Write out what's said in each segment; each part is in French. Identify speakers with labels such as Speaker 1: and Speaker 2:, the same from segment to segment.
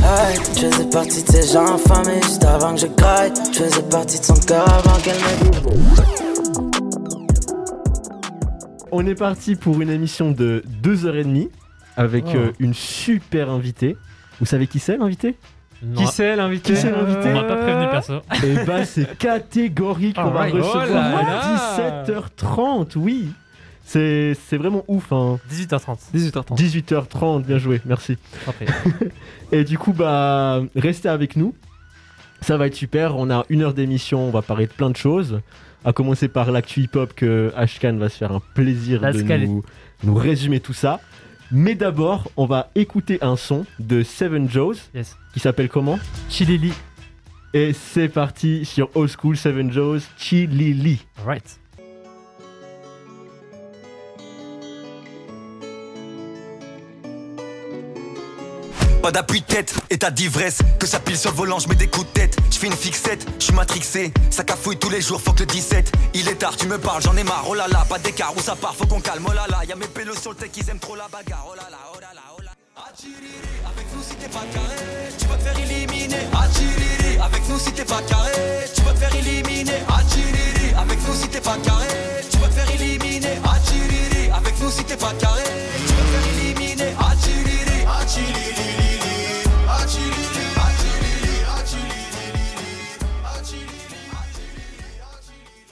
Speaker 1: night Je faisais partie de ces gens infamés juste avant que je graille Je faisais partie de son cœur avant qu'elle me dise
Speaker 2: On est parti pour une émission de 2h30 avec
Speaker 3: Oh.
Speaker 2: euh, une super invitée. Vous savez qui c'est l'invité
Speaker 3: Qui c'est l'invité
Speaker 2: Qui c'est l'invité
Speaker 4: On m'a pas prévenu perso.
Speaker 2: Eh ben c'est catégorique, on va
Speaker 3: Alright.
Speaker 2: recevoir
Speaker 3: Oh là
Speaker 2: à
Speaker 3: là.
Speaker 2: 17h30, oui c'est c'est vraiment ouf, hein.
Speaker 4: 18h30.
Speaker 3: 18h30.
Speaker 2: 18h30, bien joué, merci.
Speaker 4: Après.
Speaker 2: Et du coup, bah, restez avec nous. Ça va être super. On a une heure d'émission. On va parler de plein de choses. À commencer par l'actu hip-hop que Ashkan va se faire un plaisir
Speaker 4: La
Speaker 2: de
Speaker 4: scalette.
Speaker 2: nous, nous résumer tout ça. Mais d'abord, on va écouter un son de Seven Joes
Speaker 4: Yes.
Speaker 2: qui s'appelle comment
Speaker 4: Chilili.
Speaker 2: Et c'est parti sur Old School Seven Joes Chilili.
Speaker 4: Alright.
Speaker 5: Pas d'appui de tête, état d'ivresse Que ça pile sur le volant, je mets des coups de tête Je fais une fixette, je suis matrixé Ça cafouille tous les jours, faut que le 17 Il est tard, tu me parles, j'en ai marre, oh là là Pas d'écart, où ça part, faut qu'on calme, oh là là Y'a mes pélos sur le tech, ils aiment trop la bagarre Oh là là, oh là là, oh là Attiriri, avec nous si t'es pas carré, tu vas te faire éliminer Attiriri, avec nous si t'es pas carré, tu vas te faire éliminer Attiriri, avec nous si t'es pas carré, tu vas te faire éliminer Attiriri, avec nous si t'es pas carré, tu vas te faire éliminer Attiriri, Atchiriri, Atchiriri, Atchiriri, Atchiriri, Atchiriri, Atchiriri.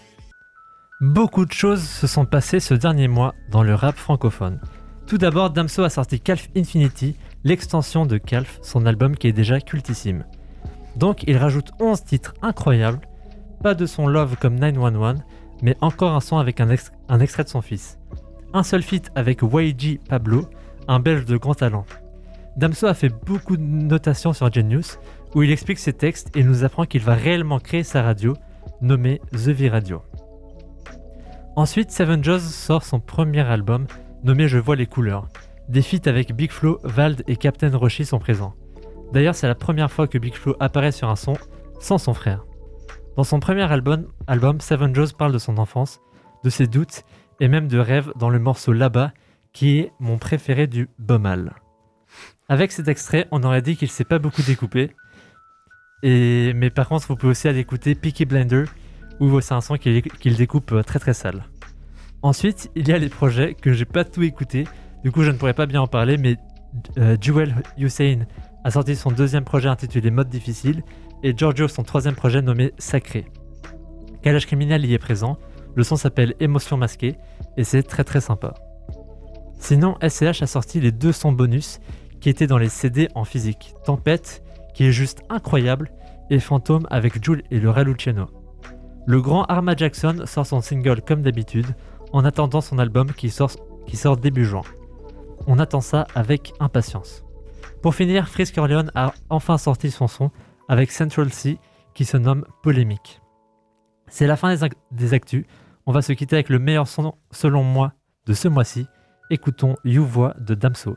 Speaker 4: Beaucoup de choses se sont passées ce dernier mois dans le rap francophone. Tout d'abord, Damso a sorti Calf Infinity, l'extension de Calf, son album qui est déjà cultissime. Donc, il rajoute 11 titres incroyables, pas de son love comme 911, mais encore un son avec un, ex- un extrait de son fils. Un seul feat avec YG Pablo, un belge de grand talent. Damso a fait beaucoup de notations sur Genius, où il explique ses textes et nous apprend qu'il va réellement créer sa radio, nommée The V-Radio. Ensuite, Seven Jaws sort son premier album, nommé Je vois les couleurs. Des feats avec Big Flo, Vald et Captain Roshi sont présents. D'ailleurs, c'est la première fois que Big Flo apparaît sur un son sans son frère. Dans son premier album, album Seven Jaws parle de son enfance, de ses doutes et même de rêves dans le morceau Là-bas, qui est mon préféré du Bomal. Avec cet extrait, on aurait dit qu'il s'est pas beaucoup découpé. Et... Mais par contre, vous pouvez aussi aller écouter Peaky Blinder, où c'est un son qu'il qu'il découpe euh, très très sale. Ensuite, il y a les projets que j'ai pas tout écouté, du coup je ne pourrais pas bien en parler, mais euh, Jewel Hussein a sorti son deuxième projet intitulé Mode difficile et Giorgio son troisième projet nommé Sacré. Kalash Criminal y est présent, le son s'appelle Émotion masquée et c'est très très sympa. Sinon, SCH a sorti les deux sons bonus qui étaient dans les CD en physique, Tempête qui est juste incroyable et Fantôme avec Jules et le Raluciano. Le grand Arma Jackson sort son single comme d'habitude, en attendant son album qui sort, qui sort début juin. On attend ça avec impatience. Pour finir, Frisk Orleans a enfin sorti son son avec Central C qui se nomme Polémique. C'est la fin des, ac- des actus, on va se quitter avec le meilleur son selon moi de ce mois-ci. Écoutons You Voix de Damso.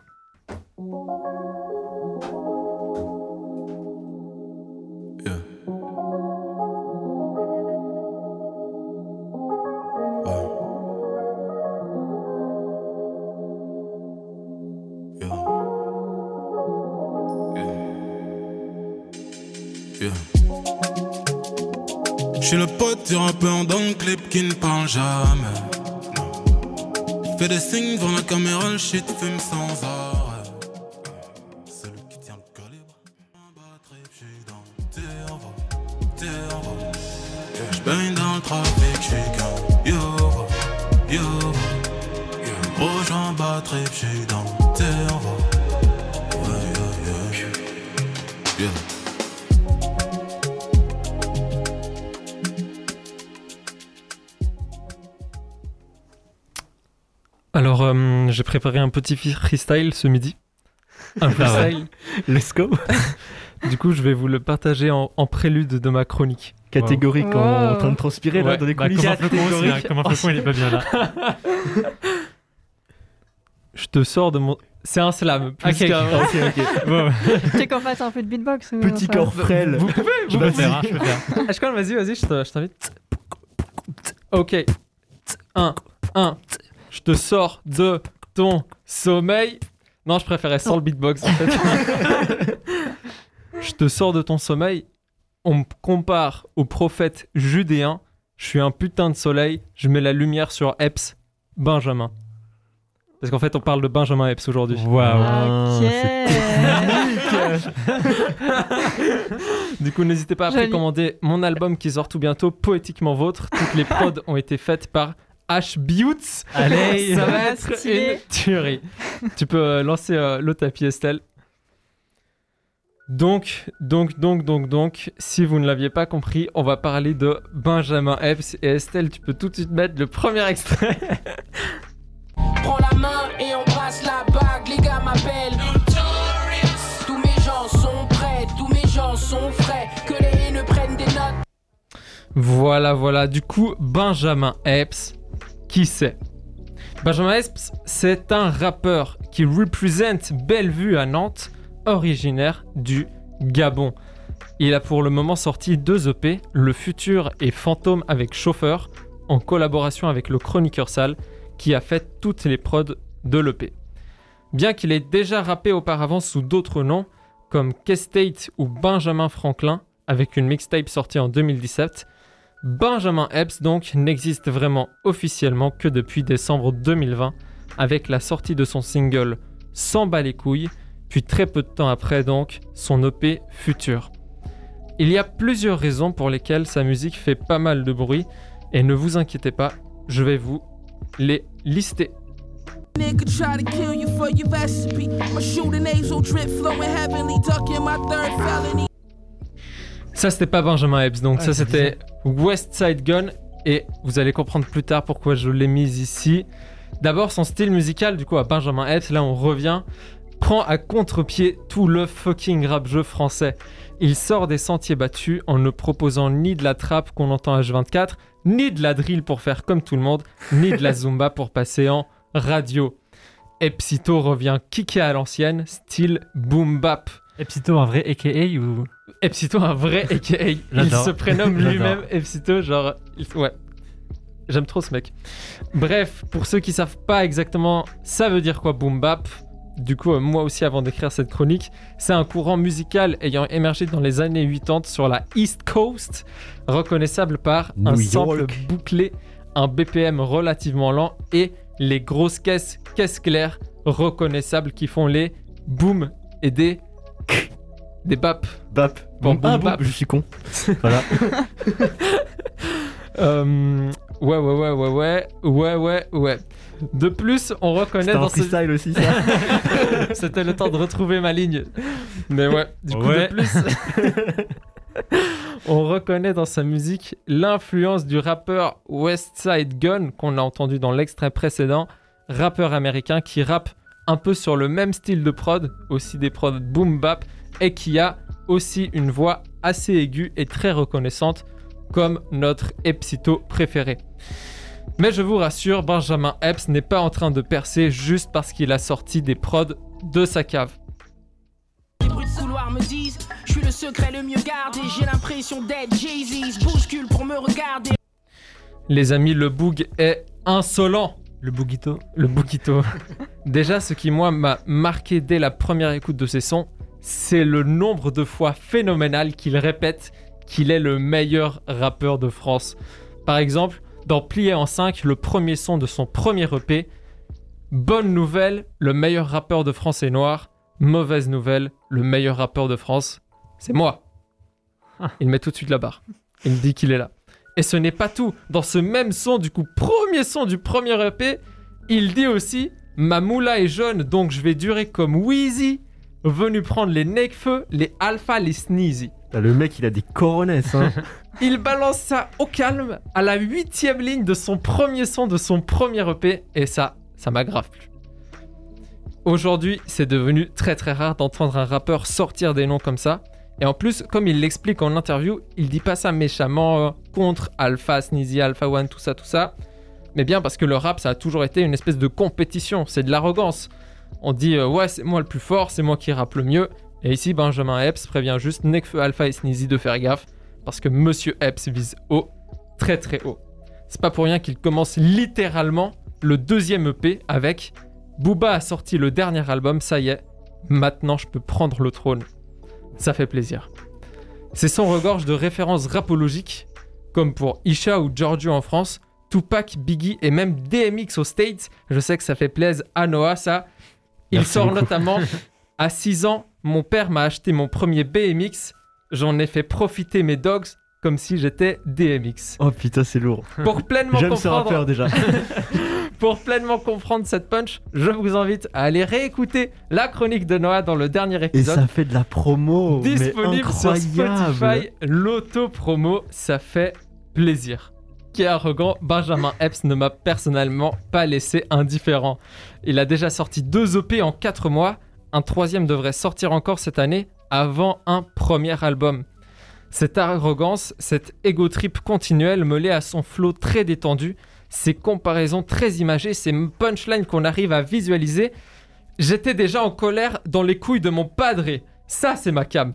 Speaker 5: Yeah. Ouais. Yeah. Yeah. Yeah.
Speaker 6: Je suis le pote du rappeur dans le clip qui ne parle jamais. Il fait des signes devant la caméra, le shit fume sans arrêt. Celui qui tient le calibre, un bad trip, je suis dans le turbo, turbo. Je baigne dans le trafic, je suis qu'un yoro, yoro. Rejoins bas trip, je suis dans le turbo. Yeah, yeah, yeah. Yeah.
Speaker 3: Alors, euh, j'ai préparé un petit freestyle ce midi.
Speaker 2: Ah
Speaker 3: Un freestyle.
Speaker 2: Let's go.
Speaker 3: Du coup, je vais vous le partager en, en prélude de ma chronique.
Speaker 2: Catégorique,
Speaker 7: Wow.
Speaker 2: on est en train de transpirer là
Speaker 3: Ouais,
Speaker 2: dans les
Speaker 3: bah,
Speaker 2: coulisses.
Speaker 3: comment
Speaker 4: Flocon aussi, hein,
Speaker 2: Catégorique.
Speaker 4: comme un flocon, il est pas bien là.
Speaker 3: Je te sors de mon. Ah, C'est un slam. plus
Speaker 4: Ok.
Speaker 3: qu'un-
Speaker 2: Ok, ok.
Speaker 3: Bon,
Speaker 7: Tu sais qu'on fasse un peu de beatbox. ou
Speaker 2: Petit
Speaker 7: enfin,
Speaker 2: corps frêle.
Speaker 3: vous pouvez, vous
Speaker 2: Vas-y.
Speaker 3: pouvez faire. hein, je peux faire. Ashkan, vas-y, vas-y, je te- je t'invite. Ok. 1, 1. Je te sors de ton sommeil. Non, je préférais sans le beatbox en fait. je te sors de ton sommeil, on me compare au prophète judéen, je suis un putain de soleil, je mets la lumière sur Epps, Benjamin. Parce qu'en fait, on parle de Benjamin Epps aujourd'hui.
Speaker 2: Waouh.
Speaker 7: Ok.
Speaker 3: Du coup, n'hésitez pas à
Speaker 7: Joli.
Speaker 3: précommander mon album qui sort tout bientôt, Poétiquement Vôtre. Toutes les prods ont été faites par H. Butz.
Speaker 4: Allez.
Speaker 3: Ça va
Speaker 7: Ça
Speaker 3: être
Speaker 7: va, stylé.
Speaker 3: une tuerie. tu peux euh, lancer euh, le tapis, Estelle. Donc, donc, donc, donc, donc, si vous ne l'aviez pas compris, on va parler de Benjamin Epps. Et Estelle, tu peux tout de suite mettre le premier extrait.
Speaker 8: Prends la main et on passe la bague, les gars m'appellent. Tous mes gens sont prêts, tous mes gens sont frais. Que les haineux prennent des notes.
Speaker 3: Voilà, voilà. Du coup, Benjamin Epps, qui c'est Benjamin Epps, c'est un rappeur qui représente Bellevue à Nantes, originaire du Gabon. Il a pour le moment sorti deux EP, Le Futur et Fantôme avec Chauffeur, en collaboration avec le chroniqueur Sal, qui a fait toutes les prods de l'EP. Bien qu'il ait déjà rappé auparavant sous d'autres noms, comme K-State ou Benjamin Franklin, avec une mixtape sortie en 2017, Benjamin Epps donc n'existe vraiment officiellement que depuis décembre 2020 avec la sortie de son single S'en bat les couilles, puis très peu de temps après donc son EP Futur. Il y a plusieurs raisons pour lesquelles sa musique fait pas mal de bruit et ne vous inquiétez pas, je vais vous les lister.
Speaker 8: Nigga try to kill you for your recipe. My shooting nasal drip flowing heavenly, ducking my third felony.
Speaker 3: Ça c'était pas Benjamin Epps donc
Speaker 4: Ah,
Speaker 3: ça
Speaker 4: c'est
Speaker 3: c'était West Side Gun et vous allez comprendre plus tard pourquoi je l'ai mise ici. D'abord son style musical du coup à Benjamin Epps, là on revient, prend à contre-pied tout le fucking rap jeu français. Il sort des sentiers battus en ne proposant ni de la trappe qu'on entend H24, ni de la drill pour faire comme tout le monde, ni de la zumba pour passer en radio. Epsito revient kicker à l'ancienne, style boom bap.
Speaker 4: Epsito en vrai, aka ou.
Speaker 3: Epsito, un vrai AKA. Il
Speaker 4: J'adore.
Speaker 3: se prénomme
Speaker 4: J'adore.
Speaker 3: lui-même Epsito, genre. il- Ouais. J'aime trop ce mec. Bref, pour ceux qui savent pas exactement ça veut dire quoi boom bap, du coup, euh, moi aussi avant d'écrire cette chronique, c'est un courant musical ayant émergé dans les années 80 sur la East Coast, reconnaissable par un
Speaker 2: New
Speaker 3: sample
Speaker 2: York.
Speaker 3: bouclé, un BPM relativement lent et les grosses caisses, caisses claires, reconnaissables qui font les boom et des des baps.
Speaker 2: Bap.
Speaker 3: Bon,
Speaker 2: Bon, ah,
Speaker 3: bap.
Speaker 2: bon, je suis con. voilà.
Speaker 3: Euh, ouais, ouais, ouais, ouais, ouais, ouais, ouais, ouais. De plus, on reconnaît
Speaker 2: C'était un
Speaker 3: dans ce...
Speaker 2: freestyle aussi, ça.
Speaker 3: C'était le temps de retrouver ma ligne. Mais ouais, du coup,
Speaker 4: Ouais.
Speaker 3: de plus... on reconnaît dans sa musique l'influence du rappeur West Side Gun qu'on a entendu dans l'extrait précédent, rappeur américain qui rappe un peu sur le même style de prod, aussi des prods boom bap, et qui a aussi une voix assez aiguë et très reconnaissante, comme notre Epsito préféré. Mais je vous rassure, Benjamin Epps n'est pas en train de percer juste parce qu'il a sorti des prods de sa cave.
Speaker 8: Les bruits de couloir me disent, je suis le secret le mieux gardé. J'ai l'impression d'être Jay-Z, se bouscule pour me regarder.
Speaker 3: Les amis, le boog est insolent.
Speaker 4: Le Bougito.
Speaker 3: le Boukito. Déjà, ce qui, moi, m'a marqué dès la première écoute de ses sons, c'est le nombre de fois phénoménal qu'il répète qu'il est le meilleur rappeur de France. Par exemple, dans Plié en 5, le premier son de son premier EP, Bonne nouvelle, le meilleur rappeur de France est noir. Mauvaise nouvelle, le meilleur rappeur de France, c'est moi. Il met tout de suite la barre. Il me dit qu'il est là. Et ce n'est pas tout. Dans ce même son, du coup, premier son du premier EP, il dit aussi Ma moula est jaune, donc je vais durer comme Wheezy, venu prendre les Nekfeu, les Alpha, les Sneezy.
Speaker 2: Putain, Le mec, il a des coronesses, hein.
Speaker 3: Il balance ça au calme à la huitième ligne de son premier son de son premier EP, et ça, ça m'aggrave plus. Aujourd'hui, c'est devenu très très rare d'entendre un rappeur sortir des noms comme ça. Et en plus, comme il l'explique en interview, il dit pas ça méchamment euh, contre Alpha, Sneezy, Alpha One, tout ça, tout ça. Mais bien parce que le rap, ça a toujours été une espèce de compétition, c'est de l'arrogance. On dit euh, ouais, c'est moi le plus fort, c'est moi qui rappe le mieux. Et ici, Benjamin Epps prévient juste Nekfeu, Alpha et Sneezy de faire gaffe parce que Monsieur Epps vise haut, très très haut. C'est pas pour rien qu'il commence littéralement le deuxième EP avec Booba a sorti le dernier album, ça y est, maintenant je peux prendre le trône. Ça fait plaisir. Ces sons regorgent de références rapologiques, comme pour Isha ou Giorgio en France, Tupac, Biggie et même DMX aux States. Je sais que ça fait plaisir à Noah, ça. Il
Speaker 4: Merci
Speaker 3: sort
Speaker 4: beaucoup.
Speaker 3: notamment à 6 ans, mon père m'a acheté mon premier BMX. J'en ai fait profiter mes dogs comme si j'étais DMX.
Speaker 2: Oh putain, c'est lourd.
Speaker 3: Pour pleinement
Speaker 2: J'aime ce
Speaker 3: comprendre
Speaker 2: rappeur déjà.
Speaker 3: pour pleinement comprendre cette punch, je vous invite à aller réécouter la chronique de Noah dans le dernier
Speaker 2: Et
Speaker 3: épisode.
Speaker 2: ça fait de la promo. mais
Speaker 3: disponible sur
Speaker 2: incroyable.
Speaker 3: Spotify, l'auto-promo, ça fait plaisir. Qui est arrogant, Benjamin Epps ne m'a personnellement pas laissé indifférent. Il a déjà sorti deux EP en quatre mois, un troisième devrait sortir encore cette année, avant un premier album. Cette arrogance, cette égo trip continuelle mêlée à son flow très détendu, ces comparaisons très imagées, ces punchlines qu'on arrive à visualiser, j'étais déjà en colère dans les couilles de mon padre. Ça, c'est ma cam.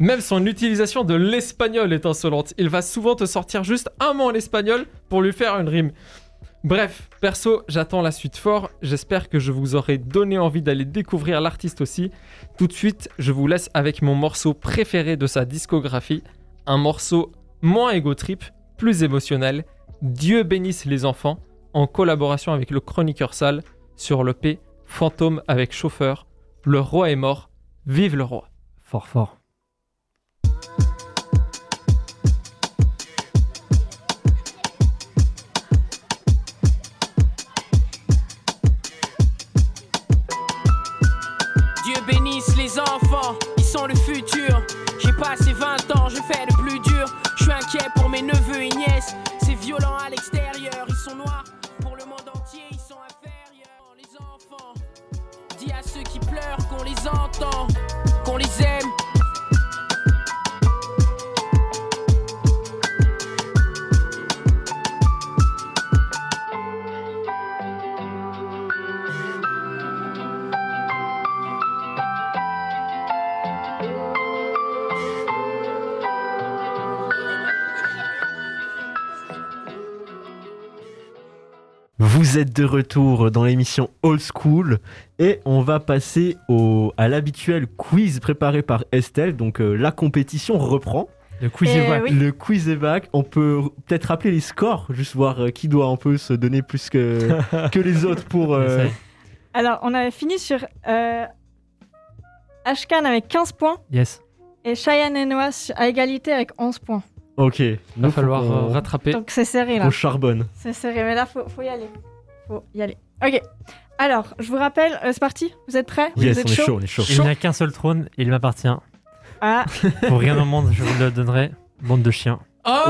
Speaker 3: Même son utilisation de l'espagnol est insolente. Il va souvent te sortir juste un mot en espagnol pour lui faire une rime. Bref, perso, j'attends la suite fort. J'espère que je vous aurai donné envie d'aller découvrir l'artiste aussi. Tout de suite, je vous laisse avec mon morceau préféré de sa discographie. Un morceau moins égo trip, plus émotionnel. Dieu bénisse les enfants, en collaboration avec le chroniqueur sale sur le P Fantôme avec chauffeur. Le roi est mort. Vive le roi.
Speaker 4: Fort, fort.
Speaker 8: Dieu bénisse les enfants, ils sont le futur. J'ai passé 20 ans, je fais le plus dur. Je suis inquiet pour mes neveux et nièces. C'est violent à l'extérieur, ils sont noirs. Pour le monde entier, ils sont inférieurs. Les enfants, dis à ceux qui pleurent qu'on les entend, qu'on les aime.
Speaker 2: Vous êtes de retour dans l'émission Old School et on va passer au, à l'habituel quiz préparé par Estelle. Donc euh, la compétition reprend.
Speaker 4: Le quiz
Speaker 7: Eh
Speaker 4: est vrai.
Speaker 7: oui.
Speaker 2: Le quiz est back. On peut r- peut-être rappeler les scores, juste voir euh, qui doit un peu se donner plus que, que les autres pour. euh,
Speaker 4: Ça y est.
Speaker 7: Alors, on avait fini sur euh, Ashkan avec 15 points
Speaker 4: Yes.
Speaker 7: et Cheyenne et Noah su- à égalité avec 11 points.
Speaker 2: Ok.
Speaker 3: Il va falloir euh,
Speaker 2: on,
Speaker 3: rattraper.
Speaker 7: Donc c'est serré là.
Speaker 2: on charbonne.
Speaker 7: C'est serré, mais là, faut, faut y aller. Faut y aller. Ok. Alors, je vous rappelle, euh, c'est parti Vous êtes prêts
Speaker 2: Yes,
Speaker 7: Vous
Speaker 2: on
Speaker 7: êtes
Speaker 2: est chaud, on est chaud.
Speaker 4: Il n'y a qu'un seul trône, il m'appartient.
Speaker 7: Ah.
Speaker 4: Pour rien au monde, je vous le donnerai. Bande de chiens.
Speaker 3: Oh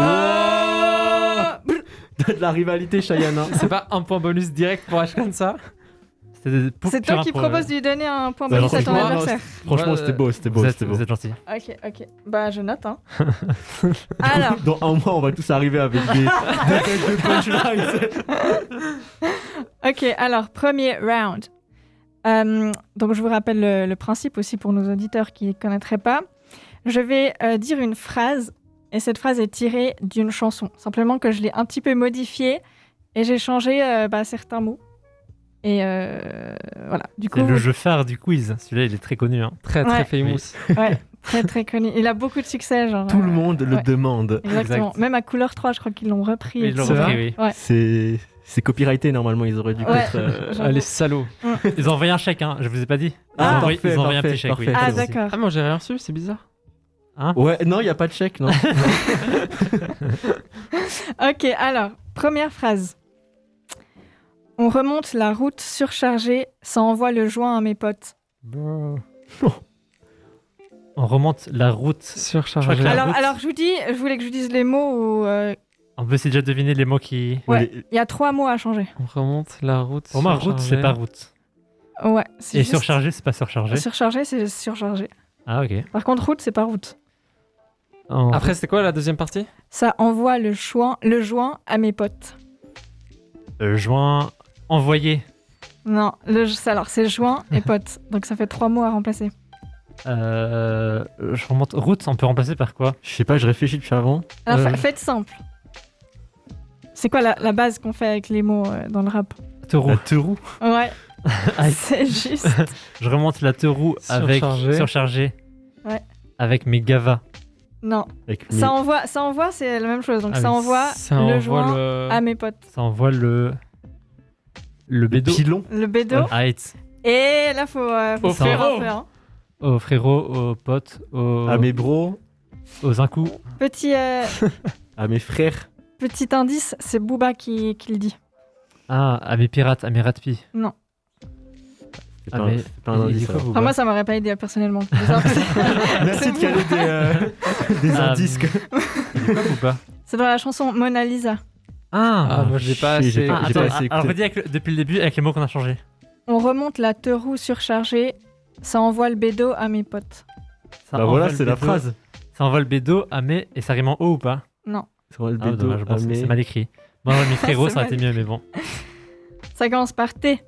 Speaker 2: de la rivalité, Cheyenne. hein.
Speaker 3: C'est pas un point bonus direct pour Ashkan ça
Speaker 4: C'était pour-
Speaker 7: C'est toi
Speaker 4: pur
Speaker 7: qui
Speaker 4: pour-
Speaker 7: propose de lui donner un point
Speaker 2: Bah, Alors,
Speaker 7: bonus à ton
Speaker 2: franchement,
Speaker 7: adversaire.
Speaker 2: Franchement,
Speaker 3: Ouais,
Speaker 2: c'était beau, c'était
Speaker 4: Vous
Speaker 2: beau,
Speaker 4: êtes,
Speaker 2: c'était beau.
Speaker 4: vous êtes gentil.
Speaker 7: Ok, ok. Bah, je note, hein. Alors,
Speaker 2: Dans un mois, on va tous arriver avec des, des têtes de punchlines.
Speaker 7: ok, alors, premier round. Euh, donc, je vous rappelle le, le principe aussi pour nos auditeurs qui ne connaîtraient pas. Je vais euh, dire une phrase, et cette phrase est tirée d'une chanson. Simplement que je l'ai un petit peu modifiée, et j'ai changé euh, bah, certains mots. Et euh, voilà, du coup,
Speaker 4: C'est le jeu phare du quiz. Celui-là, il est très connu. hein.
Speaker 3: Très très
Speaker 7: Ouais.
Speaker 3: famous.
Speaker 7: ouais, très très connu. Il a beaucoup de succès, genre.
Speaker 2: Tout
Speaker 7: euh,
Speaker 2: le monde le
Speaker 7: Ouais.
Speaker 2: demande.
Speaker 7: Exactement.
Speaker 4: Exact.
Speaker 7: Même à couleur 3, je crois qu'ils l'ont repris. et
Speaker 4: Ils l'ont
Speaker 7: tout.
Speaker 3: C'est
Speaker 4: repris,
Speaker 3: vrai
Speaker 4: oui.
Speaker 7: Ouais.
Speaker 2: C'est c'est copyrighté normalement, ils auraient dû
Speaker 7: Ouais.
Speaker 2: contre, euh,
Speaker 7: J'avoue.
Speaker 3: Ah, les salauds.
Speaker 4: Ils ont envoyé un chèque, hein. je vous ai pas dit. Ils
Speaker 2: Ah,
Speaker 4: ont envoyé-
Speaker 2: parfait,
Speaker 4: ils ont envoyé un
Speaker 2: parfait,
Speaker 4: petit chèque. oui.
Speaker 2: parfait.
Speaker 7: Ah,
Speaker 4: C'est bon.
Speaker 7: d'accord.
Speaker 3: Ah moi j'ai rien reçu, c'est bizarre.
Speaker 2: Ouais, non, il n'y a pas de chèque, non
Speaker 7: Ok, alors, première phrase. On remonte la route surchargée, ça envoie le joint à mes potes.
Speaker 4: On remonte la route.
Speaker 3: Surchargé.
Speaker 4: La
Speaker 7: alors,
Speaker 4: route.
Speaker 7: alors, je vous dis, je voulais que je vous dise les mots où euh,
Speaker 4: On peut essayer de deviner les mots qui.
Speaker 7: Ouais.
Speaker 2: Mais-
Speaker 7: il y a trois mots à changer.
Speaker 3: On remonte la route.
Speaker 4: Pour moi, route, c'est
Speaker 3: surchargée.
Speaker 4: pas route.
Speaker 7: Ouais. c'est
Speaker 4: Et
Speaker 7: juste- Ah,
Speaker 4: surchargé, c'est pas surchargé.
Speaker 7: Surchargé, c'est surchargé.
Speaker 4: Ah, ok.
Speaker 7: Par contre, route, c'est pas route.
Speaker 4: On-
Speaker 3: Après c'est quoi la deuxième partie
Speaker 7: Ça envoie le joint, le joint à mes potes.
Speaker 4: euh, joint, envoyé.
Speaker 7: Non, le, ça, alors c'est joint et potes. Donc ça fait trois mots à remplacer.
Speaker 4: Euh, je remonte. Route, on peut remplacer par quoi
Speaker 2: Je sais pas, je réfléchis depuis avant.
Speaker 7: Alors fa-
Speaker 4: Euh.
Speaker 7: faites simple. C'est quoi la, la base qu'on fait avec les mots euh, dans le rap
Speaker 4: Taureau.
Speaker 2: La Teurou.
Speaker 7: Ouais,
Speaker 4: Ah,
Speaker 7: c'est juste.
Speaker 4: Je remonte la teroue avec
Speaker 3: Surchargé.
Speaker 4: surchargé.
Speaker 7: Ouais.
Speaker 4: avec mes gavas.
Speaker 7: Non,
Speaker 2: Avec mes-
Speaker 7: ça envoie, ça envoie, c'est la même chose. Donc
Speaker 4: Ah
Speaker 7: ça
Speaker 4: oui,
Speaker 7: envoie
Speaker 3: Ça
Speaker 7: le
Speaker 3: envoie
Speaker 7: joint
Speaker 3: le-
Speaker 7: à mes potes.
Speaker 4: Ça envoie le. Le bédo.
Speaker 2: Pilon.
Speaker 7: Le bédo.
Speaker 4: Ah, it's-
Speaker 7: Et là, faut, euh, faut
Speaker 3: Au
Speaker 7: faire
Speaker 3: frérot.
Speaker 7: un peu, hein.
Speaker 4: Aux frérots, aux potes, aux.
Speaker 2: À mes bros,
Speaker 4: Aux incous.
Speaker 7: Petit, euh,
Speaker 2: à Ah, mes frères.
Speaker 7: petit indice, c'est Booba qui, qui le dit.
Speaker 4: Ah, à mes pirates, à mes ratpi.
Speaker 2: C'est
Speaker 4: Ah,
Speaker 2: pas, un-
Speaker 4: mais-
Speaker 2: c'est pas un
Speaker 4: et- et
Speaker 2: indice.
Speaker 4: du coup,
Speaker 2: alors.
Speaker 4: vous-
Speaker 7: Enfin, moi, ça m'aurait pas aidé personnellement. Bizarre que ça-
Speaker 2: Merci de
Speaker 7: vous.
Speaker 2: caler des, euh, des
Speaker 4: Ah,
Speaker 2: indices. quoi.
Speaker 4: du coup, ou pas
Speaker 7: C'est dans la chanson Mona Lisa.
Speaker 4: Ah,
Speaker 3: Ah, moi je l'ai pas
Speaker 2: chier, j'ai
Speaker 3: assez.
Speaker 2: pas-
Speaker 4: Ah,
Speaker 2: j'ai
Speaker 4: attends,
Speaker 2: assez
Speaker 4: alors
Speaker 2: écouté.
Speaker 4: redis avec le- depuis le début avec les mots qu'on a changés.
Speaker 7: On remonte la te roue surchargée, ça envoie le bédo à mes potes.
Speaker 2: Bah
Speaker 4: Ça envoie
Speaker 2: voilà,
Speaker 4: le
Speaker 2: c'est la
Speaker 4: bédo-
Speaker 2: phrase.
Speaker 4: Ça envoie le bédo à mes. ah, Et ça rime en haut ou pas
Speaker 2: Ça va le
Speaker 4: Ah,
Speaker 2: bédo,
Speaker 4: dommage, bon,
Speaker 2: ah,
Speaker 4: c'est-
Speaker 2: mais-
Speaker 4: c'est mal écrit. Bon, mes frérots,
Speaker 7: C'est
Speaker 4: ça aurait été mieux, mais bon.
Speaker 7: Ça commence par T.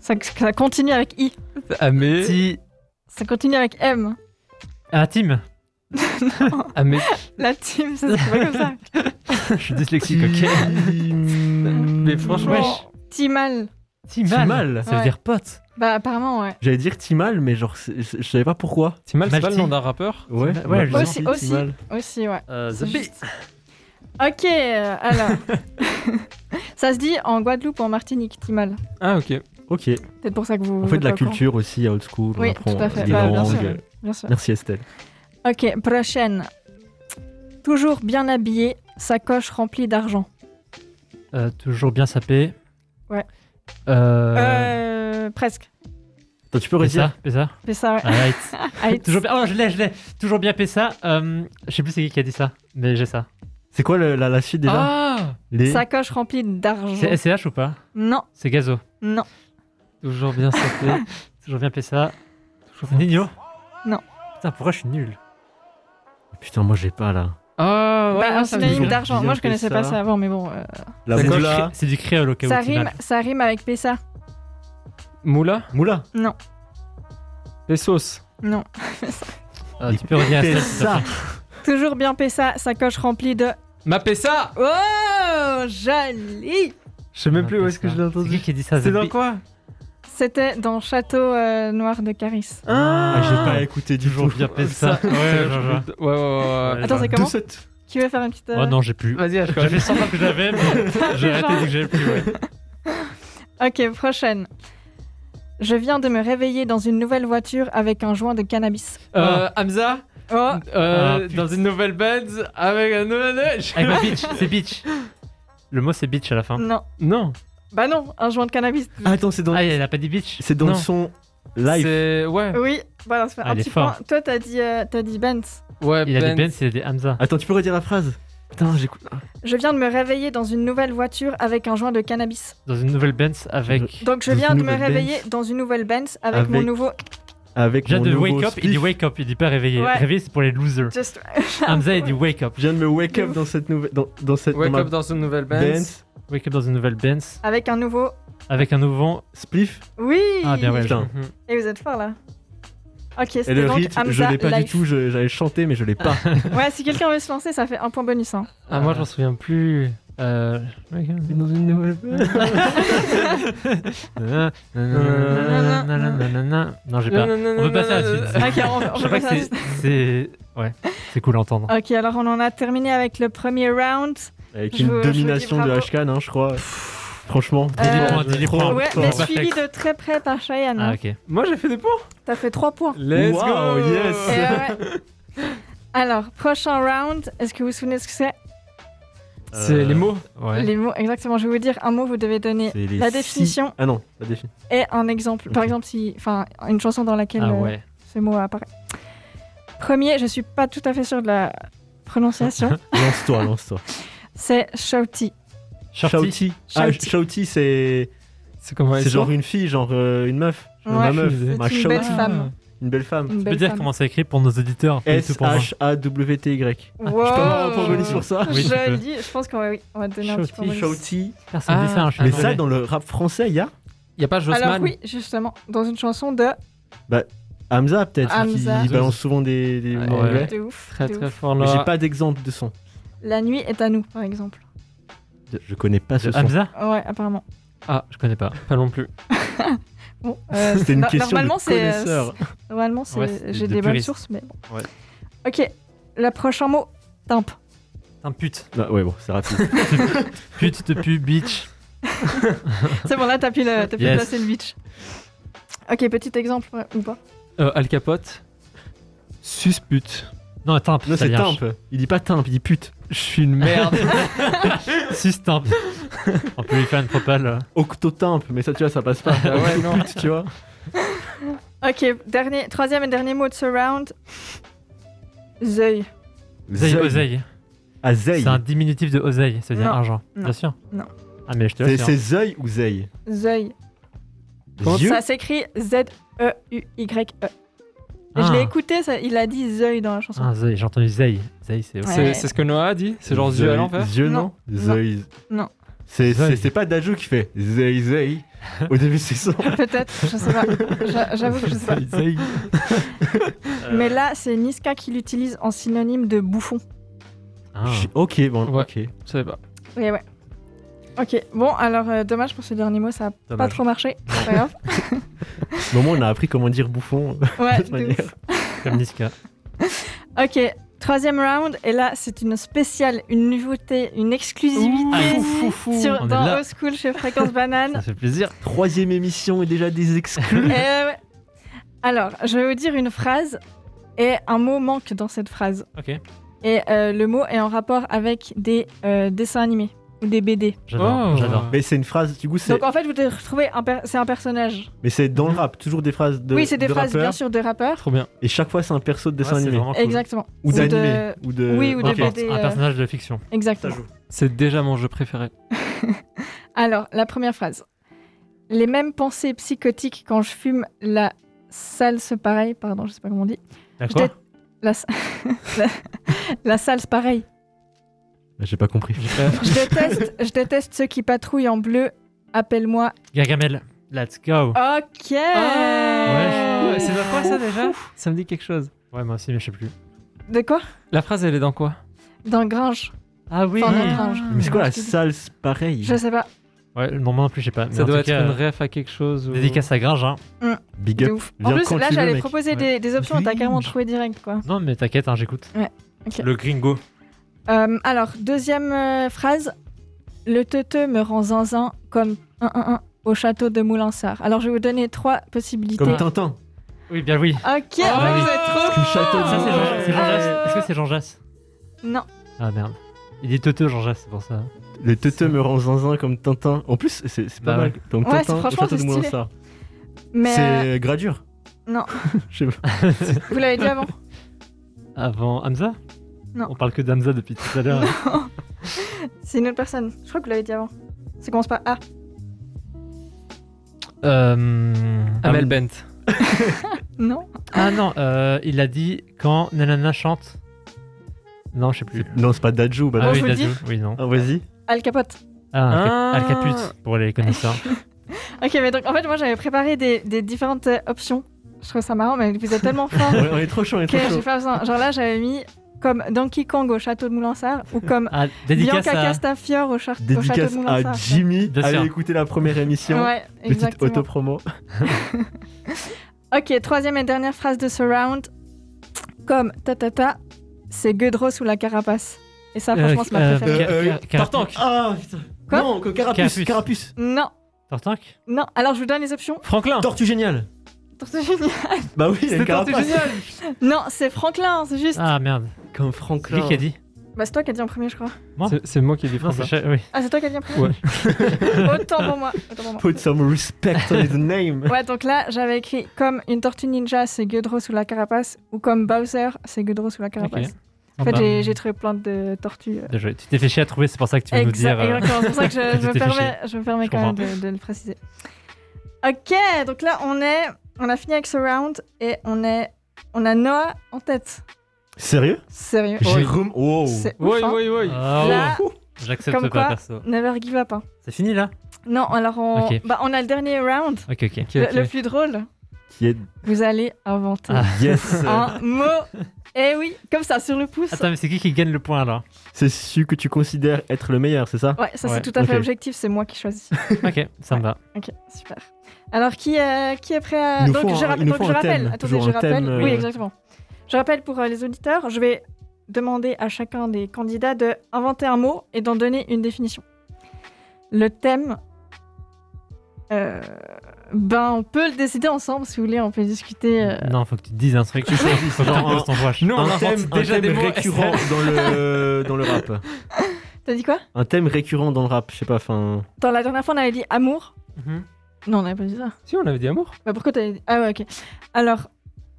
Speaker 7: Ça, ça continue avec I.
Speaker 3: À mes.
Speaker 4: Si.
Speaker 7: Ça continue avec M.
Speaker 4: Ah, Tim
Speaker 3: À mes.
Speaker 7: La team, ça se pas comme ça.
Speaker 4: Je suis dyslexique, ok.
Speaker 3: Mais franchement.
Speaker 7: Bon, Timal.
Speaker 4: Timal.
Speaker 2: Timal.
Speaker 4: Ça veut
Speaker 7: Ouais.
Speaker 4: dire pote.
Speaker 7: Bah apparemment, ouais.
Speaker 2: J'allais dire Timal, mais genre, c'est- je je savais pas pourquoi.
Speaker 3: Timal, c'est pas
Speaker 4: Malti.
Speaker 3: le nom d'un rappeur
Speaker 2: Ouais,
Speaker 4: Timal-
Speaker 2: bah,
Speaker 4: ouais, je-
Speaker 7: Aussi,
Speaker 2: Timal.
Speaker 7: aussi, aussi, ouais.
Speaker 3: Ah,
Speaker 4: Euh,
Speaker 7: C'est juste- Ok, euh, alors. ça se dit en Guadeloupe ou en Martinique, Timal.
Speaker 3: Ah, ok.
Speaker 2: Ok.
Speaker 7: Peut-être pour ça que vous...
Speaker 2: On fait de la
Speaker 7: vous êtes pas au
Speaker 2: culture aussi à old school.
Speaker 7: Oui,
Speaker 2: on apprend
Speaker 7: tout à fait.
Speaker 2: des
Speaker 7: Bah, bien
Speaker 2: langues.
Speaker 7: sûr. courant, Bien sûr.
Speaker 2: Merci Estelle.
Speaker 7: Ok, prochaine. Toujours bien habillé, sacoche remplie d'argent.
Speaker 4: Euh, toujours bien sapé.
Speaker 7: Ouais.
Speaker 4: Euh.
Speaker 7: Euh, presque.
Speaker 2: Attends, tu peux redire
Speaker 4: Pessa, Pessa.
Speaker 7: C'est ça, ouais.
Speaker 4: Alright.
Speaker 7: Ah, it's-
Speaker 4: toujours bien. Oh, je l'ai, je l'ai. Toujours bien Pessa. Euh, je sais plus c'est qui qui a dit ça, mais j'ai ça.
Speaker 2: C'est quoi le- la, la suite déjà
Speaker 3: Ah
Speaker 2: Les...
Speaker 7: Sacoche remplie d'argent.
Speaker 4: C'est SCH ou pas
Speaker 7: Non,
Speaker 4: C'est Gazo.
Speaker 7: non.
Speaker 4: Toujours bien sapé. toujours bien Pessa. Nino
Speaker 7: Non.
Speaker 4: Putain, pourquoi je suis nul
Speaker 2: Putain, moi j'ai pas là.
Speaker 3: Ah, ouais,
Speaker 7: Bah, un
Speaker 3: ouais, ça me dit.
Speaker 7: synonyme
Speaker 2: toujours
Speaker 7: d'argent.
Speaker 2: bien
Speaker 7: Moi, je connaissais
Speaker 2: fait
Speaker 7: pas
Speaker 2: ça.
Speaker 7: ça avant, mais bon. euh,
Speaker 3: Ah,
Speaker 2: La
Speaker 4: C'est du
Speaker 2: moula.
Speaker 4: cré- C'est du créole au cas
Speaker 7: ça,
Speaker 4: où. tu
Speaker 7: rime,
Speaker 4: m'as-
Speaker 7: ça rime avec Pessa.
Speaker 3: Moula
Speaker 2: Moula.
Speaker 3: Pesos.
Speaker 7: Non.
Speaker 4: Euh, tu peux revenir à
Speaker 2: T'es
Speaker 4: ça. s'il te
Speaker 2: ça.
Speaker 4: plaît.
Speaker 7: Toujours bien Pessa, sacoche remplie de.
Speaker 3: Ma Pessa
Speaker 7: Oh, joli
Speaker 3: Je sais même
Speaker 4: Ah,
Speaker 3: plus où est-ce
Speaker 4: Pessa.
Speaker 3: que je l'ai
Speaker 4: C'est
Speaker 3: entendu.
Speaker 4: qui qui a dit ça
Speaker 3: C'est dans
Speaker 4: Bi-
Speaker 3: quoi
Speaker 7: C'était dans Château euh, Noir de Caris.
Speaker 2: Ah, j'ai pas écouté du
Speaker 4: Toujours
Speaker 2: tout.
Speaker 4: bien
Speaker 3: Ça,
Speaker 4: Pessa. Ouais, je vois.
Speaker 3: Ouais, ouais, ouais, ouais.
Speaker 7: Attends, c'est comment
Speaker 2: Tout cette-
Speaker 7: Tu veux faire une petite. euh,
Speaker 4: Oh non, j'ai plus.
Speaker 3: Vas-y, Ashkan.
Speaker 4: J'avais 100 fois que j'avais, mais j'ai arrêté
Speaker 7: genre.
Speaker 4: dès que j'avais plus. Ouais.
Speaker 7: Ok, prochaine. Je viens de me réveiller dans une nouvelle voiture avec un joint de cannabis.
Speaker 3: Euh, Hamza,
Speaker 7: Oh,
Speaker 3: euh,
Speaker 4: Ah, putain.
Speaker 3: dans une nouvelle Benz, avec un nouvel âge.
Speaker 4: Avec ma Eh, bah, bitch, c'est bitch. Le mot c'est bitch à la fin.
Speaker 7: non.
Speaker 3: Non.
Speaker 7: Bah non, un joint de cannabis.
Speaker 2: Ah, attends, c'est dans,
Speaker 4: Ah, elle a pas dit bitch
Speaker 2: c'est dans
Speaker 4: Non.
Speaker 2: le son live.
Speaker 3: C'est... Ouais.
Speaker 7: Oui, voilà, c'est
Speaker 4: Ah,
Speaker 7: un
Speaker 4: il est
Speaker 7: petit
Speaker 4: fort.
Speaker 7: point. Toi, t'as dit, euh, t'as dit Benz.
Speaker 3: Ouais,
Speaker 4: Il a des
Speaker 3: Benz.
Speaker 4: Benz, il a des Hamza.
Speaker 2: Attends, tu peux redire la phrase Putain, j'écoute. Ah,
Speaker 7: Je viens de me réveiller dans une nouvelle voiture avec un joint de cannabis.
Speaker 4: Dans une nouvelle Benz avec.
Speaker 7: Donc je
Speaker 2: Dans
Speaker 7: viens
Speaker 2: une
Speaker 7: de me
Speaker 2: nouvelle
Speaker 7: réveiller
Speaker 2: Benz.
Speaker 7: dans une nouvelle Benz avec, mon
Speaker 2: Avec-
Speaker 7: nouveau.
Speaker 2: Avec
Speaker 4: J'ai
Speaker 2: mon
Speaker 4: de
Speaker 2: nouveau
Speaker 4: wake up, il dit
Speaker 2: spiff.
Speaker 4: wake up, il dit pas réveillé.
Speaker 7: Ouais.
Speaker 4: Réveillé c'est pour les losers.
Speaker 7: Just...
Speaker 4: Hamza il dit wake up.
Speaker 2: Je viens de me wake up dans cette nouvelle. Dans, dans cette
Speaker 3: Wake
Speaker 2: dans ma
Speaker 3: up dans une nouvelle Benz.
Speaker 2: Benz.
Speaker 4: Wake up dans une nouvelle Benz
Speaker 7: avec un nouveau.
Speaker 4: avec un nouveau.
Speaker 2: Spliff.
Speaker 7: Oui.
Speaker 4: Ah, bien ouais.
Speaker 2: Putain.
Speaker 4: Mhm.
Speaker 7: Et vous êtes fort là. Ok,
Speaker 2: Et
Speaker 7: c'était
Speaker 2: le
Speaker 7: donc
Speaker 2: rythme, je
Speaker 7: Hamza
Speaker 2: l'ai pas
Speaker 7: Life.
Speaker 2: du tout. je- J'avais chanté, mais je l'ai pas.
Speaker 7: Ouais, si quelqu'un veut se lancer, ça fait un point bonus. Hein.
Speaker 4: Ah, moi je m'en souviens plus. Euh.
Speaker 2: dans une nouvelle Benz.
Speaker 4: Non, j'ai pas. On peut passer à la suite.
Speaker 7: Ok, on, on
Speaker 4: Je
Speaker 7: peut
Speaker 4: crois que
Speaker 7: passer à la Euh,
Speaker 4: c'est. c'est- Ouais, c'est cool à entendre.
Speaker 7: Ok, alors on en a terminé avec le premier round.
Speaker 2: Avec
Speaker 7: Je
Speaker 2: une
Speaker 7: vous- je vous dis
Speaker 2: domination de
Speaker 7: bravo.
Speaker 2: Ashkan, hein, je crois. Franchement,
Speaker 7: Euh,
Speaker 4: points, dix points.
Speaker 7: ouais,
Speaker 4: fort.
Speaker 7: mais
Speaker 4: Parfait.
Speaker 7: suivi de très près par Cheyenne.
Speaker 4: Oh, Ah,
Speaker 7: hein.
Speaker 4: ok.
Speaker 3: Moi, j'ai fait des points.
Speaker 7: T'as fait 3 points.
Speaker 3: Let's
Speaker 2: Wow,
Speaker 3: go.
Speaker 2: yes.
Speaker 7: Et ouais. Alors, prochain round, est-ce que vous vous souvenez de ce que c'est
Speaker 2: Euh,
Speaker 3: C'est les mots.
Speaker 4: Ouais.
Speaker 7: Les mots, exactement, je vais vous dire un mot, vous devez donner
Speaker 2: C'est les
Speaker 7: la
Speaker 2: six-
Speaker 7: définition
Speaker 2: Ah non, la définition.
Speaker 7: et un exemple. Par
Speaker 2: Ok.
Speaker 7: exemple, si, enfin, une chanson dans laquelle
Speaker 4: Ah
Speaker 7: euh,
Speaker 4: ouais.
Speaker 7: ce mot apparaît. Premier, je suis pas tout à fait sûre de la prononciation,
Speaker 2: Lance-toi, lance-toi.
Speaker 7: c'est shouty.
Speaker 4: Shorty.
Speaker 2: Shouty. Ah,
Speaker 7: Shouty.
Speaker 2: Shouty, c'est
Speaker 3: C'est comment
Speaker 2: c'est genre une fille, genre euh, une meuf.
Speaker 7: Ouais,
Speaker 2: ma meuf,
Speaker 7: c'est
Speaker 2: ma
Speaker 7: une belle
Speaker 2: shouty.
Speaker 7: femme.
Speaker 4: Ah.
Speaker 2: Une belle femme.
Speaker 7: Une
Speaker 4: Tu peux
Speaker 7: belle
Speaker 4: dire
Speaker 7: femme.
Speaker 4: comment c'est écrit pour nos auditeurs pas du tout pour moi.
Speaker 2: S-H-A-W-T-Y.
Speaker 7: Wow.
Speaker 2: Je peux avoir un point bonus sur ça
Speaker 4: Oui, tu peux.
Speaker 7: Joli, je pense qu'on va, oui, on va donner un petit point
Speaker 2: Shouty,
Speaker 7: bonus.
Speaker 2: shouty.
Speaker 4: Personne
Speaker 3: Ah,
Speaker 4: dit ça, hein, je suis
Speaker 3: ah
Speaker 2: Mais
Speaker 3: non.
Speaker 4: désolé.
Speaker 2: ça, dans le rap français, il y a
Speaker 3: Y a pas Josman
Speaker 7: Alors oui, justement, dans une chanson de...
Speaker 2: Hamza, peut-être, hein,
Speaker 7: Hamza.
Speaker 2: qui balance souvent des, des
Speaker 3: Ouais.
Speaker 2: mots anglais.
Speaker 7: De ouf,
Speaker 3: Très
Speaker 7: de
Speaker 3: très
Speaker 7: ouf.
Speaker 3: fort
Speaker 2: Mais j'ai
Speaker 3: là.
Speaker 2: pas d'exemple de son.
Speaker 7: La nuit est à nous, par exemple.
Speaker 2: Je connais pas ce
Speaker 4: De
Speaker 2: son.
Speaker 4: Hamza
Speaker 7: Ouais, apparemment.
Speaker 4: Ah, je connais pas.
Speaker 3: Pas non plus.
Speaker 7: Bon, euh,
Speaker 2: C'était une
Speaker 7: no-
Speaker 2: question
Speaker 7: normalement,
Speaker 2: de
Speaker 7: c'est, euh,
Speaker 2: connaisseur.
Speaker 7: Normalement, c'est-
Speaker 4: Ouais, c'est
Speaker 7: j'ai
Speaker 4: de
Speaker 7: des bonnes
Speaker 4: puriste.
Speaker 7: sources, mais bon.
Speaker 9: Ouais.
Speaker 7: Ok, le prochain mot, timp.
Speaker 4: Un pute.
Speaker 2: Ah, ouais, bon, c'est rapide.
Speaker 4: Pute de pub, bitch.
Speaker 7: C'est bon, là, t'as pu, le, t'as pu
Speaker 4: Yes.
Speaker 7: placer le bitch. Ok, petit exemple, ouais, ou pas
Speaker 3: Euh, Al Capote. Suspute.
Speaker 4: Non, timpe.
Speaker 2: Non,
Speaker 4: ça
Speaker 2: c'est
Speaker 4: vient.
Speaker 2: timpe. Il dit pas timpe, il dit pute.
Speaker 3: Je suis une merde.
Speaker 4: Six timpe. On peut lui faire une propale. euh.
Speaker 2: Octotimpe, mais ça, tu vois, ça passe pas.
Speaker 3: Ah ouais, non.
Speaker 2: Pute, tu vois.
Speaker 7: Ok, dernier, troisième et dernier mot de ce round. Zeuil.
Speaker 4: Oseille, oseille.
Speaker 2: Ah, zeille.
Speaker 4: C'est un diminutif de oseille, ça veut dire
Speaker 7: Non.
Speaker 4: argent.
Speaker 7: Non.
Speaker 4: Bien sûr.
Speaker 7: Non.
Speaker 4: Ah, mais je te
Speaker 2: C'est
Speaker 4: laisse.
Speaker 2: c'est zeille ou zeille
Speaker 7: Zeuil.
Speaker 2: Comment
Speaker 3: Yeux.
Speaker 7: Ça s'écrit E Z-E-U-Y-E. Et Je
Speaker 4: Ah.
Speaker 7: l'ai écouté, ça- il a dit Zeuil dans la chanson.
Speaker 4: Ah, zeille, j'ai entendu zeille. Zeille, c'est
Speaker 7: Ouais.
Speaker 3: C'est c'est ce que Noah a dit C'est genre yeux à l'envers
Speaker 2: Yeux, non
Speaker 7: Non.
Speaker 2: Zeille.
Speaker 7: Non.
Speaker 2: C'est- C'est
Speaker 4: Zeille.
Speaker 2: c'est pas Dajou qui fait zeille, zeille au début c'est ça.
Speaker 4: Ah.
Speaker 7: Peut-être, je sais pas. J'a- J'avoue que je sais pas.
Speaker 4: Zeille.
Speaker 7: Mais là, c'est Niska qui l'utilise en synonyme de bouffon.
Speaker 4: Ah.
Speaker 2: Je- Ok, bon,
Speaker 3: Ouais.
Speaker 2: ok.
Speaker 3: Je savais pas.
Speaker 7: Eh Ouais, ouais. Ok, bon, alors euh, dommage pour ce dernier mot, ça a pas
Speaker 4: Dommage.
Speaker 7: trop marché. C'est Pas grave.
Speaker 2: Au moment, on a appris comment dire bouffon.
Speaker 7: Ouais,
Speaker 2: De
Speaker 7: de
Speaker 2: toute
Speaker 7: ouf.
Speaker 2: manière.
Speaker 4: Comme Niska.
Speaker 7: Ok, troisième round, et là, c'est une spéciale, une nouveauté, une exclusivité sur,
Speaker 4: On est
Speaker 7: dans
Speaker 4: là.
Speaker 7: Old School chez Fréquence
Speaker 4: Ça
Speaker 7: Banane.
Speaker 4: fait plaisir.
Speaker 2: Troisième émission et déjà des exclus.
Speaker 7: Et, ouais. alors, je vais vous dire une phrase, et un mot manque dans cette phrase.
Speaker 4: Ok.
Speaker 7: Et euh, le mot est en rapport avec des euh, dessins animés ou des BD.
Speaker 4: J'adore.
Speaker 3: Oh.
Speaker 4: J'adore.
Speaker 2: Mais c'est une phrase, du coup, c'est
Speaker 7: Donc en fait, vous devez retrouver un per- c'est un personnage.
Speaker 2: mais c'est dans le rap, toujours des phrases de
Speaker 7: oui, c'est des
Speaker 2: de
Speaker 7: phrases bien
Speaker 2: rappeurs,
Speaker 7: sûr de rappeurs.
Speaker 3: Trop bien.
Speaker 2: et chaque fois c'est un perso de dessin
Speaker 4: Ouais, c'est
Speaker 2: animé
Speaker 4: vraiment cool.
Speaker 7: Exactement. euh,
Speaker 2: ou
Speaker 7: Ou de-
Speaker 2: d'animé ou de
Speaker 7: oui, ou de
Speaker 2: Ok.
Speaker 4: N'importe,
Speaker 7: BD,
Speaker 4: Un
Speaker 7: euh,
Speaker 4: personnage de fiction.
Speaker 7: Exactement.
Speaker 3: C'est déjà mon jeu préféré.
Speaker 7: Alors, la première phrase. Les mêmes pensées psychotiques quand je fume la salse pareille. Pardon, je sais pas comment on dit. Je
Speaker 4: D'accord.
Speaker 7: dé- la, sa- la, la salse pareille.
Speaker 2: J'ai pas compris.
Speaker 7: Je déteste, je déteste ceux qui patrouillent en bleu. Appelle-moi.
Speaker 4: Gargamel. Let's go.
Speaker 7: Ok.
Speaker 4: Ouais,
Speaker 3: Ah, c'est dans quoi ça déjà Ça me dit quelque chose.
Speaker 4: Ouais, moi aussi, mais je sais plus.
Speaker 7: De quoi
Speaker 3: La phrase, elle est dans quoi
Speaker 7: Dans Grange.
Speaker 3: Ah oui
Speaker 7: Enfin, dans Grange.
Speaker 2: Mais c'est quoi la
Speaker 7: Je te dis.
Speaker 2: salse pareil
Speaker 7: Je sais pas.
Speaker 4: Ouais, non, moi non plus, je sais pas. Mais
Speaker 3: Ça
Speaker 4: en
Speaker 3: doit
Speaker 4: tout
Speaker 3: être
Speaker 4: cas,
Speaker 3: une
Speaker 4: euh,
Speaker 3: ref à quelque chose. Ou...
Speaker 4: Dédicace à Gringe, hein.
Speaker 2: Big
Speaker 7: De
Speaker 2: up.
Speaker 7: ouf. En
Speaker 2: Viens
Speaker 7: plus,
Speaker 2: quand
Speaker 7: là,
Speaker 2: tu veux,
Speaker 7: j'allais
Speaker 2: mec.
Speaker 7: proposer des, des options et t'as carrément trouvé direct, quoi.
Speaker 4: Non, mais t'inquiète, hein, j'écoute.
Speaker 7: Ok.
Speaker 4: Le gringo.
Speaker 7: Euh, alors, deuxième euh, phrase. Le teuteux me rend zinzin comme un, un, un au château de Moulinsart. Alors, je vais vous donner trois possibilités.
Speaker 2: Comme Tintin.
Speaker 4: Oui, bien oui.
Speaker 7: ok, bah, vous êtes trop
Speaker 2: Comme château.
Speaker 4: Ça, c'est
Speaker 7: Oh,
Speaker 2: Ouais.
Speaker 4: Jean, c'est Jean
Speaker 7: euh.
Speaker 4: Jass. Est-ce que c'est Jean Jass
Speaker 7: Non,
Speaker 4: Ah merde. Il est teuteux, Jean Jass, c'est pour ça.
Speaker 2: Le teuteux me rend zinzin comme Tintin. En plus, c'est c'est pas
Speaker 4: Bah
Speaker 2: mal. Comme
Speaker 7: Ouais, c'est-
Speaker 2: Tintin, au
Speaker 7: franchement,
Speaker 2: château de
Speaker 7: c'est stylé.
Speaker 2: Moulinsart.
Speaker 7: mais euh,
Speaker 2: C'est Gradure
Speaker 7: Non.
Speaker 2: Je sais pas.
Speaker 7: vous l'avez dit avant.
Speaker 4: Avant Hamza
Speaker 7: Non.
Speaker 4: On parle que d'Hamza depuis tout à l'heure.
Speaker 7: C'est une autre personne. Je crois que vous l'avez dit avant. Ça commence par A.
Speaker 4: euh...
Speaker 3: Amel Bent.
Speaker 7: Non
Speaker 4: Ah non, euh, il a dit quand Nanana chante. Non, je sais plus.
Speaker 2: Non, c'est pas Dajou. Bah
Speaker 4: Ah
Speaker 7: Bon,
Speaker 2: non.
Speaker 4: oui,
Speaker 7: je vous le
Speaker 4: Dadju, oui, non.
Speaker 2: Ah, vas-y.
Speaker 7: Al Capote.
Speaker 4: Ah, Al Cap-
Speaker 3: Ah.
Speaker 4: Al Caput, pour les connaisseurs.
Speaker 7: Ok, mais donc, en fait, moi, j'avais préparé des, des différentes euh, options. Je trouve ça marrant, mais vous êtes tellement forts
Speaker 2: On est- on est trop chaud, on est
Speaker 7: que
Speaker 2: trop
Speaker 7: j'ai
Speaker 2: chaud.
Speaker 7: pas besoin. Genre là, j'avais mis comme Donkey Kong au château de Moulinsart ou comme
Speaker 4: Ah, dédicace
Speaker 7: Bianca
Speaker 4: à...
Speaker 7: Castafiore au, char- au château de
Speaker 2: Dédicace à
Speaker 7: Moulinsart.
Speaker 2: Jimmy.
Speaker 4: Bien sûr.
Speaker 2: Allez écouter la première émission.
Speaker 7: Ouais,
Speaker 2: Petite
Speaker 7: exactement.
Speaker 2: auto-promo.
Speaker 7: Ok, troisième et dernière phrase de ce round. Comme ta ta ta, c'est Guedros sous la carapace. Et ça, Ah, franchement, c'est ma
Speaker 4: euh,
Speaker 7: préférée.
Speaker 4: Ca- Ca- Ca-
Speaker 2: Tartank. Ah putain.
Speaker 7: Quoi
Speaker 2: Non, que Carapuce.
Speaker 4: Carapuce.
Speaker 2: Carapuce.
Speaker 7: Non,
Speaker 4: Tartank
Speaker 7: non. Alors, je vous donne les options.
Speaker 3: Franklin
Speaker 2: Tortue géniale.
Speaker 7: Tortue géniale.
Speaker 2: Bah oui, il y a une
Speaker 3: Ah. C'était
Speaker 2: carapace.
Speaker 3: génial
Speaker 7: Non, c'est Franklin, c'est juste.
Speaker 4: Ah merde,
Speaker 2: Comme
Speaker 4: c'est lui
Speaker 2: Franklin.
Speaker 4: qui a dit.
Speaker 7: Bah, c'est toi qui as dit en premier, je crois.
Speaker 3: C'est- C'est moi qui ai dit
Speaker 4: Non, c'est
Speaker 3: français.
Speaker 4: cha- oui.
Speaker 7: Ah, c'est toi qui as dit en premier Autant pour moi. Autant pour moi.
Speaker 2: Put some respect on his name.
Speaker 7: Ouais, donc là, j'avais écrit comme une tortue ninja, c'est Guedros sous la carapace, ou comme Bowser, c'est Guedros sous la carapace. En fait,
Speaker 4: Sympa.
Speaker 7: j'ai- j'ai trouvé plein de tortues. euh,
Speaker 4: Bien joué. bah, Tu t'es fait chier à trouver, c'est pour ça que tu veux nous
Speaker 7: Exact-
Speaker 4: dire. euh,
Speaker 7: Exactement, c'est pour ça que je,
Speaker 4: tu
Speaker 7: je me
Speaker 4: t'es fait
Speaker 7: permets, je me permets
Speaker 4: Je
Speaker 7: quand même de, de le préciser. Ok, donc là on est, on a fini avec ce round et on est, on a Noah en tête.
Speaker 2: Sérieux
Speaker 7: Sérieux.
Speaker 2: Jérôme. Wow.
Speaker 7: C'est ouf,
Speaker 3: Oui,
Speaker 7: hein.
Speaker 3: oui, oui.
Speaker 4: Oh. Ah,
Speaker 7: Là,
Speaker 4: J'accepte
Speaker 7: Comme
Speaker 4: pas,
Speaker 7: quoi-
Speaker 4: perso.
Speaker 7: never give up. hein.
Speaker 4: C'est fini là
Speaker 7: Non, alors on,
Speaker 4: Ok.
Speaker 7: bah, on a le dernier round,
Speaker 4: Ok, ok.
Speaker 3: Ok, ok.
Speaker 7: Le, le plus drôle.
Speaker 2: qui est
Speaker 7: Vous allez inventer
Speaker 4: Ah.
Speaker 2: Yes.
Speaker 7: un mot. Eh oui, comme ça, sur le pouce.
Speaker 4: Attends, mais c'est qui qui gagne le point là
Speaker 2: C'est celui que tu considères être le meilleur, c'est ça
Speaker 7: Ouais, ça
Speaker 4: Ouais,
Speaker 7: c'est tout à fait
Speaker 2: ok.
Speaker 7: objectif, c'est moi qui choisis.
Speaker 4: Ok, ça me va.
Speaker 7: Ok, super. Alors, qui, euh, qui est prêt
Speaker 2: Il
Speaker 7: à...
Speaker 2: nous
Speaker 7: Donc,
Speaker 2: faut
Speaker 7: je,
Speaker 2: un-
Speaker 7: ra-
Speaker 2: il nous
Speaker 7: donc,
Speaker 2: faut
Speaker 7: je
Speaker 2: un
Speaker 7: rappelle.
Speaker 2: thème,
Speaker 7: Attendez,
Speaker 2: toujours
Speaker 7: je
Speaker 2: un
Speaker 7: rappelle.
Speaker 2: thème, euh,
Speaker 7: Oui,
Speaker 2: ouais.
Speaker 7: exactement. Je rappelle pour euh, les auditeurs, je vais demander à chacun des candidats de inventer un mot et d'en donner une définition. Le thème, euh, ben, on peut le décider ensemble si vous voulez, on peut discuter. euh,
Speaker 4: Non, faut que tu te dises un truc. Tu choisis. Faut que
Speaker 2: Genre
Speaker 4: t'imposes ton voix.
Speaker 3: Nous, on
Speaker 2: un
Speaker 3: invente
Speaker 2: thème, un
Speaker 3: déjà
Speaker 2: thème
Speaker 3: des mots.
Speaker 2: récurrent dans le, dans le rap.
Speaker 7: T'as dit quoi
Speaker 2: Un thème récurrent dans le rap, je sais pas, enfin...
Speaker 7: Dans la dernière fois, on avait dit amour.
Speaker 3: Mhm.
Speaker 7: Non, on n'avait pas dit ça.
Speaker 3: Si, on avait dit amour.
Speaker 7: Bah, pourquoi t'avais dit Ah ouais, ok. Alors,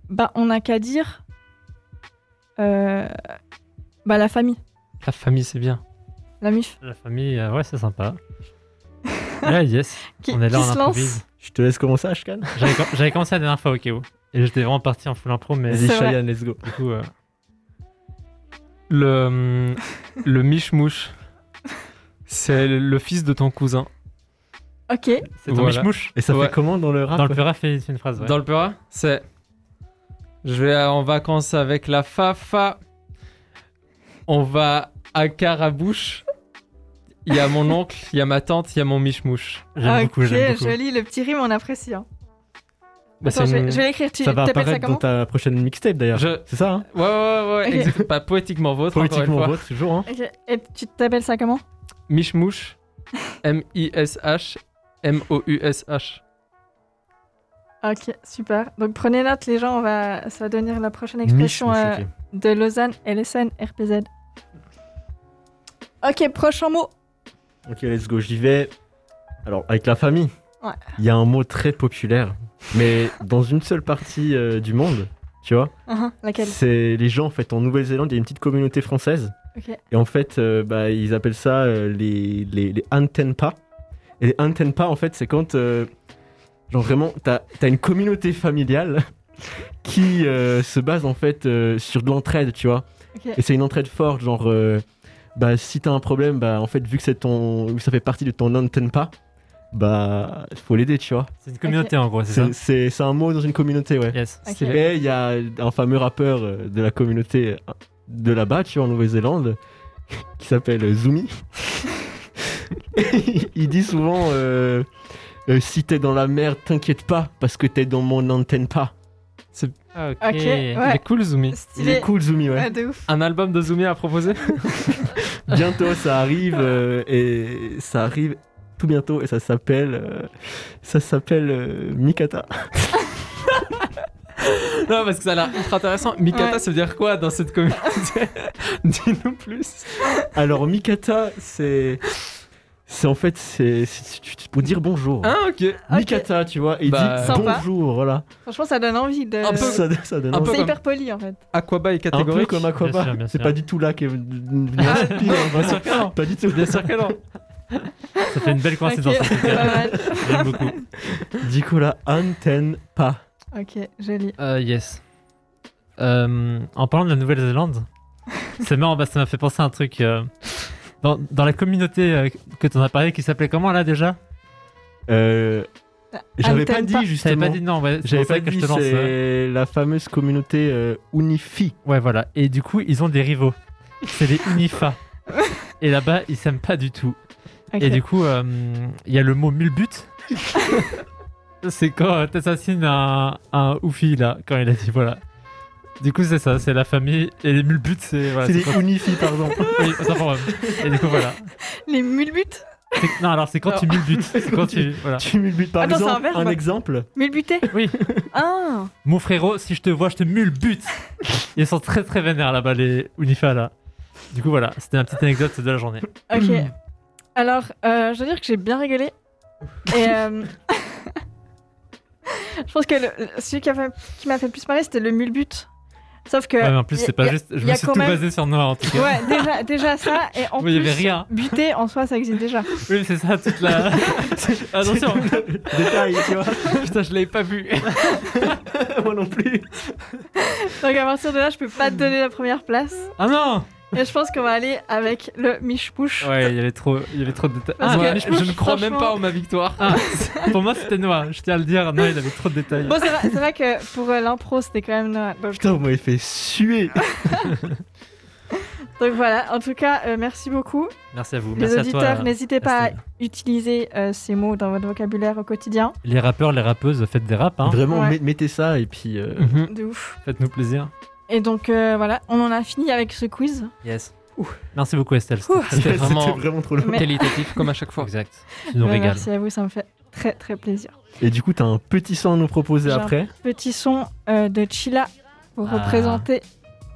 Speaker 7: bah, on n'a qu'à dire. euh, bah, la famille,
Speaker 3: La famille, c'est bien.
Speaker 7: la MIF.
Speaker 4: La famille, euh, ouais, c'est sympa. Ouais, yes.
Speaker 7: Qui,
Speaker 4: on est là,
Speaker 7: qui
Speaker 4: on
Speaker 7: se lance
Speaker 4: improvise.
Speaker 2: Je te laisse commencer, Ashkan
Speaker 4: J'avais com- J'avais commencé la dernière fois au KO. Et j'étais vraiment parti en full impro, mais
Speaker 2: Vas-y,
Speaker 7: C'est vrai.
Speaker 2: Cheyenne, let's go.
Speaker 4: du coup. euh,
Speaker 3: Le, hum, le michmouche, c'est le fils de ton cousin.
Speaker 7: Ok,
Speaker 4: C'est ton
Speaker 3: Voilà.
Speaker 4: miche-mouche.
Speaker 2: Et ça
Speaker 3: Ouais.
Speaker 2: fait comment dans le rap
Speaker 4: Dans le Pura, fait une phrase. Ouais.
Speaker 3: Dans le Pura, c'est. Je vais en vacances avec la Fafa. On va à Carabouche. Il y a mon oncle, il y a ma tante, il y a mon michmouche.
Speaker 4: J'aime
Speaker 7: Ah, ok,
Speaker 4: beaucoup, j'aime beaucoup.
Speaker 7: joli, le petit rime, on apprécie. hein.
Speaker 3: Bah,
Speaker 7: Attends,
Speaker 3: c'est
Speaker 7: je,
Speaker 3: une-
Speaker 7: vais, je vais l'écrire, tu
Speaker 2: Ça va
Speaker 7: t'appelles ça
Speaker 2: apparaître dans
Speaker 7: comment
Speaker 2: ta prochaine mixtape, d'ailleurs.
Speaker 3: Je-
Speaker 2: C'est ça, hein
Speaker 3: Ouais, ouais, ouais,
Speaker 7: Ok.
Speaker 3: exact- pas poétiquement vôtre.
Speaker 2: Politiquement
Speaker 3: encore une fois.
Speaker 2: vôtre, toujours, hein
Speaker 7: Ok, Et tu t'appelles ça comment
Speaker 3: Michmouche, M-I-S-H, M-O-U-S-H.
Speaker 7: Ok, super. Donc prenez note, les gens, on va... ça va devenir la prochaine expression
Speaker 2: Miche,
Speaker 7: euh,
Speaker 2: miche, ok.
Speaker 7: de Lausanne, LSN, RPZ. Ok, prochain mot.
Speaker 2: Ok, let's go, j'y vais. Alors, avec la famille,
Speaker 7: Ouais.
Speaker 2: il y a un mot très populaire, mais dans une seule partie euh, du monde, tu vois.
Speaker 7: Uhum, laquelle
Speaker 2: C'est les gens, en fait, en Nouvelle-Zélande, il y a une petite communauté française.
Speaker 7: Ok.
Speaker 2: Et en fait, euh, bah, ils appellent ça euh, les, les, les Antenpa. Et les Antenpa, en fait, c'est quand, euh, genre vraiment, t'as as une communauté familiale qui euh, se base, en fait, euh, sur de l'entraide, tu vois.
Speaker 7: ok.
Speaker 2: Et c'est une entraide forte, genre, euh, bah, si t'as un problème, bah, en fait, vu que c'est ton, vu que ça fait partie de ton non-tenpa, bah, faut l'aider, tu vois.
Speaker 4: C'est une communauté en gros, c'est ça
Speaker 2: C'est- C'est c'est un mot dans une communauté, ouais.
Speaker 4: Yes.
Speaker 7: Ok.
Speaker 2: Et il y a un fameux rappeur euh, de la communauté euh, de là-bas, tu vois, en Nouvelle-Zélande, qui s'appelle euh, Zumi. il dit souvent, euh, euh, si t'es dans la merde, t'inquiète pas, parce que t'es dans mon non-tenpa.
Speaker 3: Ah,
Speaker 4: Ok.
Speaker 7: Ok, ouais.
Speaker 3: Il est cool, Zoumi.
Speaker 2: Il est
Speaker 7: Stylé.
Speaker 2: cool, Zumi, ouais.
Speaker 7: Ouais, de ouf.
Speaker 3: Un album de Zoumi à proposer
Speaker 2: bientôt ça arrive euh, et ça arrive tout bientôt et ça s'appelle euh, ça s'appelle euh, Mikata.
Speaker 3: Non, parce que ça a l'air ultra intéressant. Mikata,
Speaker 7: Ouais.
Speaker 3: ça veut dire quoi dans cette communauté Dis-nous plus.
Speaker 2: Alors Mikata c'est c'est en fait c'est c'est- tu- tu- pour dire bonjour.
Speaker 3: Ah, ok.
Speaker 2: Mikata, tu vois, et il
Speaker 3: Bah,
Speaker 2: dit
Speaker 7: Sympa.
Speaker 2: bonjour, voilà.
Speaker 7: Franchement, ça donne envie de.
Speaker 3: Un peu-
Speaker 2: Ça, ça donne
Speaker 3: un
Speaker 2: envie.
Speaker 3: peu
Speaker 7: C'est
Speaker 3: comme-
Speaker 7: hyper poli en fait.
Speaker 3: Aquaba est
Speaker 2: un peu
Speaker 3: catégorique.
Speaker 2: comme
Speaker 4: Bien sûr,
Speaker 2: Aquaba.
Speaker 4: bien
Speaker 2: C'est
Speaker 4: sûr.
Speaker 2: pas du tout là qu'est venu
Speaker 3: Ah,
Speaker 2: l'inspire,
Speaker 3: non,
Speaker 2: vraiment.
Speaker 3: bien sûr que non.
Speaker 2: Pas du tout.
Speaker 3: Bien sûr que non.
Speaker 4: Ça fait une belle
Speaker 7: Ok,
Speaker 4: coïncidence.
Speaker 7: pas mal.
Speaker 4: J'aime beaucoup.
Speaker 2: Du coup là, antenne pas.
Speaker 7: Ok, joli.
Speaker 4: Euh, yes. Euh, en parlant de la Nouvelle-Zélande, c'est marrant, bah, ça m'a fait penser à un truc. euh, dans, dans la communauté euh, que t'en as parlé, qui s'appelait comment là déjà
Speaker 2: Euh, J'avais pas
Speaker 7: Antenpa.
Speaker 2: dit
Speaker 4: J'avais
Speaker 2: justement.
Speaker 4: pas dit non, ouais, c'est
Speaker 2: J'avais
Speaker 4: pour ça
Speaker 2: pas
Speaker 4: que
Speaker 2: dit.
Speaker 4: je te lance. euh.
Speaker 2: C'est la fameuse communauté euh, Unifi.
Speaker 4: Ouais, voilà. Et du coup, ils ont des rivaux. C'est les Unifa. Et là-bas, ils s'aiment pas du tout.
Speaker 7: Ok.
Speaker 4: Et du coup, euh, il y a le mot mulbute. c'est quand euh, t'assassines un, un oufi là, quand il a dit voilà. Du coup, c'est ça, c'est la famille. Et les mulbutes, c'est. Voilà,
Speaker 2: C'est les
Speaker 4: quand-
Speaker 2: Unifi, pardon.
Speaker 4: Oui, autant pour moi. Et du coup, voilà.
Speaker 7: Les mulbutes
Speaker 4: C'est- Non, alors c'est quand tu mulbutes. C'est quand tu. Voilà.
Speaker 2: Tu mulbutes par
Speaker 7: Attends, c'est un
Speaker 2: exemple.
Speaker 7: verbe.
Speaker 2: Un, exemple.
Speaker 7: Mulbutés
Speaker 4: Oui.
Speaker 7: Ah
Speaker 4: Mon frérot, si je te vois, je te mulbute. Ils sont très très vénères là-bas, les Unifa là. Du coup, voilà, c'était une petite anecdote de la journée.
Speaker 7: Ok.
Speaker 4: Hmm.
Speaker 7: Alors, euh, je veux dire que j'ai bien rigolé. Et euh, je pense que le- le- celui qui a fait- qui m'a fait, le plus marrer, c'était le mulbute. Sauf que.
Speaker 4: Ouais, mais en plus,
Speaker 7: y a-
Speaker 4: c'est pas
Speaker 7: y a-
Speaker 4: juste. Je
Speaker 7: y a
Speaker 4: me suis
Speaker 7: quand
Speaker 4: tout
Speaker 7: même-
Speaker 4: basé sur Noir en tout cas.
Speaker 7: Ouais, déjà, déjà ça, et en
Speaker 4: Oui, il y
Speaker 7: plus,
Speaker 4: avait rien.
Speaker 7: buter en soi, ça existe déjà.
Speaker 4: Oui, mais c'est ça, toute la. Attention
Speaker 2: Détail, tu vois.
Speaker 3: Putain, je l'avais pas vu.
Speaker 2: Moi non plus.
Speaker 7: Donc à partir de là, je peux pas te donner la première place.
Speaker 4: Ah non
Speaker 7: Et je pense qu'on va aller avec le miche-pouche.
Speaker 4: Ouais, il y avait trop, il y avait trop de détails.
Speaker 7: Parce
Speaker 4: Ah,
Speaker 7: que
Speaker 4: ouais,
Speaker 3: je, je ne crois même pas
Speaker 7: franchement-
Speaker 3: en ma victoire.
Speaker 4: ah, pour moi, c'était noir. Je tiens à le dire. Non, il avait trop de détails.
Speaker 7: Bon, c'est vrai, c'est vrai que pour euh, l'impro, c'était quand même Noël. Donc,
Speaker 2: Putain, vous m'avez fait suer.
Speaker 7: donc voilà, en tout cas, euh, merci beaucoup.
Speaker 4: Merci à vous.
Speaker 7: Les
Speaker 4: Merci à toi. euh,
Speaker 7: auditeurs, n'hésitez pas à
Speaker 4: Estelle.
Speaker 7: utiliser euh, ces mots dans votre vocabulaire au quotidien.
Speaker 4: Les rappeurs, les rappeuses, faites des raps. Hein.
Speaker 2: Vraiment,
Speaker 7: Ouais.
Speaker 2: met- mettez ça et puis. euh,
Speaker 4: Mhm.
Speaker 7: De ouf.
Speaker 4: Faites-nous plaisir.
Speaker 7: Et donc euh, voilà, on en a fini avec ce quiz.
Speaker 4: Yes.
Speaker 2: Ouh.
Speaker 4: Merci beaucoup, Estelle.
Speaker 7: Ouh.
Speaker 4: C'était-
Speaker 2: C'était
Speaker 4: c'était vraiment
Speaker 3: vraiment-
Speaker 2: vraiment trop long.
Speaker 7: Mais-
Speaker 3: Qualitatif, comme à chaque fois.
Speaker 4: exact. Tu nous
Speaker 7: Ouais, Euh,
Speaker 4: régales.
Speaker 7: merci à vous, ça me fait très très plaisir.
Speaker 2: Et du coup, t'as un petit son à nous proposer
Speaker 7: J'ai un
Speaker 2: après.
Speaker 7: Petit son euh, de Chila pour
Speaker 4: Ah.
Speaker 7: représenter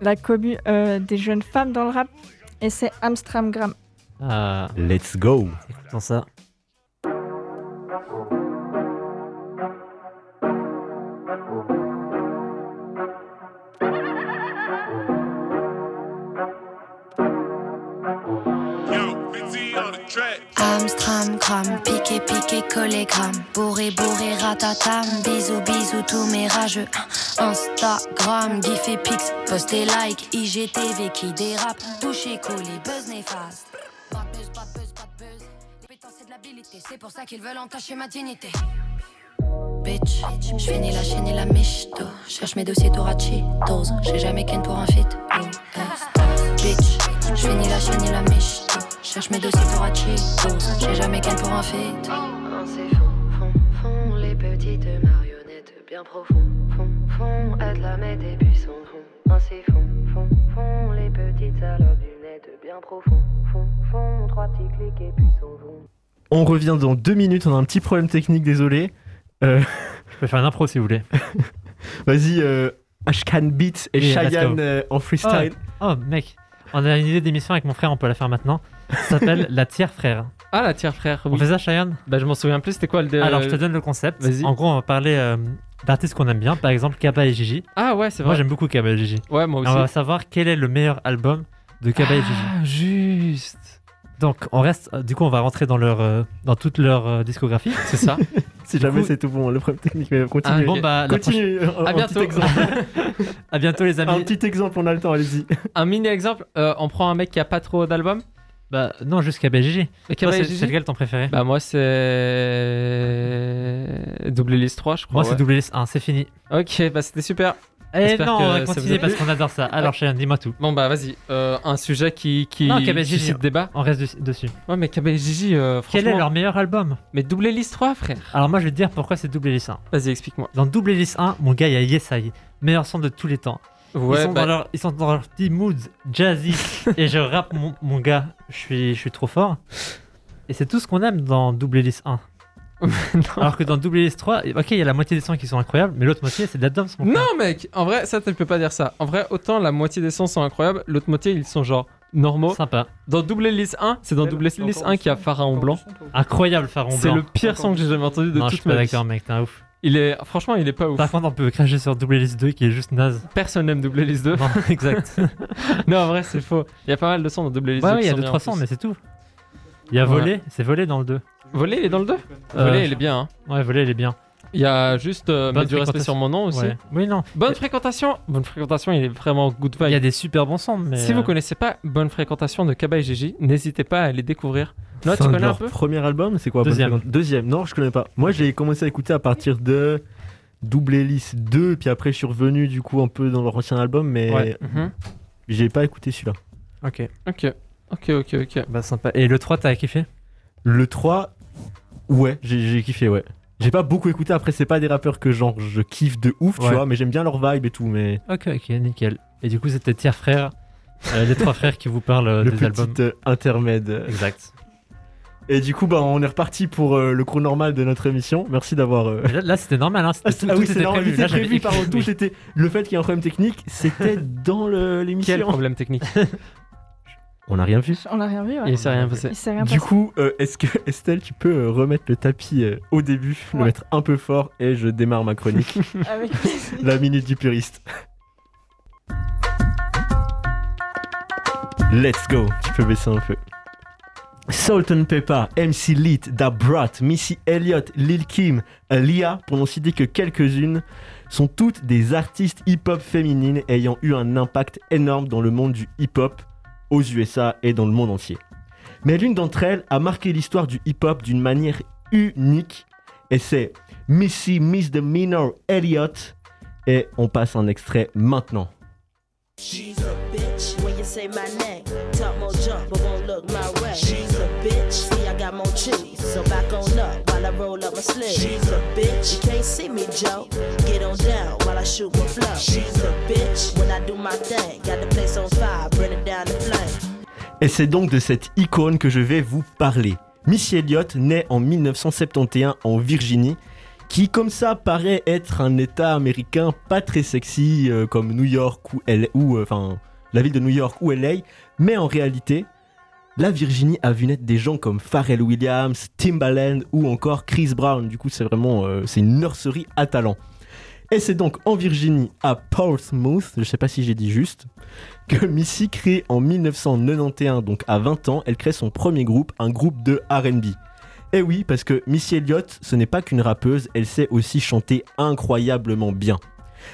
Speaker 7: la commu euh, des jeunes femmes dans le rap. Et c'est Amstramgram.
Speaker 4: Ah,
Speaker 2: Let's go.
Speaker 4: dans ça.
Speaker 9: Amstram, cram, piqué, piqué, collé, cram. Bourré, bourré, ratatam. Bisous, bisous, tous mes rageux. Instagram, gif et pix. Post et like, IGTV qui dérape. Touché, coulé, buzz néfaste. Pas de buzz, pas de buzz, pas de buzz. Les pétants, c'est de l'habilité. C'est pour ça qu'ils veulent entacher ma dignité. Bitch, je finis la chaîne et la michto. Cherche mes dossiers Torachitos. J'ai jamais ken pour un fit. Bitch, je finis la chaîne et la michto. Cherche mes dossiers Torachitos. J'ai jamais ken pour un fit.
Speaker 10: Un c'est fond, fond, fond, les petites marionnettes bien profond, fond, fond, aide la mette et puis son fond. Un c'est fond, fond, fond, les petites salopes lunettes bien profond, fond, fond, trois petits clics et puis son fond.
Speaker 2: On revient dans deux minutes. On a un petit problème technique, désolé.
Speaker 4: Je peux faire une impro si vous voulez.
Speaker 2: Vas-y, euh, Ashkan Beats et
Speaker 4: Oui, let's
Speaker 2: Cheyenne
Speaker 4: go.
Speaker 2: euh, en freestyle.
Speaker 4: Oh, mec. On a une idée d'émission avec mon frère, on peut la faire maintenant. Ça s'appelle La Tire Frère.
Speaker 3: Ah, la tiers frère.
Speaker 4: On
Speaker 3: oui.
Speaker 4: fait ça, Cheyenne
Speaker 3: Bah, je m'en souviens plus, c'était quoi le.
Speaker 4: Alors, je te donne le concept.
Speaker 3: Euh, vas-y.
Speaker 4: En gros, on va parler euh, d'artistes qu'on aime bien, par exemple Kaba et Gigi.
Speaker 3: Ah, ouais, c'est
Speaker 4: Moi, Ah,
Speaker 3: vrai.
Speaker 4: j'aime beaucoup Kaba et Gigi.
Speaker 3: ouais, moi
Speaker 4: Et on va
Speaker 3: aussi.
Speaker 4: savoir quel est le meilleur album de Kaba et Gigi.
Speaker 3: Ah, juste.
Speaker 4: Donc, on reste. euh, Du coup, on va rentrer dans leur, euh, dans toute leur euh, discographie.
Speaker 3: C'est ça.
Speaker 2: Si jamais
Speaker 4: coup-
Speaker 2: c'est tout bon, le problème technique, mais
Speaker 3: Ah,
Speaker 2: continue.
Speaker 4: Bon,
Speaker 3: ok.
Speaker 4: bah, la prochaine-
Speaker 2: Continue, un,
Speaker 3: À
Speaker 2: un
Speaker 3: bientôt.
Speaker 2: petit exemple,
Speaker 4: à bientôt, les
Speaker 2: un
Speaker 4: amis.
Speaker 2: petit exemple, on a le temps, allez-y.
Speaker 3: un mini exemple, euh, on prend un mec qui a pas trop d'albums.
Speaker 4: Bah, non, juste Kaba et Gigi.
Speaker 3: Et qui
Speaker 4: Toi,
Speaker 3: a pas
Speaker 4: c'est
Speaker 3: Gigi.
Speaker 4: c'est lequel ton préféré
Speaker 3: Bah moi c'est double liste 3 je crois.
Speaker 4: Moi, c'est WS1, c'est fini.
Speaker 3: ouais. Ok bah c'était super.
Speaker 4: Et
Speaker 3: J'espère
Speaker 4: non,
Speaker 3: que
Speaker 4: on va
Speaker 3: ça vous a
Speaker 4: continuer
Speaker 3: plu.
Speaker 4: parce qu'on adore ça. Alors, Cheyenne, dis-moi tout.
Speaker 3: Bon bah vas-y euh, un sujet qui qui
Speaker 4: Non, Kabel
Speaker 3: qui
Speaker 4: Gigi.
Speaker 3: suscite débat.
Speaker 4: On reste dessus- dessus.
Speaker 3: Ouais mais Kabel Gigi euh, franchement.
Speaker 4: Quel est leur meilleur album
Speaker 3: Mais double liste 3 frère.
Speaker 4: Alors moi je vais te dire pourquoi c'est Double Hélice 1.
Speaker 3: Vas-y explique-moi.
Speaker 4: Dans Double Hélice 1, mon gars il y a Yes I, meilleur son de tous les temps.
Speaker 3: Ouais
Speaker 4: ils, sont
Speaker 3: bah,
Speaker 4: dans leur, ils sont dans leur petit mood jazzy et je rappe mon, mon gars, je suis, je suis trop fort. Et c'est tout ce qu'on aime dans Double Hélice 1. Alors que dans Double Hélice 3, ok il y a la moitié des sons qui sont incroyables, mais l'autre moitié c'est de la dumps mon frère.
Speaker 3: non mec en vrai ça tu peux pas dire ça. En vrai autant la moitié des sons sont incroyables l'autre moitié ils sont genre normaux.
Speaker 4: Sympa.
Speaker 3: Dans double liste 1 c'est dans double liste 1 qu'il y a Pharaon blanc.
Speaker 4: Incroyable Pharaon
Speaker 3: C'est
Speaker 4: Blanc.
Speaker 3: le pire son que j'ai jamais entendu de
Speaker 4: Non je suis
Speaker 3: toute
Speaker 4: pas
Speaker 3: ma vie.
Speaker 4: d'accord mec, t'es un ouf.
Speaker 3: Il est franchement il est pas ouf.
Speaker 4: Par contre on peut cracher sur Double Hélice 2 qui est juste naze.
Speaker 3: Personne n'aime double liste 2.
Speaker 4: Non, exact.
Speaker 3: non en vrai c'est faux. Il y a pas mal de sons dans double liste
Speaker 4: ouais
Speaker 3: 2.
Speaker 4: ouais il y a 2 300 mais c'est tout. Il y a
Speaker 3: Ouais.
Speaker 4: volé, c'est volé dans le 2.
Speaker 3: Volé, il est dans le 2
Speaker 4: Euh,
Speaker 3: Volé, il est bien. hein.
Speaker 4: Ouais volé il est bien.
Speaker 3: Il y a juste euh,
Speaker 4: Bonne
Speaker 3: mais du respect
Speaker 4: fréquentation.
Speaker 3: sur mon nom aussi.
Speaker 4: Ouais. Oui non,
Speaker 3: Bonne fréquentation Bonne fréquentation, il est vraiment good
Speaker 4: Il y a
Speaker 3: vibe.
Speaker 4: des super bons sons, mais.
Speaker 3: Si vous
Speaker 4: euh,
Speaker 3: connaissez pas Bonne fréquentation de Kaba et Gigi, n'hésitez pas à les découvrir. Noah,
Speaker 2: C'est
Speaker 3: tu
Speaker 2: un de
Speaker 3: connais un
Speaker 2: leurs
Speaker 3: peu
Speaker 2: Premier album, c'est quoi
Speaker 4: Deuxième.
Speaker 2: Bonne fréquente- Deuxième, non, je connais pas. Moi, j'ai commencé à écouter à partir de Double Hélice 2, puis après, je suis revenu du coup un peu dans leur ancien album, mais
Speaker 4: Ouais.
Speaker 3: Mhm.
Speaker 2: j'ai pas écouté celui-là.
Speaker 4: Ok,
Speaker 3: Ok. Ok, ok, ok.
Speaker 4: bah sympa. Et le 3, t'as kiffé
Speaker 2: Le 3, ouais, j'ai- j'ai kiffé, ouais. J'ai pas beaucoup écouté, après, c'est pas des rappeurs que genre je kiffe de ouf,
Speaker 4: Ouais.
Speaker 2: tu vois, mais j'aime bien leur vibe et tout, mais
Speaker 4: Ok, ok, nickel. Et du coup, c'était Tiers Frères, euh, les trois frères qui vous parlent euh,
Speaker 2: le
Speaker 4: des
Speaker 2: petit
Speaker 4: albums.
Speaker 2: euh, intermède.
Speaker 4: Exact.
Speaker 2: Et du coup, bah, on est reparti pour euh, le cours normal de notre émission. Merci d'avoir. euh,
Speaker 4: Mais Là, là, c'était normal, hein. c'était-
Speaker 2: Ah,
Speaker 4: tout,
Speaker 2: c'est- ah
Speaker 4: tout
Speaker 2: oui, c'est
Speaker 4: était
Speaker 2: normal,
Speaker 4: prévu.
Speaker 2: c'était
Speaker 4: Là, j'avais
Speaker 2: prévu par
Speaker 4: écrit.
Speaker 2: tout. C'était le fait qu'il y ait un problème technique, c'était dans le-
Speaker 3: Quel
Speaker 2: l'émission.
Speaker 3: problème technique
Speaker 2: On n'a rien vu.
Speaker 7: On n'a rien vu. ouais.
Speaker 3: Il s'est rien passé.
Speaker 7: Il s'est rien
Speaker 2: Du
Speaker 7: passé.
Speaker 2: coup, euh, est-ce que Estelle, tu peux euh, remettre le tapis euh, au début, le
Speaker 7: Ouais.
Speaker 2: mettre un peu fort, et je démarre ma chronique,
Speaker 7: Avec plaisir.
Speaker 2: la minute du puriste. Let's go. Tu peux baisser un peu. Salt and Pepper, MC Lit, Da Brat, Missy Elliott, Lil Kim, Lia, pour n'en citer que quelques-unes, sont toutes des artistes hip-hop féminines ayant eu un impact énorme dans le monde du hip-hop. aux USA et dans le monde entier. Mais l'une d'entre elles a marqué l'histoire du hip-hop d'une manière unique, et c'est Missy Miss the Minor Elliott, et on passe un extrait maintenant.
Speaker 11: She's a bitch. When you say my name, talk more jump, but won't look my way. She's a bitch. See, I got more cheese, so back on up while I roll up my sleeve. She's a bitch. You can't see me, Joe. Get on down while I shoot my flow. She's a bitch. When I do my thing, got the place on fire, burn it down to flame.
Speaker 2: Et c'est donc de cette icône que je vais vous parler. Missy Elliott naît en 1971 en Virginie, qui comme ça paraît être un état américain pas très sexy euh, comme New York ou, L- ou, euh, enfin, la ville de New York ou LA, mais en réalité, la Virginie a vu naître des gens comme Pharrell Williams, Timbaland ou encore Chris Brown. Du coup, c'est vraiment euh, c'est une nurserie à talent. Et c'est donc en Virginie, à Portsmouth, je sais pas si j'ai dit juste, que Missy crée en 1991, donc à 20 ans, elle crée son premier groupe, un groupe de RB. Et Eh oui, parce que Missy Elliott, ce n'est pas qu'une rappeuse, elle sait aussi chanter incroyablement bien.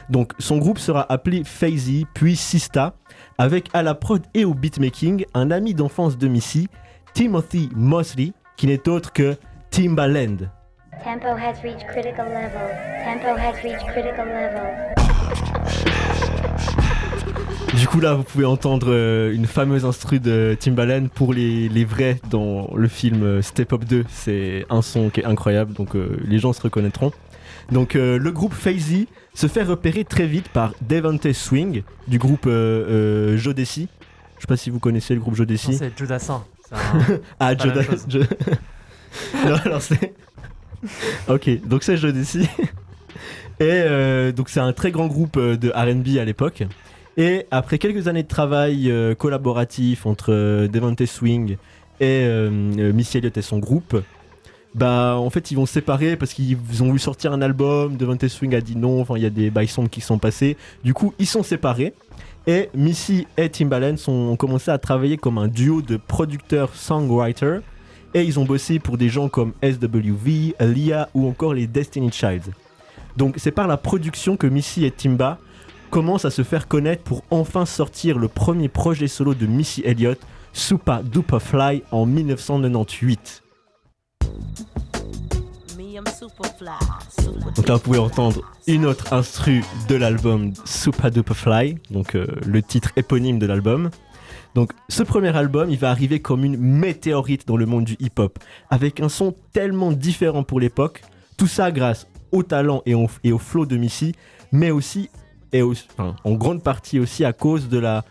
Speaker 2: Donc son groupe sera appelé Fazy, puis Sista, avec à la prod et au beatmaking un ami d'enfance de Missy, Timothy Mosley, qui n'est autre que Timbaland.
Speaker 12: Tempo has reached critical level. Tempo has reached critical level.
Speaker 2: Du coup là, vous pouvez entendre euh, une fameuse instru de Timbaland pour les, les vrais dans le film euh, Step Up 2. C'est un son qui est incroyable, donc euh, les gens se reconnaîtront. Donc euh, le groupe Fazy se fait repérer très vite par Devante Swing du groupe euh, euh, Jodeci. Je sais pas si vous connaissez le groupe Jodeci.
Speaker 4: C'est Jodassin.
Speaker 2: Ah,
Speaker 4: Pas la
Speaker 2: Joda-
Speaker 4: même chose.
Speaker 2: Jo- non, alors c'est. ok, donc c'est Jodeci. Et euh, donc c'est un très grand groupe euh, de RB à l'époque. Et après quelques années de travail euh, collaboratif entre euh, Devante Swing et euh, euh, Missy Elliott et son groupe, bah en fait ils vont se séparer parce qu'ils ont voulu sortir un album. Devante Swing a dit non, enfin il y a des bails sombres qui sont passés. Du coup ils sont séparés. Et Missy et Timbaland sont, ont commencé à travailler comme un duo de producteurs-songwriters. Et ils ont bossé pour des gens comme SWV, Lia ou encore les Destiny Child. Donc c'est par la production que Missy et Timba commencent à se faire connaître pour enfin sortir le premier projet solo de Missy Elliott, Supa Dupa Fly, en 1998.
Speaker 11: Me, I'm super fly. Super
Speaker 2: Donc là vous pouvez entendre une autre instru de l'album Supa Dupa Fly, donc euh, le titre éponyme de l'album. Donc ce premier album, il va arriver comme une météorite dans le monde du hip-hop, avec un son tellement différent pour l'époque, tout ça grâce au talent et, au- et au flow de Missy, mais aussi, et au- enfin, en grande partie aussi à cause de la...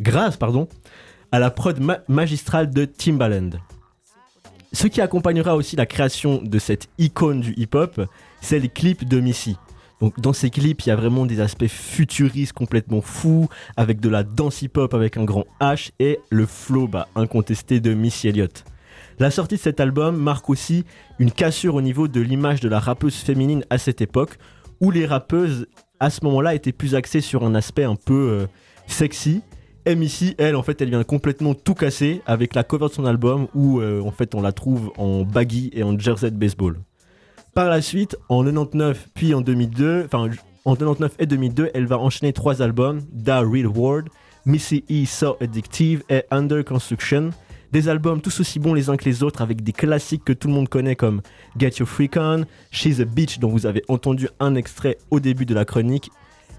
Speaker 2: grâce, pardon, à la prod ma- magistrale de Timbaland. Ce qui accompagnera aussi la création de cette icône du hip-hop, c'est les clips de Missy. Donc dans ces clips, il y a vraiment des aspects futuristes complètement fous, avec de la danse hip-hop avec un grand H et le flow bah, incontesté de Missy Elliott. La sortie de cet album marque aussi une cassure au niveau de l'image de la rappeuse féminine à cette époque, où les rappeuses à ce moment-là étaient plus axées sur un aspect un peu euh, sexy. Et Missy, elle, en fait, elle vient complètement tout casser avec la cover de son album où, euh, en fait, on la trouve en baggy et en jersey de baseball. Par la suite, en 99 puis en 2002, enfin en 99 et 2002, elle va enchaîner trois albums, Da Real World, Missy E So Addictive et Under Construction. Des albums tous aussi bons les uns que les autres avec des classiques que tout le monde connaît comme Get Your Freak On, She's a Bitch dont vous avez entendu un extrait au début de la chronique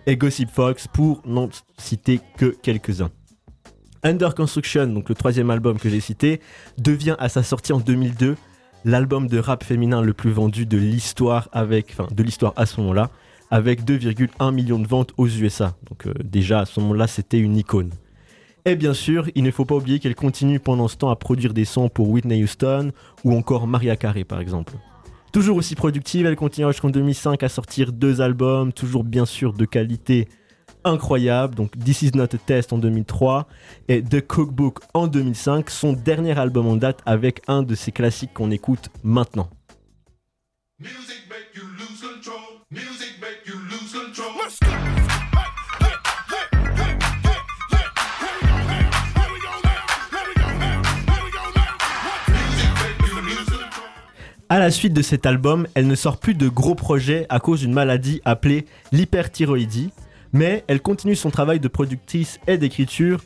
Speaker 2: et Gossip Fox pour n'en citer que quelques-uns. Under Construction, donc le troisième album que j'ai cité, devient à sa sortie en 2002 l'album de rap féminin le plus vendu de l'histoire avec, enfin de l'histoire à ce moment-là, avec 2,1 millions de ventes aux USA. Donc euh, déjà à ce moment-là, c'était une icône. Et bien sûr, il ne faut pas oublier qu'elle continue pendant ce temps à produire des sons pour Whitney Houston ou encore Maria Carey par exemple. Toujours aussi productive, elle continue jusqu'en 2005 à sortir deux albums, toujours bien sûr de qualité incroyable, donc This Is Not a Test en 2003 et The Cookbook en 2005, son dernier album en date avec un de ses classiques qu'on écoute maintenant. À la suite de cet album, elle ne sort plus de gros projets à cause d'une maladie appelée l'hyperthyroïdie, mais elle continue son travail de productrice et d'écriture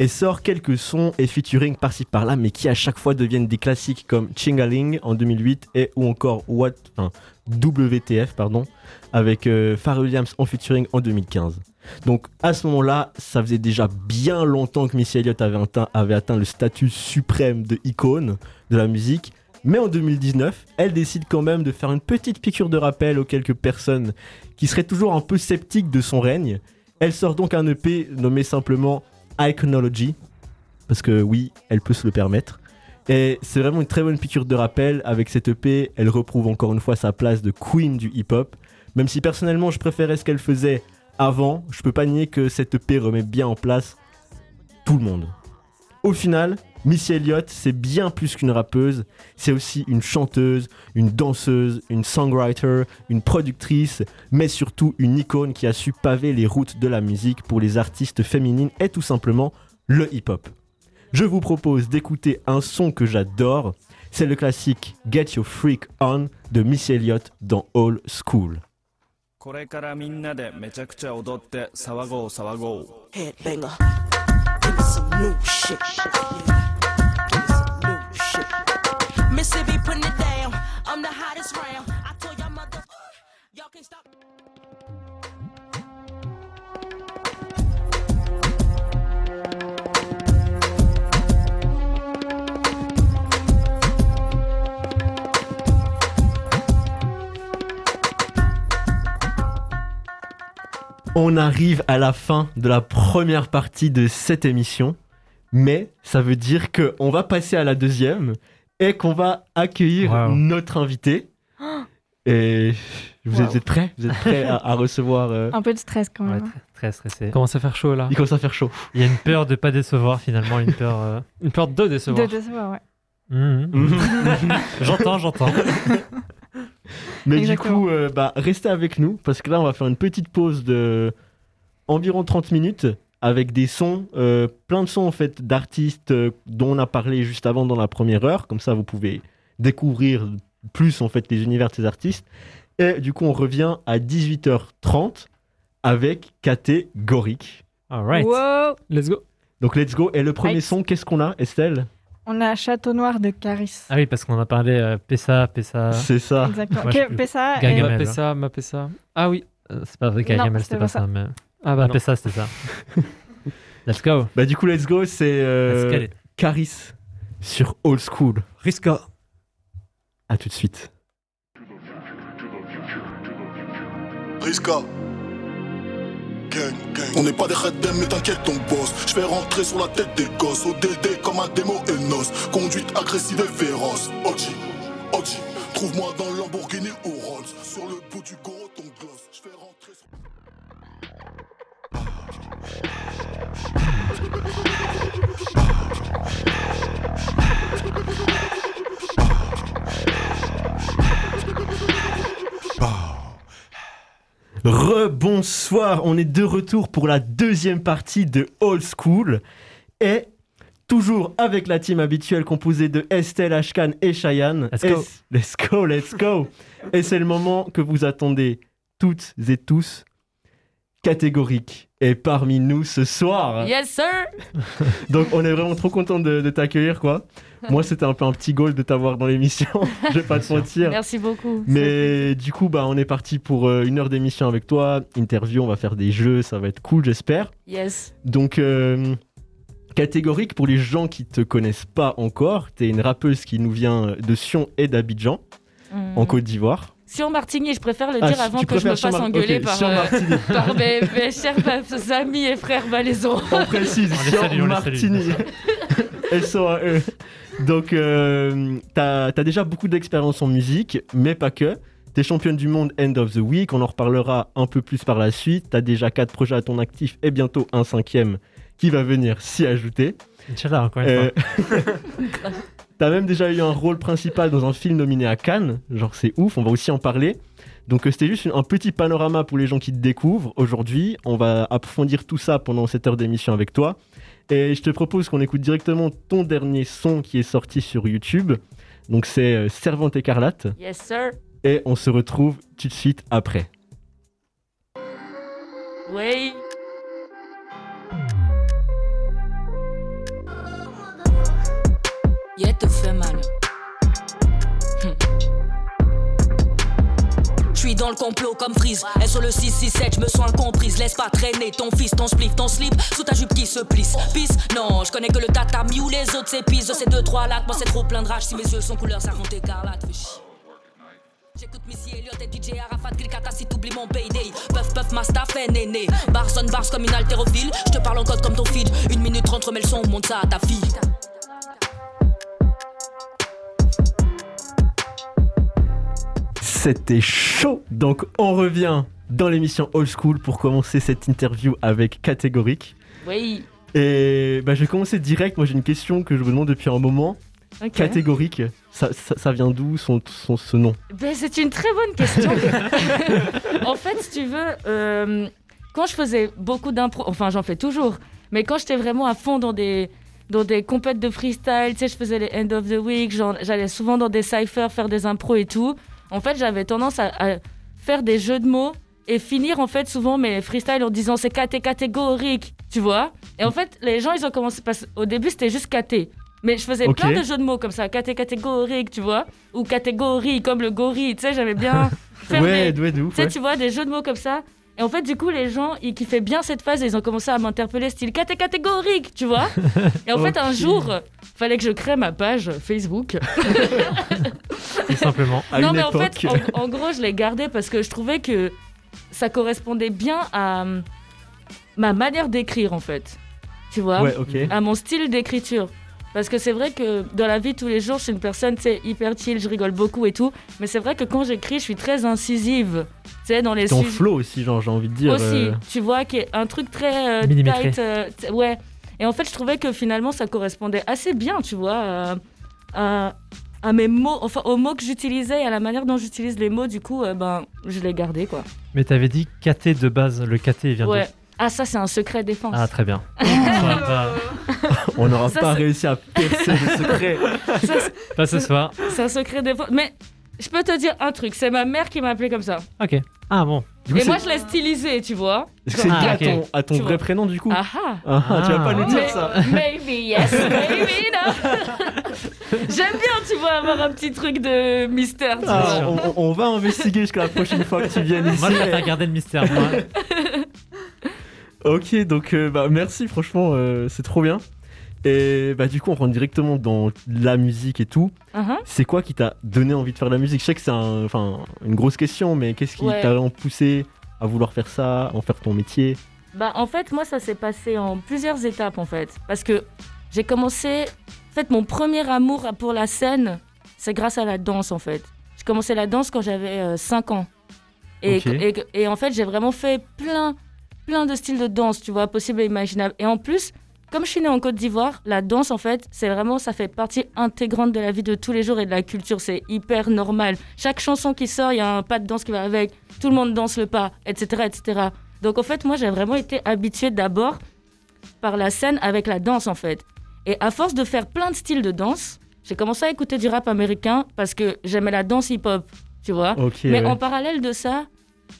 Speaker 2: et sort quelques sons et featuring par-ci par-là, mais qui à chaque fois deviennent des classiques comme Chingaling en 2008 et ou encore What, enfin, WTF pardon, avec euh, Pharrell Williams en featuring en 2015. Donc à ce moment-là, ça faisait déjà bien longtemps que Missy Elliott avait atteint, avait atteint le statut suprême de icône de la musique. Mais en 2019, elle décide quand même de faire une petite piqûre de rappel aux quelques personnes qui seraient toujours un peu sceptiques de son règne. Elle sort donc un EP nommé simplement Iconology, parce que oui, elle peut se le permettre. Et c'est vraiment une très bonne piqûre de rappel. Avec cette EP, elle reprouve encore une fois sa place de queen du hip-hop. Même si personnellement, je préférais ce qu'elle faisait avant, je peux pas nier que cette EP remet bien en place tout le monde. Au final, Missy Elliott, c'est bien plus qu'une rappeuse, c'est aussi une chanteuse, une danseuse, une songwriter, une productrice, mais surtout une icône qui a su paver les routes de la musique pour les artistes féminines et tout simplement le hip-hop. Je vous propose d'écouter un son que j'adore, c'est le classique Get Your Freak On de Missy Elliott dans All School.
Speaker 13: これからみんなでめちゃくちゃ踊って騒ごう騒ごう
Speaker 11: Headbanger. Give me some new shit. Yeah. Give me some new shit. Mississippi putting it down. I'm the hottest round. I told y'all mother. Y'all can stop.
Speaker 2: On arrive à la fin de la première partie de cette émission, mais ça veut dire qu'on va passer à la deuxième et qu'on va accueillir
Speaker 4: Wow.
Speaker 2: notre invité. Et vous êtes-
Speaker 7: Wow.
Speaker 2: vous êtes prêts Vous êtes prêts à, à recevoir euh,
Speaker 7: Un peu de stress quand même. hein.
Speaker 4: Très stressé.
Speaker 3: Commence à faire chaud là.
Speaker 2: Il commence à faire chaud.
Speaker 4: Il y a une peur de pas décevoir finalement, une peur. euh,
Speaker 3: Une peur de décevoir.
Speaker 7: De décevoir, ouais.
Speaker 4: hum, hum. j'entends, j'entends.
Speaker 2: Mais
Speaker 7: Exactement.
Speaker 2: du coup, euh, bah, restez avec nous parce que là, on va faire une petite pause de environ 30 minutes avec des sons, euh, plein de sons en fait d'artistes euh, dont on a parlé juste avant dans la première heure. Comme ça, vous pouvez découvrir plus en fait les univers de ces artistes. Et du coup, on revient à 18h30 avec KT Gorik.
Speaker 4: Alright.
Speaker 7: Wow
Speaker 3: Let's go.
Speaker 2: Donc, let's go. Et le premier
Speaker 7: Right.
Speaker 2: son, qu'est-ce qu'on a, Estelle
Speaker 7: On a Château Noir de Caris.
Speaker 4: Ah oui, parce qu'on a parlé euh, Pessa, Pessa.
Speaker 2: C'est ça.
Speaker 7: Exactement.
Speaker 4: Ah, moi, je
Speaker 7: Que-
Speaker 4: peux-
Speaker 7: Pessa et-
Speaker 4: Gargamel.
Speaker 3: Mapper ça, mapper ça. Ah oui.
Speaker 4: Euh, C'est pas vrai,
Speaker 7: Non,
Speaker 4: Gargamel,
Speaker 7: c'était
Speaker 4: c'était
Speaker 7: pas
Speaker 4: pas
Speaker 7: ça.
Speaker 4: ça. mais...
Speaker 3: Ah bah
Speaker 4: Ah,
Speaker 3: non.
Speaker 4: Pessa, c'était ça. Let's go.
Speaker 2: Bah, du coup, let's go, c'est
Speaker 4: Let's get
Speaker 2: euh,
Speaker 4: it.
Speaker 2: Caris sur Old School.
Speaker 4: Risca.
Speaker 2: À tout de suite.
Speaker 14: Risca. Gang, gang. On n'est pas des red mais t'inquiète, on bosse. Je vais rentrer sur la tête des gosses. ODD comme un démo Enos. Conduite agressive et féroce. Oji, Oji. Trouve-moi dans le Lamborghini ou Rolls. Sur le bout du goro, ton gloss. Je vais rentrer sur.
Speaker 2: Rebonsoir, on est de retour pour la deuxième partie de Old School et toujours avec la team habituelle composée de Estelle, Ashkan et Cheyenne.
Speaker 4: Let's
Speaker 2: Et-
Speaker 4: go.
Speaker 2: let's go, let's go. et c'est le moment que vous attendez toutes et tous. Catégorique est parmi nous ce soir.
Speaker 15: Yes, sir!
Speaker 2: Donc on est vraiment trop content de, de t'accueillir quoi. Moi c'était un peu un petit goal de t'avoir dans l'émission, je vais pas te mentir.
Speaker 15: Merci beaucoup.
Speaker 2: Mais du coup, bah, on est parti pour euh, une heure d'émission avec toi. Interview, on va faire des jeux, ça va être cool, j'espère.
Speaker 15: Yes.
Speaker 2: Donc, euh, catégorique pour les gens qui te connaissent pas encore, t'es une rappeuse qui nous vient de Sion et d'Abidjan,
Speaker 15: Mm.
Speaker 2: en Côte d'Ivoire.
Speaker 15: Sur Martigny, je préfère le
Speaker 2: Ah,
Speaker 15: dire
Speaker 2: si
Speaker 15: avant
Speaker 2: tu
Speaker 15: que je me
Speaker 2: préfères Sion
Speaker 15: fasse
Speaker 2: Mar-
Speaker 15: engueuler
Speaker 2: ok,
Speaker 15: par,
Speaker 2: Sion
Speaker 15: euh,
Speaker 2: Martigny.
Speaker 15: par mes, mes chers pa- amis et frères valaisons.
Speaker 2: On précise,
Speaker 4: On les
Speaker 2: Sion
Speaker 4: salue, on les salue.
Speaker 2: Martini. Elles sont à eux. Donc, euh, t'as as déjà beaucoup d'expérience en musique, mais pas que. T'es championne du monde End of the Week, on en reparlera un peu plus par la suite. T'as déjà quatre projets à ton actif et bientôt un cinquième qui va venir s'y ajouter.
Speaker 4: Inch'Allah, encore une fois.
Speaker 2: Euh, T'as même déjà eu un rôle principal dans un film nominé à Cannes, genre c'est ouf, on va aussi en parler. Donc euh, c'était juste une- un petit panorama pour les gens qui te découvrent aujourd'hui. On va approfondir tout ça pendant cette heure d'émission avec toi. Et je te propose qu'on écoute directement ton dernier son qui est sorti sur YouTube. Donc c'est euh, Servante écarlate.
Speaker 15: Yes, sir.
Speaker 2: Et on se retrouve tout de suite après.
Speaker 15: Oui.
Speaker 16: dans le complot comme frise. Elle sur le 667, je me sens incomprise. Laisse pas traîner ton fils, ton spliff, ton slip sous ta jupe qui se plisse. Pisse, non, je connais que le tatami ou les autres s'épisent. De ces deux, trois lacs, moi c'est trop plein de rage. Si mes yeux sont couleur, ça rend écarlate. Fais chier. J'écoute Missy Elliott et DJ Arafat Krikata si t'oublies mon payday Puff puff ma staff est néné Bars on bars comme une haltérophile Je te parle en code comme ton feed Une minute rentre mais le son monte ça à ta fille
Speaker 2: C'était chaud. Donc on revient dans l'émission Old School pour commencer cette interview avec catégorique.
Speaker 15: Oui.
Speaker 2: Et bah, je vais commencer direct. Moi j'ai une question que je vous demande depuis un moment.
Speaker 15: Ok.
Speaker 2: Catégorique, ça, ça- ça vient d'où son, son- ce nom
Speaker 15: Ben, c'est une très bonne question. en fait, si tu veux, euh, quand je faisais beaucoup d'impro, enfin j'en fais toujours, mais quand j'étais vraiment à fond dans des dans des compètes de freestyle, tu sais, je faisais les end of the week, genre, j'allais souvent dans des cyphers faire des impros et tout. En fait, j'avais tendance à, à faire des jeux de mots et finir en fait souvent mes freestyles en disant c'est KT catégorique, tu vois. Et en fait, les gens ils ont commencé parce au début c'était juste KT. Mais je faisais
Speaker 17: Ok.
Speaker 15: plein de jeux de mots comme ça, KT catégorique, tu vois, ou catégorie comme le gorille, tu sais, j'aimais bien faire
Speaker 2: Ouais,
Speaker 15: des-
Speaker 2: ouais, de ouf,
Speaker 15: tu sais,
Speaker 2: ouais.
Speaker 15: tu vois, des jeux de mots comme ça. Et en fait, du coup, les gens, ils kiffaient bien cette phase et ils ont commencé à m'interpeller, style KT catégorique, tu vois. Et en fait, un
Speaker 17: Ok.
Speaker 15: jour, fallait que je crée ma page Facebook.
Speaker 4: Tout simplement.
Speaker 15: non, mais en fait, en, en gros, je l'ai gardé parce que je trouvais que ça correspondait bien à hum, ma manière d'écrire, en fait. Tu vois
Speaker 17: Ouais, ok.
Speaker 15: À mon style d'écriture. Parce que c'est vrai que dans la vie, tous les jours, je suis une personne, tu sais, hyper chill, je rigole beaucoup et tout. Mais c'est vrai que quand j'écris, je suis très incisive. Tu sais, dans les
Speaker 2: Ton
Speaker 15: sujets-
Speaker 2: flow aussi, genre j'ai envie de dire.
Speaker 15: aussi,
Speaker 2: euh,
Speaker 15: tu vois, qui est un truc très euh,
Speaker 2: Millimétré.
Speaker 15: tight. euh, t- ouais. Et en fait, je trouvais que finalement, ça correspondait assez bien, tu vois, euh, à, à mes mots, enfin, aux mots que j'utilisais et à la manière dont j'utilise les mots. Du coup, euh, ben, je l'ai gardé, quoi.
Speaker 4: Mais t'avais dit KT de base, le KT il vient
Speaker 15: Ouais. Ah, ça, c'est un secret défense.
Speaker 4: d'où Ah, très bien.
Speaker 2: On n'aura
Speaker 15: Ça,
Speaker 2: pas
Speaker 15: c'est-
Speaker 2: réussi à percer le secret.
Speaker 15: Ça, c'est-
Speaker 4: Pas ce soir.
Speaker 15: C'est un secret défense. Mais je peux te dire un truc, c'est ma mère qui m'a appelé comme ça.
Speaker 4: Ok. Ah bon.
Speaker 15: et moi, je l'ai stylisé, tu vois.
Speaker 2: Est-ce que c'est lié
Speaker 4: Ah,
Speaker 2: à
Speaker 4: ok.
Speaker 2: ton, à ton
Speaker 15: Tu
Speaker 2: vrai
Speaker 15: vois.
Speaker 2: prénom du coup
Speaker 15: Ah ah.
Speaker 2: ah, Tu vas pas nous dire
Speaker 15: Mais-
Speaker 2: ça
Speaker 15: Maybe yes, maybe no. J'aime bien, tu vois, avoir un petit truc de mystère. Tu
Speaker 2: Ah,
Speaker 15: vois.
Speaker 2: on, on- on va investiguer jusqu'à la prochaine fois que tu viennes ici.
Speaker 4: Moi, je préfère garder le mystère, moi.
Speaker 2: ok, donc euh, bah, merci, franchement, euh, c'est trop bien. Et bah, du coup, on rentre directement dans la musique et tout.
Speaker 15: Mhm.
Speaker 2: C'est quoi qui t'a donné envie de faire de la musique Je sais que c'est un- enfin, une grosse question, mais qu'est-ce qui
Speaker 15: Ouais.
Speaker 2: t'a vraiment poussé à vouloir faire ça, en faire ton métier
Speaker 15: Bah, en fait, moi, ça s'est passé en plusieurs étapes, en fait. Parce que j'ai commencé. En fait, mon premier amour pour la scène, c'est grâce à la danse, en fait. J'ai commencé la danse quand j'avais 5 ans. Et,
Speaker 17: Ok.
Speaker 15: et- et en fait, j'ai vraiment fait plein, plein de styles de danse, tu vois, possible et imaginable. Et en plus, comme je suis née en Côte d'Ivoire, la danse, en fait, c'est vraiment, ça fait partie intégrante de la vie de tous les jours et de la culture. C'est hyper normal. Chaque chanson qui sort, il y a un pas de danse qui va avec. Tout le monde danse le pas, etc., etc. Donc, en fait, moi, j'ai vraiment été habituée d'abord par la scène avec la danse en fait. Et à force de faire plein de styles de danse, j'ai commencé à écouter du rap américain parce que j'aimais la danse hip-hop, tu vois.
Speaker 17: Ok,
Speaker 15: Mais
Speaker 17: ouais.
Speaker 15: en parallèle de ça,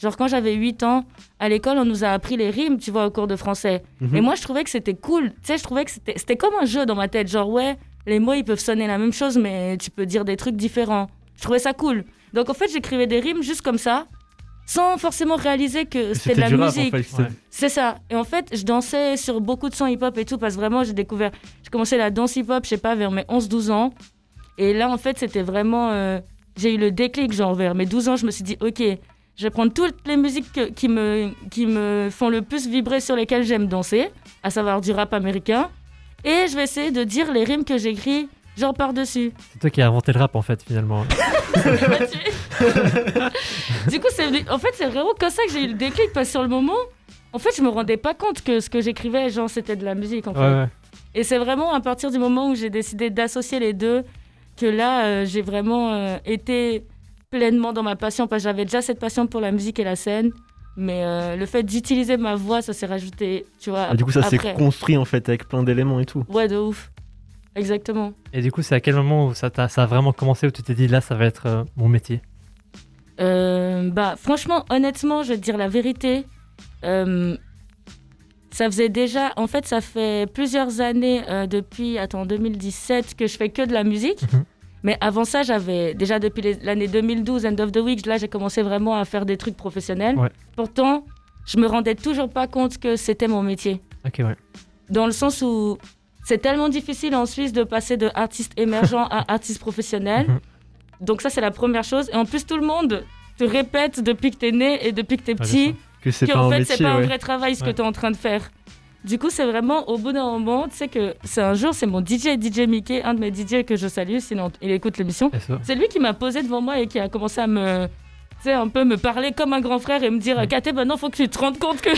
Speaker 15: genre quand j'avais 8 ans, à l'école, on nous a appris les rimes, tu vois, au cours de français.
Speaker 17: Mhm.
Speaker 15: Et moi, je trouvais que c'était cool. Tu sais, je trouvais que c'était c'était comme un jeu dans ma tête. Genre, ouais, les mots, ils peuvent sonner la même chose, mais tu peux dire des trucs différents. Je trouvais ça cool. Donc en fait, j'écrivais des rimes juste comme ça, sans forcément réaliser que c'était de la
Speaker 2: du rap, en
Speaker 15: musique.
Speaker 2: fait, c'était- Ouais.
Speaker 15: C'est ça. Et en fait, je dansais sur beaucoup de sons hip-hop et tout, parce que vraiment, j'ai découvert. J'ai commencé la danse hip-hop, je sais pas, vers mes 11-12 ans. Et là, en fait, c'était vraiment. euh, j'ai eu le déclic, genre, vers mes 12 ans, je me suis dit, OK, je vais prendre toutes les musiques que- qui, me, qui me font le plus vibrer, sur lesquelles j'aime danser, à savoir du rap américain. Et je vais essayer de dire les rimes que j'écris, genre, par-dessus.
Speaker 4: C'est toi qui as inventé le rap en fait, finalement.
Speaker 15: du coup, c'est venu- en fait, c'est vraiment comme ça que j'ai eu le déclic parce que sur le moment, en fait, je me rendais pas compte que ce que j'écrivais, genre, c'était de la musique en fait.
Speaker 17: Ouais, ouais.
Speaker 15: Et c'est vraiment à partir du moment où j'ai décidé d'associer les deux que là, euh, j'ai vraiment euh, été pleinement dans ma passion parce que j'avais déjà cette passion pour la musique et la scène. Mais euh, le fait d'utiliser ma voix, ça s'est rajouté, tu vois.
Speaker 2: Ah, Du coup, ça s'est
Speaker 15: après.
Speaker 2: construit en fait avec plein d'éléments et tout.
Speaker 15: Ouais, de ouf. Exactement.
Speaker 4: Et du coup, c'est à quel moment où ça, t'a- ça a vraiment commencé où tu t'es dit là, ça va être euh, mon métier
Speaker 15: Euh, bah, franchement, honnêtement, je vais te dire la vérité. Euh, ça faisait déjà, en fait, ça fait plusieurs années euh, depuis, attends, 2017 que je fais que de la musique. Mais avant ça, j'avais déjà depuis les- l'année 2012, End of the Week, là j'ai commencé vraiment à faire des trucs professionnels.
Speaker 4: Ouais.
Speaker 15: Pourtant, je me rendais toujours pas compte que c'était mon métier.
Speaker 4: Ok, ouais.
Speaker 15: Dans le sens où c'est tellement difficile en Suisse de passer de artiste émergent à artiste professionnel.
Speaker 3: Mhm.
Speaker 15: Donc ça, c'est la première chose. Et en plus, tout le monde te répète depuis que t'es né et depuis que t'es
Speaker 2: bien
Speaker 15: petit
Speaker 2: sûr. Que c'est pas un
Speaker 15: en fait, c'est
Speaker 2: métier,
Speaker 15: pas un
Speaker 2: ouais.
Speaker 15: vrai travail ce que
Speaker 2: Ouais.
Speaker 15: t'es en train de faire. Du coup, c'est vraiment au bout d'un moment, tu sais que c'est un jour, c'est mon DJ, DJ Mickey, un de mes DJ que je salue, sinon il écoute l'émission.
Speaker 4: SO.
Speaker 15: C'est lui qui m'a posé devant moi et qui a commencé à me, tu sais, un peu me parler comme un grand frère et me dire, Katé, maintenant, faut que tu te rendes compte que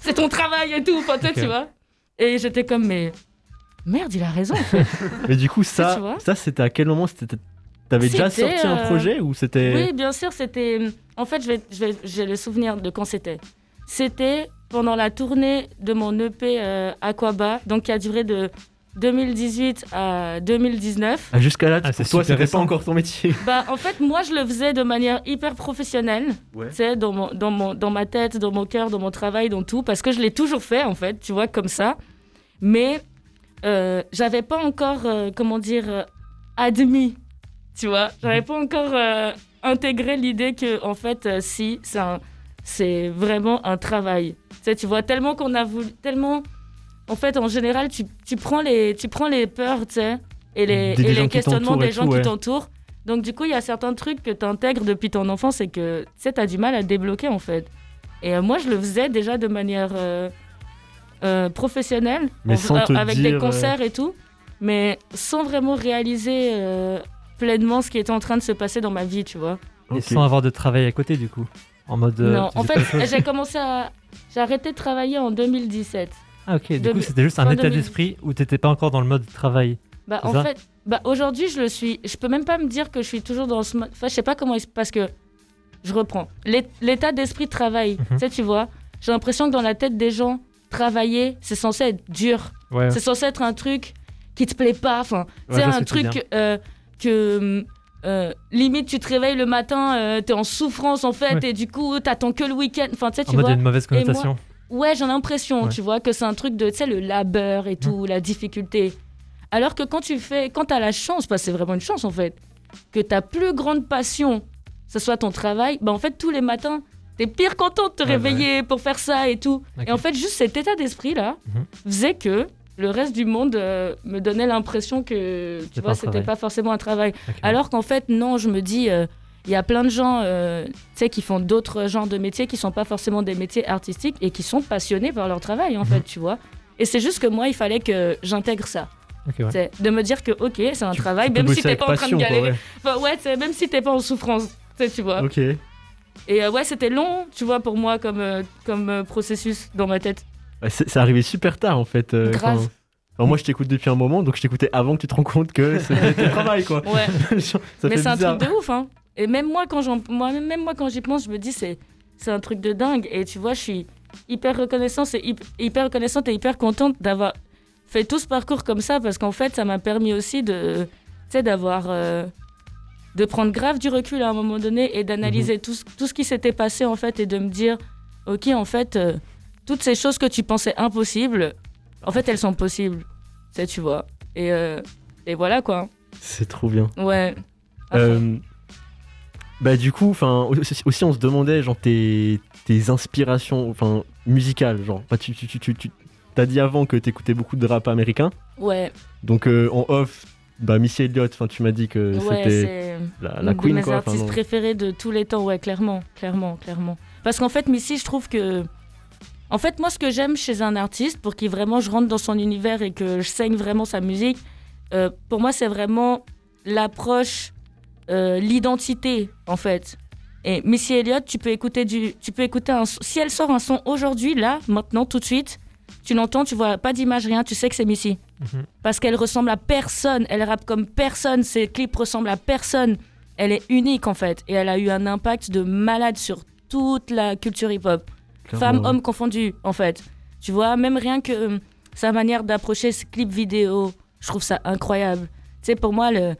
Speaker 15: c'est ton travail et tout, enfin, tu sais,
Speaker 2: Ok.
Speaker 15: tu vois. Et j'étais comme, mais merde, il a raison. en fait.
Speaker 2: Mais du coup,
Speaker 15: Tu vois
Speaker 2: ça, ça c'était à quel moment C'était- T'avais déjà
Speaker 15: C'était,
Speaker 2: sorti un
Speaker 15: euh,
Speaker 2: projet ou c'était.
Speaker 15: Oui, bien sûr, c'était. En fait, je vais- je vais- j'ai le souvenir de quand c'était. C'était pendant la tournée de mon EP euh, Aquaba, donc qui a duré de 2018 à 2019.
Speaker 2: Ah, Jusqu'à là,
Speaker 4: c'est
Speaker 2: pour toi,
Speaker 4: super
Speaker 2: c'était pas
Speaker 4: récent.
Speaker 2: encore ton métier.
Speaker 15: Bah, en fait, moi, je le faisais de manière hyper professionnelle.
Speaker 2: Ouais.
Speaker 15: Tu sais, dans, mon, dans, mon, dans ma tête, dans mon cœur, dans mon travail, dans tout. Parce que je l'ai toujours fait, en fait, tu vois, comme ça. Mais euh, j'avais pas encore, euh, comment dire, euh, admis, tu vois. J'avais pas encore euh, intégré l'idée que, en fait, euh, si, c'est un- c'est vraiment un travail. Tu sais, tu vois, tellement qu'on a voulu. Tellement. En fait, en général, tu, tu prends, les, tu prends les peurs, tu sais, et les,
Speaker 4: Des- des
Speaker 15: et
Speaker 4: gens
Speaker 15: les
Speaker 4: qui
Speaker 15: questionnements
Speaker 4: t'entourent et
Speaker 15: des gens
Speaker 4: tout,
Speaker 15: qui
Speaker 4: ouais.
Speaker 15: t'entourent t'entoure. Donc du coup, il y a certains trucs que tu intègres depuis ton enfance et que tu sais, t'as du mal à débloquer en fait. Et euh, moi, je le faisais déjà de manière euh, euh, professionnelle,
Speaker 2: Mais
Speaker 15: en-
Speaker 2: sans te
Speaker 15: avec
Speaker 2: dire,
Speaker 15: des
Speaker 2: euh,
Speaker 15: concerts et tout, mais sans vraiment réaliser euh, pleinement ce qui était en train de se passer dans ma vie, tu vois.
Speaker 4: Et sans avoir de travail à côté, du coup. En mode. euh,
Speaker 15: non,
Speaker 4: tu
Speaker 15: en
Speaker 4: faisais pas
Speaker 15: fait,
Speaker 4: de choses.
Speaker 15: j'ai commencé à... J'ai arrêté de travailler en 2017.
Speaker 4: Ah, ok, du
Speaker 15: Demi-
Speaker 4: coup, c'était juste un
Speaker 15: fin
Speaker 4: état
Speaker 15: 2000.
Speaker 4: d'esprit où t'étais pas encore dans le mode travail.
Speaker 15: Bah,
Speaker 4: c'est
Speaker 15: en
Speaker 4: ça
Speaker 15: fait, bah, aujourd'hui, je le suis. Je peux même pas me dire que je suis toujours dans ce. mo- Enfin, je sais pas comment. il se- Parce que. Je reprends. L'é- L'état d'esprit de travail.
Speaker 4: Mhm.
Speaker 15: Tu sais, tu vois, j'ai l'impression que dans la tête des gens, travailler, c'est censé être dur.
Speaker 4: Ouais.
Speaker 15: C'est censé être un truc qui te plaît pas. Enfin,
Speaker 4: Ouais,
Speaker 15: tu sais,
Speaker 4: je vois ce
Speaker 15: un
Speaker 4: que tu veux
Speaker 15: truc
Speaker 4: dire.
Speaker 15: euh, que. euh, limite, tu te réveilles le matin, euh, t'es en souffrance en fait,
Speaker 4: Ouais.
Speaker 15: et du coup, t'attends que le week-end. Enfin, tu sais,
Speaker 4: En
Speaker 15: tu
Speaker 4: mode, il y a
Speaker 15: vois.
Speaker 4: une mauvaise
Speaker 15: Et moi-
Speaker 4: connotation.
Speaker 15: Ouais, j'ai l'impression,
Speaker 4: Ouais.
Speaker 15: tu vois, que c'est un truc de, tu sais, le labeur et tout, la difficulté. Alors que quand tu fais, quand t'as la chance, parce que c'est vraiment une chance en fait, que ta plus grande passion, ce soit ton travail, bah en fait, tous les matins, t'es pire content de te
Speaker 4: Ouais, bah
Speaker 15: réveiller pour faire ça et tout.
Speaker 4: Ok.
Speaker 15: Et en fait, juste cet état d'esprit-là
Speaker 4: Mhm.
Speaker 15: faisait que le reste du monde euh, me donnait l'impression que, tu
Speaker 4: C'était
Speaker 15: vois,
Speaker 4: pas un
Speaker 15: c'était
Speaker 4: travail.
Speaker 15: pas forcément un travail.
Speaker 4: Ok.
Speaker 15: Alors qu'en fait, non, je me dis, euh, il y a plein de gens, euh, tu sais, qui font d'autres genres de métiers qui sont pas forcément des métiers artistiques et qui sont passionnés par leur travail,
Speaker 4: Mhm.
Speaker 15: en fait, tu vois. Et c'est juste que moi, il fallait que j'intègre ça.
Speaker 4: Ok, ouais.
Speaker 15: C'est De me dire que, ok, c'est un travail,
Speaker 2: euh,
Speaker 4: tu peux
Speaker 15: même si
Speaker 4: bosser
Speaker 15: t'es
Speaker 4: avec
Speaker 15: pas en train de
Speaker 4: passion, quoi,
Speaker 15: galérer.
Speaker 4: ouais.
Speaker 15: Enfin, ouais, tu sais, même si t'es pas en souffrance, tu sais, tu vois.
Speaker 2: Ok.
Speaker 15: Et euh, ouais, c'était long, tu vois, pour moi, comme, euh, comme euh, processus dans ma tête.
Speaker 2: Bah, c'est c'est arrivé super tard en fait. euh,
Speaker 15: Grave.
Speaker 2: quand- Enfin, moi je t'écoute depuis un moment donc je t'écoutais avant que tu te rends compte que c'était ton travail quoi.
Speaker 15: Ouais.
Speaker 2: ça
Speaker 15: mais
Speaker 2: fait
Speaker 15: c'est un
Speaker 2: bizarre.
Speaker 15: truc de ouf, hein. Et même moi, quand j'en, moi, même moi, quand j'y pense, je me dis c'est, c'est un truc de dingue. Et tu vois, je suis hyper reconnaissante et hyp- hyper reconnaissante et hyper contente d'avoir fait tout ce parcours comme ça parce qu'en fait, ça m'a permis aussi de, tu sais, d'avoir, euh, de prendre grave du recul à un moment donné et d'analyser
Speaker 2: Mhm.
Speaker 15: tout, ce- tout ce qui s'était passé en fait et de me dire, ok, en fait, euh, toutes ces choses que tu pensais impossibles, en fait, elles sont possibles. Tu sais, tu vois. Et, euh, et voilà quoi.
Speaker 2: C'est trop bien.
Speaker 15: Ouais.
Speaker 2: Euh, bah du coup, enfin aussi, aussi, on se demandait genre tes, tes inspirations, enfin musicales, genre. Bah, tu tu tu tu, tu- t'as dit avant que t'écoutais beaucoup de rap américain.
Speaker 15: Ouais.
Speaker 2: Donc euh, en off, bah Missy Elliott, enfin tu m'as dit que Euh,
Speaker 15: Ouais,
Speaker 2: c'était
Speaker 15: c'est
Speaker 2: la,
Speaker 15: une
Speaker 2: la
Speaker 15: de
Speaker 2: queen
Speaker 15: mes
Speaker 2: quoi. enfin,
Speaker 15: artistes
Speaker 2: non.
Speaker 15: préférés de tous les temps, ouais, clairement, clairement, clairement. Parce qu'en fait, Missy, je trouve que. En fait, moi, ce que j'aime chez un artiste, pour qu'il vraiment je rentre dans son univers et que je saigne vraiment sa musique, euh, pour moi, c'est vraiment l'approche, euh, l'identité, en fait. Et Missy Elliott, tu peux écouter du, tu peux écouter un, son- si elle sort un son aujourd'hui, là, maintenant, tout de suite, tu l'entends, tu vois pas d'image, rien, tu sais que c'est Missy
Speaker 4: Mhm.
Speaker 15: parce qu'elle ressemble à personne, elle rappe comme personne, ses clips ressemblent à personne. Elle est unique en fait et elle a eu un impact de malade sur toute la culture hip-hop.
Speaker 17: Clairement,
Speaker 15: Femmes,
Speaker 17: ouais.
Speaker 15: hommes confondus en fait. Tu vois, même rien que euh, sa manière d'approcher ses clips vidéo, je trouve ça incroyable. Tu sais, pour moi, le...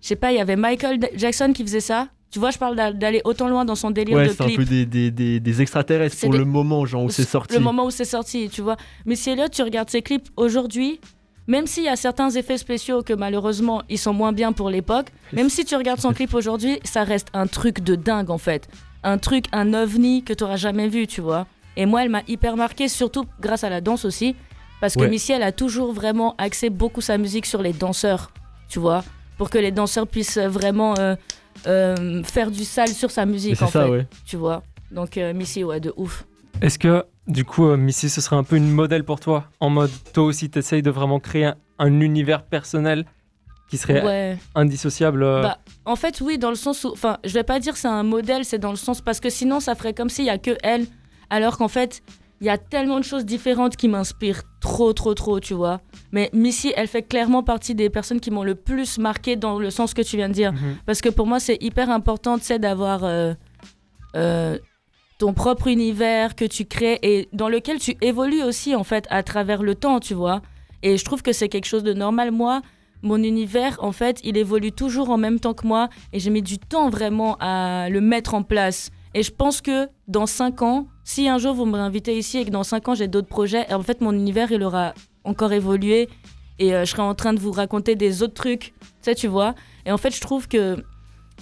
Speaker 15: je sais pas, il y avait Michael D- Jackson qui faisait ça. Tu vois, je parle d'a- d'aller autant loin dans son délire
Speaker 2: Ouais,
Speaker 15: de
Speaker 2: c'est un
Speaker 15: clip.
Speaker 2: peu des, des, des, des extraterrestres pour
Speaker 15: des-
Speaker 2: le moment, genre où c'est sorti.
Speaker 15: Le moment où c'est sorti, tu vois. Mais si Elliot, tu regardes ses clips aujourd'hui, Même s'il y a certains effets spéciaux que malheureusement ils sont moins bien pour l'époque, même si tu regardes son clip aujourd'hui, ça reste un truc de dingue en fait. Un truc, un ovni que tu n'auras jamais vu, tu vois. Et moi, elle m'a hyper marqué, surtout grâce à la danse aussi, parce que
Speaker 17: Ouais.
Speaker 15: Missy, elle a toujours vraiment axé beaucoup sa musique sur les danseurs, tu vois, pour que les danseurs puissent vraiment euh, euh, faire du sale sur sa
Speaker 3: Mais
Speaker 15: musique,
Speaker 3: c'est
Speaker 15: en
Speaker 3: ça,
Speaker 15: fait,
Speaker 3: ouais.
Speaker 15: tu vois. Donc euh, Missy, ouais, de ouf.
Speaker 3: Est-ce que, du coup, euh, Missy, ce serait un peu une modèle pour toi En mode, toi aussi, t'essayes de vraiment créer un, un univers personnel qui serait
Speaker 15: Ouais.
Speaker 3: indissociable. euh,
Speaker 15: Bah, en fait, oui, dans le sens où. Enfin, je vais pas dire c'est un modèle, c'est dans le sens. Parce que sinon, ça ferait comme s'il y a que elle. Alors qu'en fait, il y a tellement de choses différentes qui m'inspirent trop, trop, trop, tu vois. Mais Missy, elle fait clairement partie des personnes qui m'ont le plus marqué dans le sens que tu viens de dire.
Speaker 17: Mhm.
Speaker 15: Parce que pour moi, c'est hyper important, tu sais, d'avoir. euh, euh, ton propre univers que tu crées et dans lequel tu évolues aussi en fait à travers le temps, tu vois. Et je trouve que c'est quelque chose de normal. Moi, mon univers, en fait, il évolue toujours en même temps que moi et j'ai mis du temps vraiment à le mettre en place. Et je pense que dans 5 ans, si un jour vous me réinvitez ici et que dans 5 ans j'ai d'autres projets, en fait, mon univers, il aura encore évolué et euh, je serai en train de vous raconter des autres trucs, tu sais, tu vois. Et en fait, je trouve que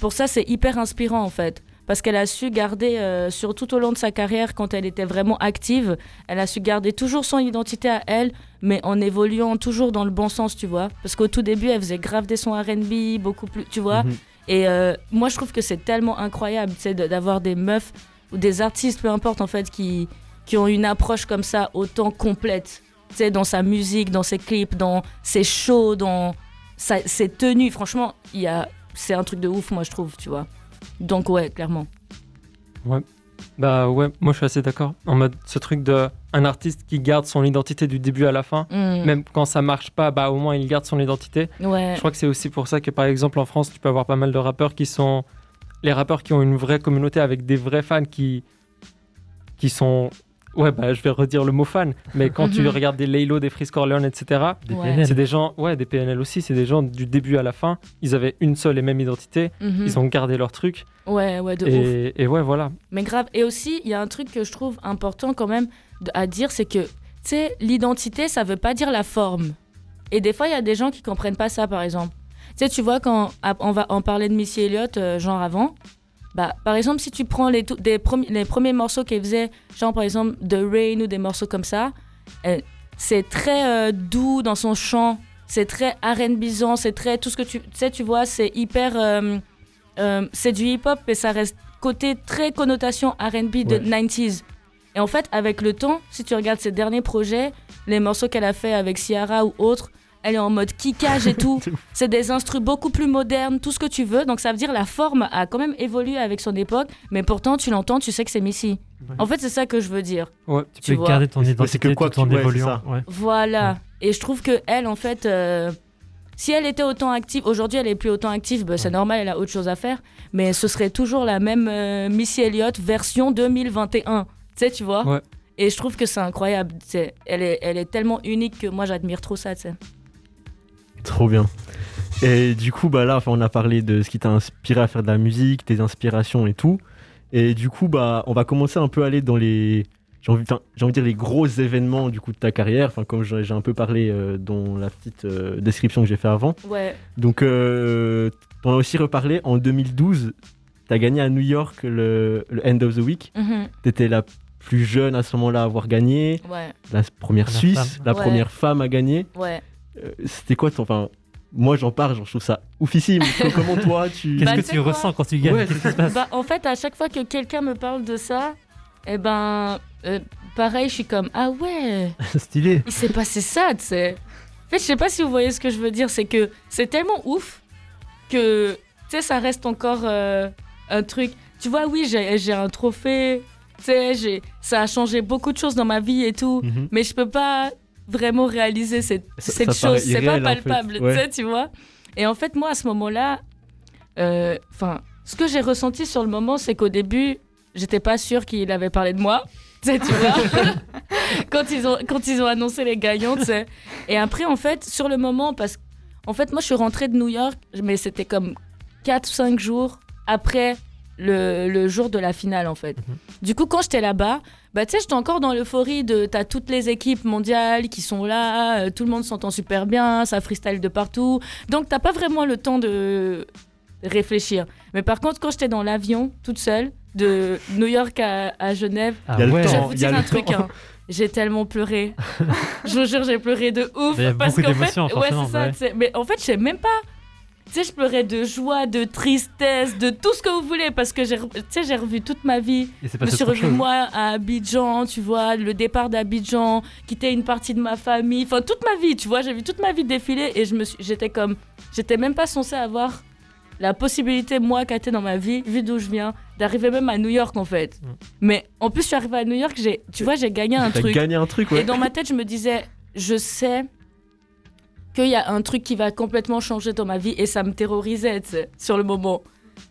Speaker 15: pour ça, c'est hyper inspirant en fait. Parce qu'elle a su garder, euh, sur tout au long de sa carrière, quand elle était vraiment active, elle a su garder toujours son identité à elle, mais en évoluant toujours dans le bon sens, tu vois. Parce qu'au tout début, elle faisait grave des sons RB, beaucoup plus, tu vois.
Speaker 17: Mhm.
Speaker 15: Et euh, moi, je trouve que c'est tellement incroyable, tu sais, de- d'avoir des meufs ou des artistes, peu importe en fait, qui, qui ont une approche comme ça autant complète, tu sais, dans sa musique, dans ses clips, dans ses shows, dans sa- ses tenues. Franchement, il y a, c'est un truc de ouf, moi, je trouve, tu vois. Donc, ouais, clairement.
Speaker 3: Ouais. Bah ouais, moi je suis assez d'accord. En mode ce truc de un artiste qui garde son identité du début à la fin,
Speaker 15: Mm.
Speaker 3: même quand ça marche pas, bah au moins il garde son identité.
Speaker 15: Ouais.
Speaker 3: Je crois que c'est aussi pour ça que par exemple en France, tu peux avoir pas mal de rappeurs qui sont les rappeurs qui ont une vraie communauté avec des vrais fans qui qui sont ouais bah je vais redire le mot fan, mais quand tu
Speaker 2: Mhm.
Speaker 3: regardes des Laylo, des Freeze Corleone, etc.
Speaker 2: Des Ouais. PNL.
Speaker 3: C'est des gens ouais des PNL aussi, c'est des gens du début à la fin, ils avaient une seule et même identité,
Speaker 15: Mhm.
Speaker 3: ils ont gardé leur truc.
Speaker 15: Ouais, ouais, de ouf.
Speaker 3: et, et ouais voilà.
Speaker 15: Mais grave. Et aussi, il y a un truc que je trouve important quand même de- à dire, c'est que, tu sais, l'identité, ça veut pas dire la forme. Et des fois, il y a des gens qui comprennent pas ça, par exemple. Tu sais, tu vois, quand ah, on va en parler de Missy Elliott, euh, genre avant, bah, par exemple, si tu prends les, tou- des premi- les premiers morceaux qu'elle faisait, genre par exemple The Rain ou des morceaux comme ça, euh, c'est très euh, doux dans son chant, c'est très R&Bisant, c'est très tout ce que tu, tu sais, tu vois, c'est hyper, euh, euh, c'est du hip-hop, mais ça reste côté très connotation R&B de
Speaker 17: Ouais.
Speaker 15: 90s. Et en fait, avec le temps, si tu regardes ses derniers projets, les morceaux qu'elle a fait avec Ciara ou autres, elle est en mode kickage et tout. C'est des instruments beaucoup plus modernes, tout ce que tu veux. Donc ça veut dire la forme a quand même évolué avec son époque, mais pourtant tu l'entends, tu sais que c'est Missy. En fait, c'est ça que je veux dire.
Speaker 4: tu, peux garder ton
Speaker 2: Mais c'est- mais
Speaker 4: identité
Speaker 2: c'est que quoi
Speaker 4: tout en
Speaker 2: que- ouais,
Speaker 4: évoluant.
Speaker 2: c'est ça.
Speaker 15: Bah,
Speaker 4: Ouais.
Speaker 15: Voilà. Et je trouve que elle, en fait, euh, si elle était autant active, aujourd'hui elle est plus autant active, bah, c'est normal, elle a autre chose à faire. Mais ce serait toujours la même euh, Missy Elliott version 2021. Tu sais, tu vois.
Speaker 3: Ouais.
Speaker 15: Et je trouve que c'est incroyable. tu sais. Elle est, elle est tellement unique que moi j'admire trop ça. tu sais.
Speaker 2: Trop bien. Et du coup, bah là, enfin, on a parlé de ce qui t'a inspiré à faire de la musique, tes inspirations et tout. Et du coup, bah, on va commencer un peu à aller dans les, j'ai envie, enfin, j'ai envie de dire les gros événements du coup de ta carrière. Enfin, comme j'ai j'ai un peu parlé euh, dans la petite euh, description que j'ai fait avant.
Speaker 15: Ouais.
Speaker 2: Donc, euh, on a aussi reparlé en 2012. T'as gagné à New York le, le End of the Week.
Speaker 15: Mhm.
Speaker 2: T'étais la plus jeune à ce moment-là à avoir gagné.
Speaker 15: Ouais.
Speaker 2: La première,
Speaker 4: Première
Speaker 2: Suisse,
Speaker 4: femme.
Speaker 2: la
Speaker 15: Ouais.
Speaker 2: première femme à gagner.
Speaker 15: Ouais.
Speaker 2: Euh, c'était quoi ton. Enfin, moi j'en parle, genre, je trouve ça oufissime. Co- Comment toi tu.
Speaker 4: Qu'est-ce Bah, que tu tu sais quoi ressens quand tu gagnes
Speaker 2: Ouais,
Speaker 4: Qu'est-ce
Speaker 2: c'est-
Speaker 4: qui se passe
Speaker 15: Bah, en fait, à chaque fois que quelqu'un me parle de ça, eh ben, euh, pareil, je suis comme ah ouais,
Speaker 4: Stylé.
Speaker 15: il s'est passé ça, tu sais. En fait, je sais pas si vous voyez ce que je veux dire, c'est que c'est tellement ouf que tu sais, ça reste encore euh, un truc. Tu vois, oui, j'ai j'ai un trophée, tu sais, j'ai- ça a changé beaucoup de choses dans ma vie et tout,
Speaker 17: Mhm.
Speaker 15: mais je peux pas vraiment réaliser cette,
Speaker 17: Ça-
Speaker 15: cette
Speaker 17: ça paraît
Speaker 15: chose, c'est pas
Speaker 17: irréel, en fait.
Speaker 15: palpable, tu
Speaker 17: Ouais.
Speaker 15: sais, tu vois. Et en fait, moi, à ce moment-là, euh, enfin, ce que j'ai ressenti sur le moment, c'est qu'au début, j'étais pas sûre qu'il avait parlé de moi. Tu sais, tu vois quand, ils ont, quand ils ont annoncé les gagnants, tu sais. Et après, en fait, sur le moment, parce que, en fait, moi, je suis rentrée de New York, mais c'était comme 4 ou 5 jours après le, le jour de la finale en fait. Du coup, quand j'étais là-bas, bah tu sais, j'étais encore dans l'euphorie de t'as toutes les équipes mondiales qui sont là, euh, tout le monde s'entend super bien, ça freestyle de partout. Donc t'as pas vraiment le temps de réfléchir. Mais par contre, quand j'étais dans l'avion toute seule de New York à, à Genève,
Speaker 4: Ah Il y a le
Speaker 15: je vais
Speaker 4: temps,
Speaker 15: vous
Speaker 4: il y a
Speaker 15: dire un
Speaker 4: le
Speaker 15: truc.
Speaker 4: temps.
Speaker 15: hein. J'ai tellement pleuré. je vous jure, j'ai pleuré de ouf.
Speaker 4: Il y a
Speaker 15: parce
Speaker 4: beaucoup
Speaker 15: qu'en
Speaker 4: d'émotions,
Speaker 15: fait, ouais,
Speaker 4: forcément,
Speaker 15: c'est
Speaker 4: bah ouais.
Speaker 15: ça. tu sais. Mais en fait, je sais même pas. Tu sais, je pleurais de joie, de tristesse, de tout ce que vous voulez, parce que j'ai, re- tu sais, j'ai revu toute ma vie.
Speaker 4: Et c'est
Speaker 15: je me
Speaker 4: passé
Speaker 15: suis
Speaker 4: trop de
Speaker 15: revu
Speaker 4: choses.
Speaker 15: moi à Abidjan, tu vois, le départ d'Abidjan, quitter une partie de ma famille, enfin toute ma vie, tu vois, j'ai vu toute ma vie défiler et je me suis, j'étais comme, j'étais même pas censée avoir la possibilité, moi, qui dans ma vie, vu d'où je viens, d'arriver même à New York, en
Speaker 4: Mm.
Speaker 15: fait. Mais en plus, je suis arrivée à New York, j'ai, tu vois, j'ai gagné un
Speaker 2: T'as
Speaker 15: truc.
Speaker 2: gagné un truc, ouais.
Speaker 15: Et dans ma tête, je me disais, je sais qu'il y a un truc qui va complètement changer dans ma vie et ça me terrorisait, tu sais, sur le moment.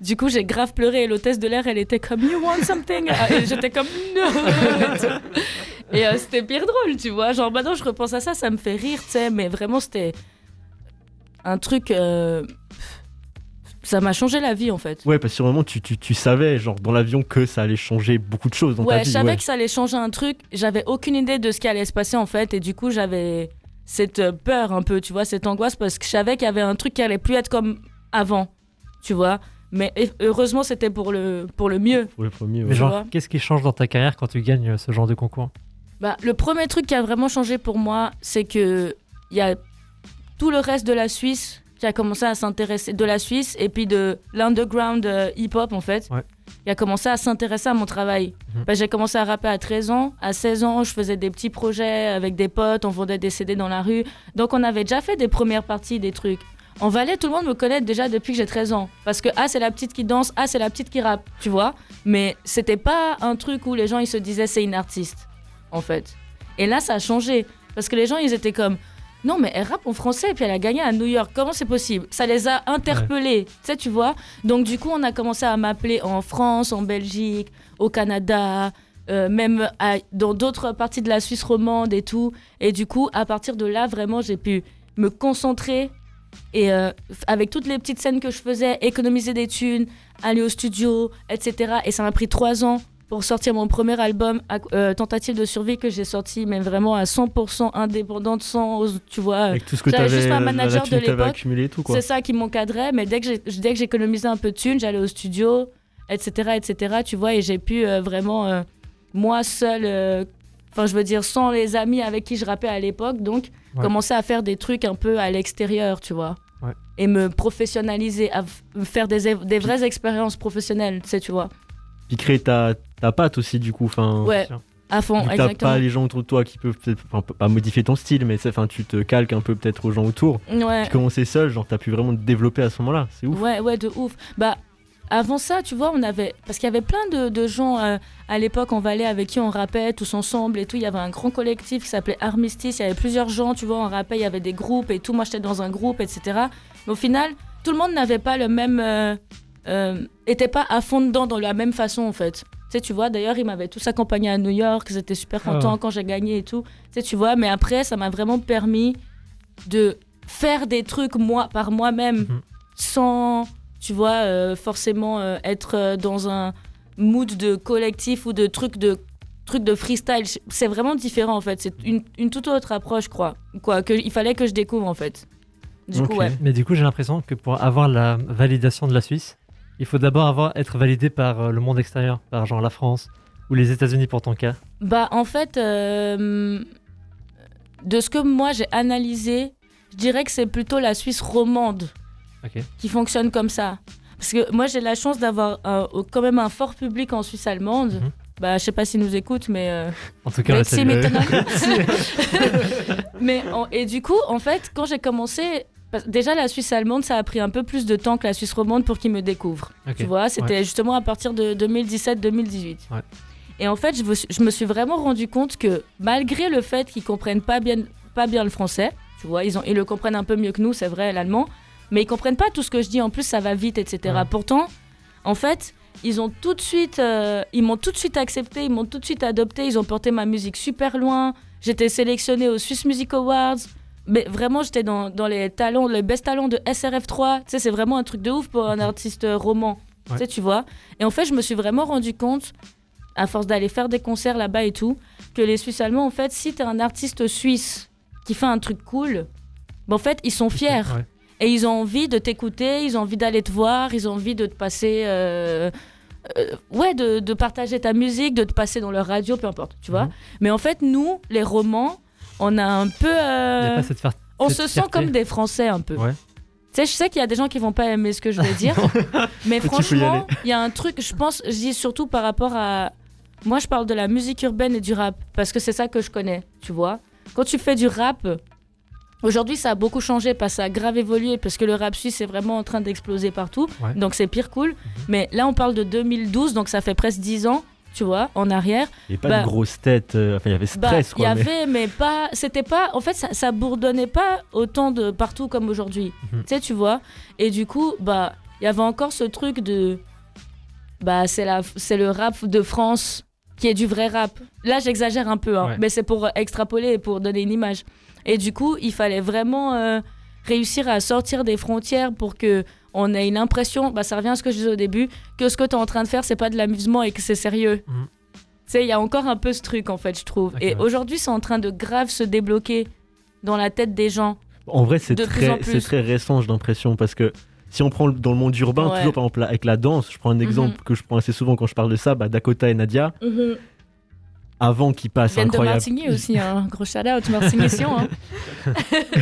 Speaker 15: Du coup, j'ai grave pleuré et l'hôtesse de l'air, elle était comme You want something Ah, Et j'étais comme No Et euh, c'était pire drôle, tu vois. Genre, maintenant, je repense à ça, ça me fait rire, tu sais, mais vraiment, c'était un truc. euh, Ça m'a changé la vie, en fait.
Speaker 2: Ouais, parce que sur le moment, tu, tu, tu savais, genre, dans l'avion, que ça allait changer beaucoup de choses dans ta
Speaker 15: ouais,
Speaker 2: vie.
Speaker 15: je savais
Speaker 2: ouais.
Speaker 15: que ça allait changer un truc. J'avais aucune idée de ce qui allait se passer en fait, et du coup j'avais cette euh, peur un peu, tu vois, cette angoisse parce que je savais qu'il y avait un truc qui allait plus être comme avant, tu vois. Mais eh, heureusement c'était pour le pour le mieux.
Speaker 2: Pour le premier,
Speaker 4: Mais
Speaker 15: Tu
Speaker 4: genre,
Speaker 15: vois.
Speaker 4: qu'est-ce qui change dans ta carrière quand tu gagnes euh, ce genre de concours
Speaker 15: Bah, le premier truc qui a vraiment changé pour moi, c'est que il y a tout le reste de la Suisse qui a commencé à s'intéresser de la Suisse et puis de l'underground euh, hip-hop en fait.
Speaker 4: Ouais.
Speaker 15: Il a commencé à s'intéresser à mon travail.
Speaker 4: Mhm.
Speaker 15: Bah, j'ai commencé à rapper à 13 ans. À 16 ans, je faisais des petits projets avec des potes, on vendait des CD dans la rue. Donc on avait déjà fait des premières parties, des trucs. En Valais, tout le monde me connaît déjà depuis que j'ai 13 ans. Parce que ah, c'est la petite qui danse, ah, c'est la petite qui rappe, tu vois. Mais c'était pas un truc où les gens ils se disaient c'est une artiste, en fait. Et là, ça a changé. Parce que les gens, ils étaient comme non, mais elle rappe en français et puis elle a gagné à New York. Comment c'est possible Ça les a interpellés, tu sais, tu vois. Donc, du coup, on a commencé à m'appeler en France, en Belgique, au Canada, euh, même à- dans d'autres parties de la Suisse romande et tout. Et du coup, à partir de là, vraiment, j'ai pu me concentrer et euh, f- avec toutes les petites scènes que je faisais, économiser des thunes, aller au studio, etc. Et ça m'a pris trois ans pour sortir mon premier album, à- euh, Tentative de survie, que j'ai sorti, mais vraiment à 100% indépendante, sans, tu vois. euh,
Speaker 2: Avec tout ce que
Speaker 15: j'avais
Speaker 2: t'avais- euh,
Speaker 15: juste un
Speaker 2: la- la
Speaker 15: manager
Speaker 2: thune
Speaker 15: de
Speaker 2: que t'avais
Speaker 15: l'époque.
Speaker 2: accumulée et tout, quoi.
Speaker 15: C'est ça qui m'encadrait, mais dès que j'ai- dès que j'économisais un peu de thunes, j'allais au studio, etc., etc., tu vois, et j'ai pu euh, vraiment, euh, moi seule, euh, enfin, je veux dire, sans les amis avec qui je rappais à l'époque, donc,
Speaker 4: Ouais.
Speaker 15: commencer à faire des trucs un peu à l'extérieur, tu vois
Speaker 4: Ouais.
Speaker 15: et me professionnaliser, à f- faire des, ev- des vraies expériences professionnelles, tu sais, tu vois.
Speaker 2: Puis créer ta, ta patte aussi, du coup.
Speaker 4: Oh,
Speaker 2: Enfin,
Speaker 15: Ouais, à fond,
Speaker 2: vu que T'as
Speaker 15: exactement.
Speaker 2: pas les gens autour de toi qui peuvent peut-être enfin, pas modifier ton style, mais c'est- enfin, tu te calques un peu peut-être aux gens autour.
Speaker 15: Ouais.
Speaker 2: Puis commencer seul, genre, t'as pu vraiment te développer à ce moment-là. C'est ouf.
Speaker 15: Ouais, ouais, de ouf. Bah, avant ça, tu vois, on avait. Parce qu'il y avait plein de, de gens euh, à l'époque en Valais avec qui on rappait tous ensemble et tout. Il y avait un grand collectif qui s'appelait Armistice. Il y avait plusieurs gens, tu vois, on rappait, il y avait des groupes et tout. Moi, j'étais dans un groupe, etc. Mais au final, tout le monde n'avait pas le même. euh, euh, était pas à fond dedans dans la même façon, en fait. Tu sais, tu vois, d'ailleurs, ils m'avaient tous accompagné à New York. Ils étaient super
Speaker 4: Ah.
Speaker 15: contents quand j'ai gagné et tout. Tu sais, tu vois, mais après, ça m'a vraiment permis de faire des trucs moi par moi-même sans tu vois euh, forcément euh, être euh, dans un mood de collectif ou de truc de truc de freestyle c'est vraiment différent en fait c'est une, une toute autre approche je crois quoi que il fallait que je découvre en fait du coup
Speaker 4: Ok.
Speaker 15: ouais
Speaker 4: Mais du coup, j'ai l'impression que pour avoir la validation de la Suisse, il faut d'abord avoir être validé par euh, le monde extérieur, par genre la France ou les États-Unis pour ton cas.
Speaker 15: Bah, en fait, euh, de ce que moi j'ai analysé, je dirais que c'est plutôt la Suisse romande
Speaker 4: Ok.
Speaker 15: qui fonctionne comme ça. Parce que moi j'ai la chance d'avoir un- quand même un fort public en Suisse allemande. Bah, je sais pas s'ils nous écoutent, mais. euh,
Speaker 4: En tout cas, on la
Speaker 15: Merci,
Speaker 4: salue.
Speaker 15: mais
Speaker 4: Merci.
Speaker 15: mais en- et du coup, en fait, quand j'ai commencé, parce- déjà la Suisse allemande, ça a pris un peu plus de temps que la Suisse romande pour qu'ils me découvrent.
Speaker 4: Ok.
Speaker 15: Tu vois, c'était
Speaker 4: Ouais.
Speaker 15: justement à partir de 2017-2018.
Speaker 4: Ouais.
Speaker 15: Et en fait, je, vous- je me suis vraiment rendu compte que malgré le fait qu'ils comprennent pas bien, pas bien le français, tu vois, ils, ont, ils le comprennent un peu mieux que nous, c'est vrai, l'allemand, mais ils comprennent pas tout ce que je dis, en plus ça va vite, etc. Pourtant, en fait, ils ont tout de suite, euh, ils m'ont tout de suite accepté, ils m'ont tout de suite adopté, ils ont porté ma musique super loin. J'étais sélectionnée aux Swiss Music Awards. Mais vraiment, j'étais dans, dans les talents, les best talents de SRF3. Tu sais, c'est vraiment un truc de ouf pour un artiste euh, roman. Tu sais, tu vois. Et en fait, je me suis vraiment rendu compte, à force d'aller faire des concerts là-bas et tout, que les Suisses allemands, en fait, si t'es un artiste suisse qui fait un truc cool, ben, en fait, ils sont fiers.
Speaker 4: Ouais.
Speaker 15: Et ils ont envie de t'écouter, ils ont envie d'aller te voir, ils ont envie de te passer. euh, euh, ouais, de, de partager ta musique, de te passer dans leur radio, peu importe, tu
Speaker 4: Mhm.
Speaker 15: vois. Mais en fait, nous, les romans, on a un peu. euh,
Speaker 4: Y a pas cette fierté-
Speaker 15: on
Speaker 4: cette
Speaker 15: se sent
Speaker 4: fierté.
Speaker 15: comme des Français un peu.
Speaker 4: Ouais.
Speaker 15: Tu sais, je sais qu'il y a des gens qui vont pas aimer ce que je vais dire, mais
Speaker 4: Tu peux y aller.
Speaker 15: franchement, il y a un truc, je pense, je dis surtout par rapport à. Moi, je parle de la musique urbaine et du rap, parce que c'est ça que je connais, tu vois. Quand tu fais du rap, aujourd'hui, ça a beaucoup changé, parce que ça a grave évolué, parce que le rap suisse est vraiment en train d'exploser partout,
Speaker 17: Ouais.
Speaker 15: donc c'est pire
Speaker 4: Mhm.
Speaker 15: cool. Mais là, on parle de 2012, donc ça fait presque 10 ans, tu vois, en arrière.
Speaker 2: Il n'y avait pas
Speaker 15: Bah,
Speaker 2: une grosse tête. euh, Enfin, il y avait
Speaker 15: bah,
Speaker 2: stress,
Speaker 15: Il y
Speaker 2: quoi. mais-
Speaker 15: avait, mais pas. C'était pas. En fait, ça, ça bourdonnait pas autant de partout comme aujourd'hui.
Speaker 2: Mhm.
Speaker 15: Tu sais, tu vois. Et du coup, bah, il y avait encore ce truc de. Bah, c'est la, c'est le rap de France qui est du vrai rap. Là, j'exagère un peu, hein,
Speaker 17: Ouais.
Speaker 15: mais c'est pour extrapoler et pour donner une image. Et du coup, il fallait vraiment euh, réussir à sortir des frontières pour que on ait une impression. Bah, ça revient à ce que je disais au début, que ce que tu es en train de faire, c'est pas de l'amusement et que c'est sérieux. Tu sais, il y a encore un peu ce truc, en fait, je trouve.
Speaker 2: Ok,
Speaker 15: Et
Speaker 2: ouais.
Speaker 15: aujourd'hui, c'est en train de grave se débloquer dans la tête des gens.
Speaker 2: En vrai, c'est
Speaker 15: De plus
Speaker 2: très,
Speaker 15: en plus.
Speaker 2: c'est très récent, j'ai l'impression, parce que si on prend le- dans le monde urbain,
Speaker 15: Ouais.
Speaker 2: toujours par exemple la- avec la danse, je prends un exemple que je prends assez souvent quand je parle de ça, bah, Dakota et Nadia,
Speaker 15: Mhm.
Speaker 2: avant qu'ils
Speaker 15: Ils
Speaker 2: passent
Speaker 15: viennent de
Speaker 2: incroyable.
Speaker 15: Martigny aussi, hein. un gros shout-out, Martigny Sion. hein.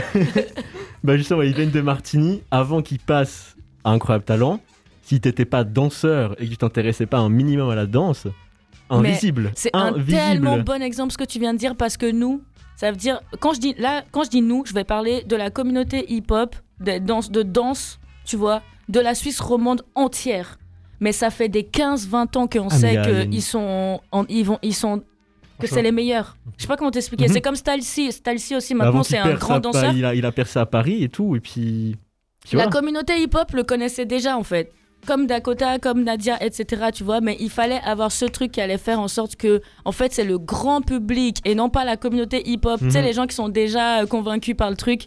Speaker 2: bah justement, ils viennent de Martini, avant qu'ils passent à incroyable talent, si t'étais pas danseur et que tu t'intéressais pas un minimum à la danse,
Speaker 15: Mais
Speaker 2: invisible.
Speaker 15: C'est un
Speaker 2: invisible.
Speaker 15: tellement bon exemple ce que tu viens de dire parce que nous, ça veut dire quand je dis là, quand je dis nous, je vais parler de la communauté hip-hop, des danses de danse, tu vois, de la Suisse romande entière. Mais ça fait des 15-20 ans
Speaker 17: Ah,
Speaker 15: qu'on
Speaker 17: mais il
Speaker 15: sait
Speaker 17: y a- il y a une-
Speaker 15: qu'ils sont, en- ils vont, ils sont, que
Speaker 2: Franchement.
Speaker 15: c'est les meilleurs. Je sais pas comment t'expliquer.
Speaker 2: Mhm.
Speaker 15: C'est comme Stalcy, Stalcy aussi.
Speaker 2: Bah, avant
Speaker 15: Maintenant,
Speaker 2: qu'il
Speaker 15: c'est un
Speaker 2: perce à
Speaker 15: grand
Speaker 2: Pa-
Speaker 15: danseur.
Speaker 2: il, a, il a percé à Paris et tout, et puis. puis
Speaker 15: La
Speaker 2: voilà.
Speaker 15: communauté hip-hop le connaissait déjà en fait. Comme Dakota, comme Nadia, etc. Tu vois, mais il fallait avoir ce truc qui allait faire en sorte que, en fait, c'est le grand public et non pas la communauté hip-hop. Tu sais,
Speaker 17: Mhm.
Speaker 15: les gens qui sont déjà euh, convaincus par le truc.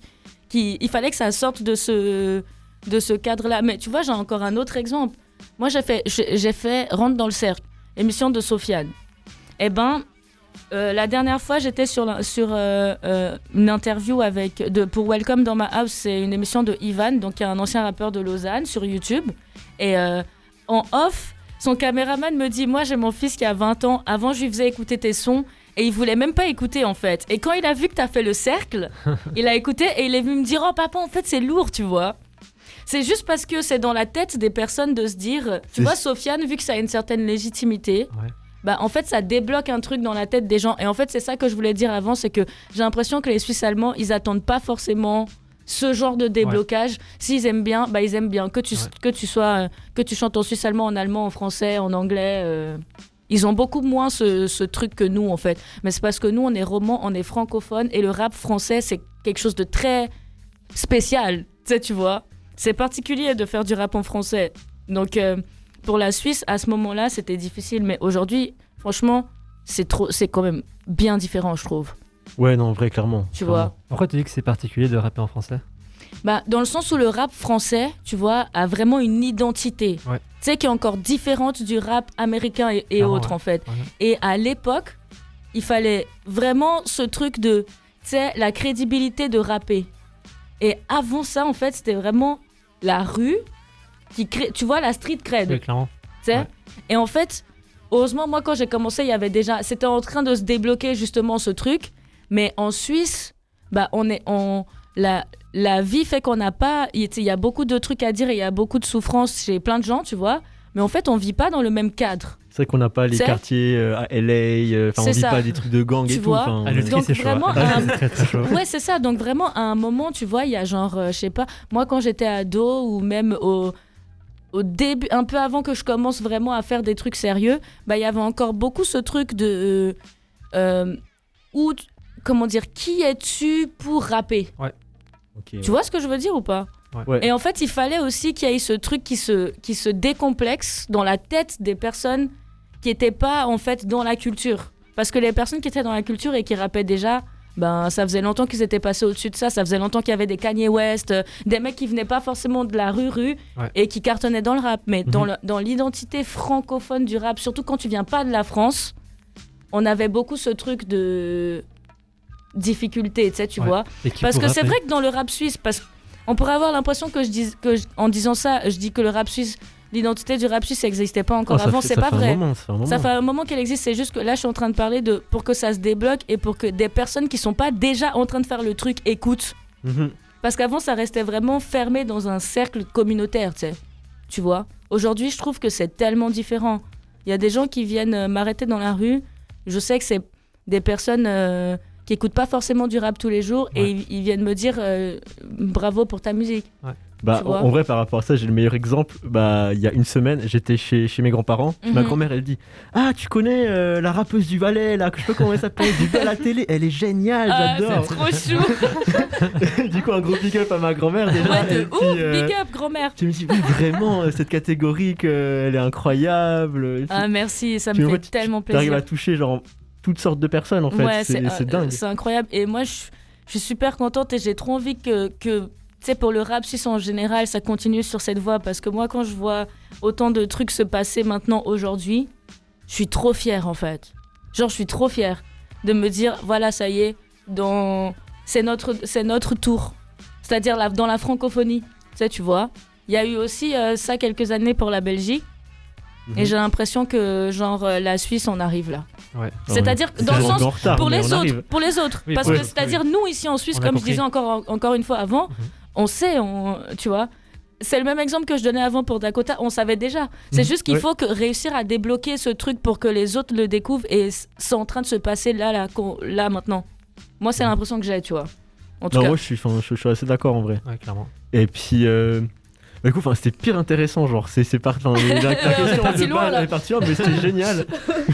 Speaker 15: Qui, il fallait que ça sorte de ce, de ce cadre-là. Mais tu vois, j'ai encore un autre exemple. Moi, j'ai fait, j'ai j'ai fait Rentre dans le cercle, émission de Sofiane. Eh ben, euh, la dernière fois, j'étais sur, la- sur euh, euh, une interview avec, de, pour Welcome dans ma house. C'est une émission de Ivan, donc qui est un ancien rappeur de Lausanne, sur YouTube. Et euh, en off, son caméraman me dit Moi, j'ai mon fils qui a 20 ans. Avant, je lui faisais écouter tes sons. Et il voulait même pas écouter en fait. Et quand il a vu que t'as fait le cercle, il a écouté et il est venu me dire Oh papa, en fait, c'est lourd, tu vois. C'est juste parce que c'est dans la tête des personnes de se dire, tu
Speaker 17: C'est-
Speaker 15: vois, Sofiane, vu que ça a une certaine légitimité, bah en fait, ça débloque un truc dans la tête des gens. Et en fait, c'est ça que je voulais dire avant, c'est que j'ai l'impression que les Suisses allemands, ils attendent pas forcément ce genre de déblocage. S'ils aiment bien, bah ils aiment bien que tu que tu sois euh, que tu chantes en suisse allemand, en allemand, en français, en anglais. euh, Ils ont beaucoup moins ce, ce truc que nous en fait. Mais c'est parce que nous, on est roman, on est francophone et le rap français, c'est quelque chose de très spécial, tu sais, tu vois. C'est particulier de faire du rap en français. Donc, euh, pour la Suisse, à ce moment-là, c'était difficile. Mais aujourd'hui, franchement, c'est trop, c'est quand même bien différent, je trouve.
Speaker 2: Ouais, non, en vrai, clairement.
Speaker 15: Tu vois.
Speaker 4: Pourquoi tu dis que c'est particulier de rapper en français
Speaker 15: Bah, dans le sens où le rap français, tu vois, a vraiment une identité.
Speaker 4: Ouais.
Speaker 15: Tu sais, qui est encore différente du rap américain et, et
Speaker 17: Clairement,
Speaker 15: autres,
Speaker 17: ouais.
Speaker 15: en fait. Et à l'époque, il fallait vraiment ce truc de, tu sais, la crédibilité de rapper. Et avant ça, en fait, c'était vraiment la rue qui crée, tu vois, la street cred.
Speaker 4: Oui, clairement.
Speaker 15: Tu sais Et en fait, heureusement, moi, quand j'ai commencé, il y avait déjà. C'était en train de se débloquer, justement, ce truc. Mais en Suisse, bah, on est. On, la, la vie fait qu'on n'a pas. Il il y a beaucoup de trucs à dire et il y a beaucoup de souffrances chez plein de gens, tu vois. Mais en fait, on vit pas dans le même cadre.
Speaker 2: C'est vrai qu'on n'a pas les
Speaker 15: C'est-
Speaker 2: quartiers euh, à LA, euh, enfin on
Speaker 15: C'est
Speaker 2: vit
Speaker 15: ça.
Speaker 2: pas des trucs de gang
Speaker 15: Tu
Speaker 2: et tout.
Speaker 15: vois
Speaker 2: enfin,
Speaker 15: Ah, le tri, Donc c'est chaud, vraiment, hein. un- C'est très, très
Speaker 2: chaud.
Speaker 15: Ouais, c'est ça. Donc vraiment, à un moment, tu vois, il y a genre, euh, je sais pas, moi quand j'étais ado ou même au, au début, un peu avant que je commence vraiment à faire des trucs sérieux, bah il y avait encore beaucoup ce truc de euh, euh, où, tu- comment dire, qui es-tu pour rapper
Speaker 4: Ouais.
Speaker 15: Tu vois ce que je veux dire ou pas
Speaker 4: Ouais.
Speaker 2: Ouais.
Speaker 15: Et en fait, il fallait aussi qu'il y ait ce truc qui se, qui se décomplexe dans la tête des personnes qui n'étaient pas en fait dans la culture. Parce que les personnes qui étaient dans la culture et qui rappaient déjà, ben ça faisait longtemps qu'ils étaient passés au-dessus de ça. Ça faisait longtemps qu'il y avait des Kanye West, euh, des mecs qui venaient pas forcément de la rue-rue
Speaker 4: Ouais.
Speaker 15: et qui cartonnaient dans le rap. Mais dans
Speaker 4: Mhm.
Speaker 15: le- dans l'identité francophone du rap, surtout quand tu viens pas de la France, on avait beaucoup ce truc de difficulté, tu sais, tu
Speaker 17: Ouais.
Speaker 15: vois.
Speaker 17: L'équipe
Speaker 15: Parce
Speaker 17: au
Speaker 15: que
Speaker 17: rap,
Speaker 15: c'est
Speaker 17: elle-
Speaker 15: vrai que dans le rap suisse, parce on pourrait avoir l'impression que je dis que je- en disant ça, je dis que le rap suisse, l'identité du rap suisse n'existait pas encore
Speaker 4: Oh, ça
Speaker 15: avant.
Speaker 4: fait-
Speaker 15: C'est
Speaker 4: ça
Speaker 15: pas
Speaker 4: fait un
Speaker 15: vrai.
Speaker 4: moment, ça fait un moment.
Speaker 15: Ça fait un moment qu'elle existe. C'est juste que là, je suis en train de parler de pour que ça se débloque et pour que des personnes qui sont pas déjà en train de faire le truc écoutent.
Speaker 2: Mhm.
Speaker 15: Parce qu'avant, ça restait vraiment fermé dans un cercle communautaire, tu sais. Tu vois Aujourd'hui, je trouve que c'est tellement différent. Il y a des gens qui viennent euh, m'arrêter dans la rue. Je sais que c'est des personnes euh, qui écoutent pas forcément du rap tous les jours et ils, ils viennent me dire euh, bravo pour ta musique.
Speaker 2: Bah,
Speaker 15: Tu
Speaker 2: en
Speaker 15: vois
Speaker 2: en vrai, par rapport à ça, j'ai le meilleur exemple. Bah, il y a une semaine, j'étais chez, chez mes grands-parents. puis Ma
Speaker 15: Mhm.
Speaker 2: grand-mère, elle dit Ah, tu connais euh, la rappeuse du Valais, là, que je sais pas comment elle s'appelle, du à la télé, elle est géniale,
Speaker 15: Ah,
Speaker 2: j'adore.
Speaker 15: c'est trop chou.
Speaker 2: du coup, un gros big up à ma grand-mère déjà. et puis,
Speaker 15: Ouf,
Speaker 2: euh,
Speaker 15: big up, grand-mère.
Speaker 2: Tu me dis Oui, vraiment, euh, cette catégorie, que- elle est incroyable. Et puis-
Speaker 15: Ah merci, ça
Speaker 2: puis,
Speaker 15: me
Speaker 2: en
Speaker 15: fait
Speaker 2: fait, tu-
Speaker 15: tellement
Speaker 2: tu arrives
Speaker 15: plaisir.
Speaker 2: à toucher, genre, toutes sortes de personnes, en fait.
Speaker 15: Ouais,
Speaker 2: c'est
Speaker 15: euh,
Speaker 2: c'est dingue.
Speaker 15: C'est incroyable. Et moi, je, je suis super contente et j'ai trop envie que, que tu sais, pour le rap suisse en général, ça continue sur cette voie. Parce que moi, quand je vois autant de trucs se passer maintenant, aujourd'hui, je suis trop fière, en fait. Genre, je suis trop fière de me dire, voilà, ça y est, dans... c'est notre, c'est notre tour. C'est-à-dire la- dans la francophonie, tu sais, tu vois. Il y a eu aussi euh, ça quelques années pour la Belgique.
Speaker 17: Mhm.
Speaker 15: Et j'ai l'impression que, genre, euh, la Suisse, on arrive là.
Speaker 4: Ouais.
Speaker 15: C'est-à-dire que dans le sens pour les autres, pour les autres,
Speaker 4: Oui,
Speaker 15: parce
Speaker 4: pour
Speaker 15: que
Speaker 4: les autres,
Speaker 15: c'est-à-dire
Speaker 4: oui.
Speaker 15: nous ici en Suisse,
Speaker 4: On a
Speaker 15: comme je
Speaker 4: compris.
Speaker 15: disais encore encore une fois avant,
Speaker 2: Mhm.
Speaker 15: on sait, on, tu vois. C'est le même exemple que je donnais avant pour Dakota, on savait déjà. C'est
Speaker 17: Mhm.
Speaker 15: juste qu'il
Speaker 17: Ouais.
Speaker 15: faut que réussir à débloquer ce truc pour que les autres le découvrent et s- c'est en train de se passer là, là, qu'on- là maintenant. Moi,
Speaker 2: Mhm.
Speaker 15: c'est l'impression que j'ai, tu vois. En tout
Speaker 2: Non,
Speaker 15: cas,
Speaker 2: moi je suis, enfin, je, je suis assez d'accord en vrai.
Speaker 4: Ouais, clairement.
Speaker 2: Et puis, euh, bah, du coup, enfin, c'était pire intéressant, genre, c'est, c'est par- enfin, la, la
Speaker 4: Ouais, on est
Speaker 2: question
Speaker 4: parti
Speaker 2: de
Speaker 4: loin,
Speaker 2: base,
Speaker 4: là.
Speaker 2: elle est partie loin, oh, mais c'était génial.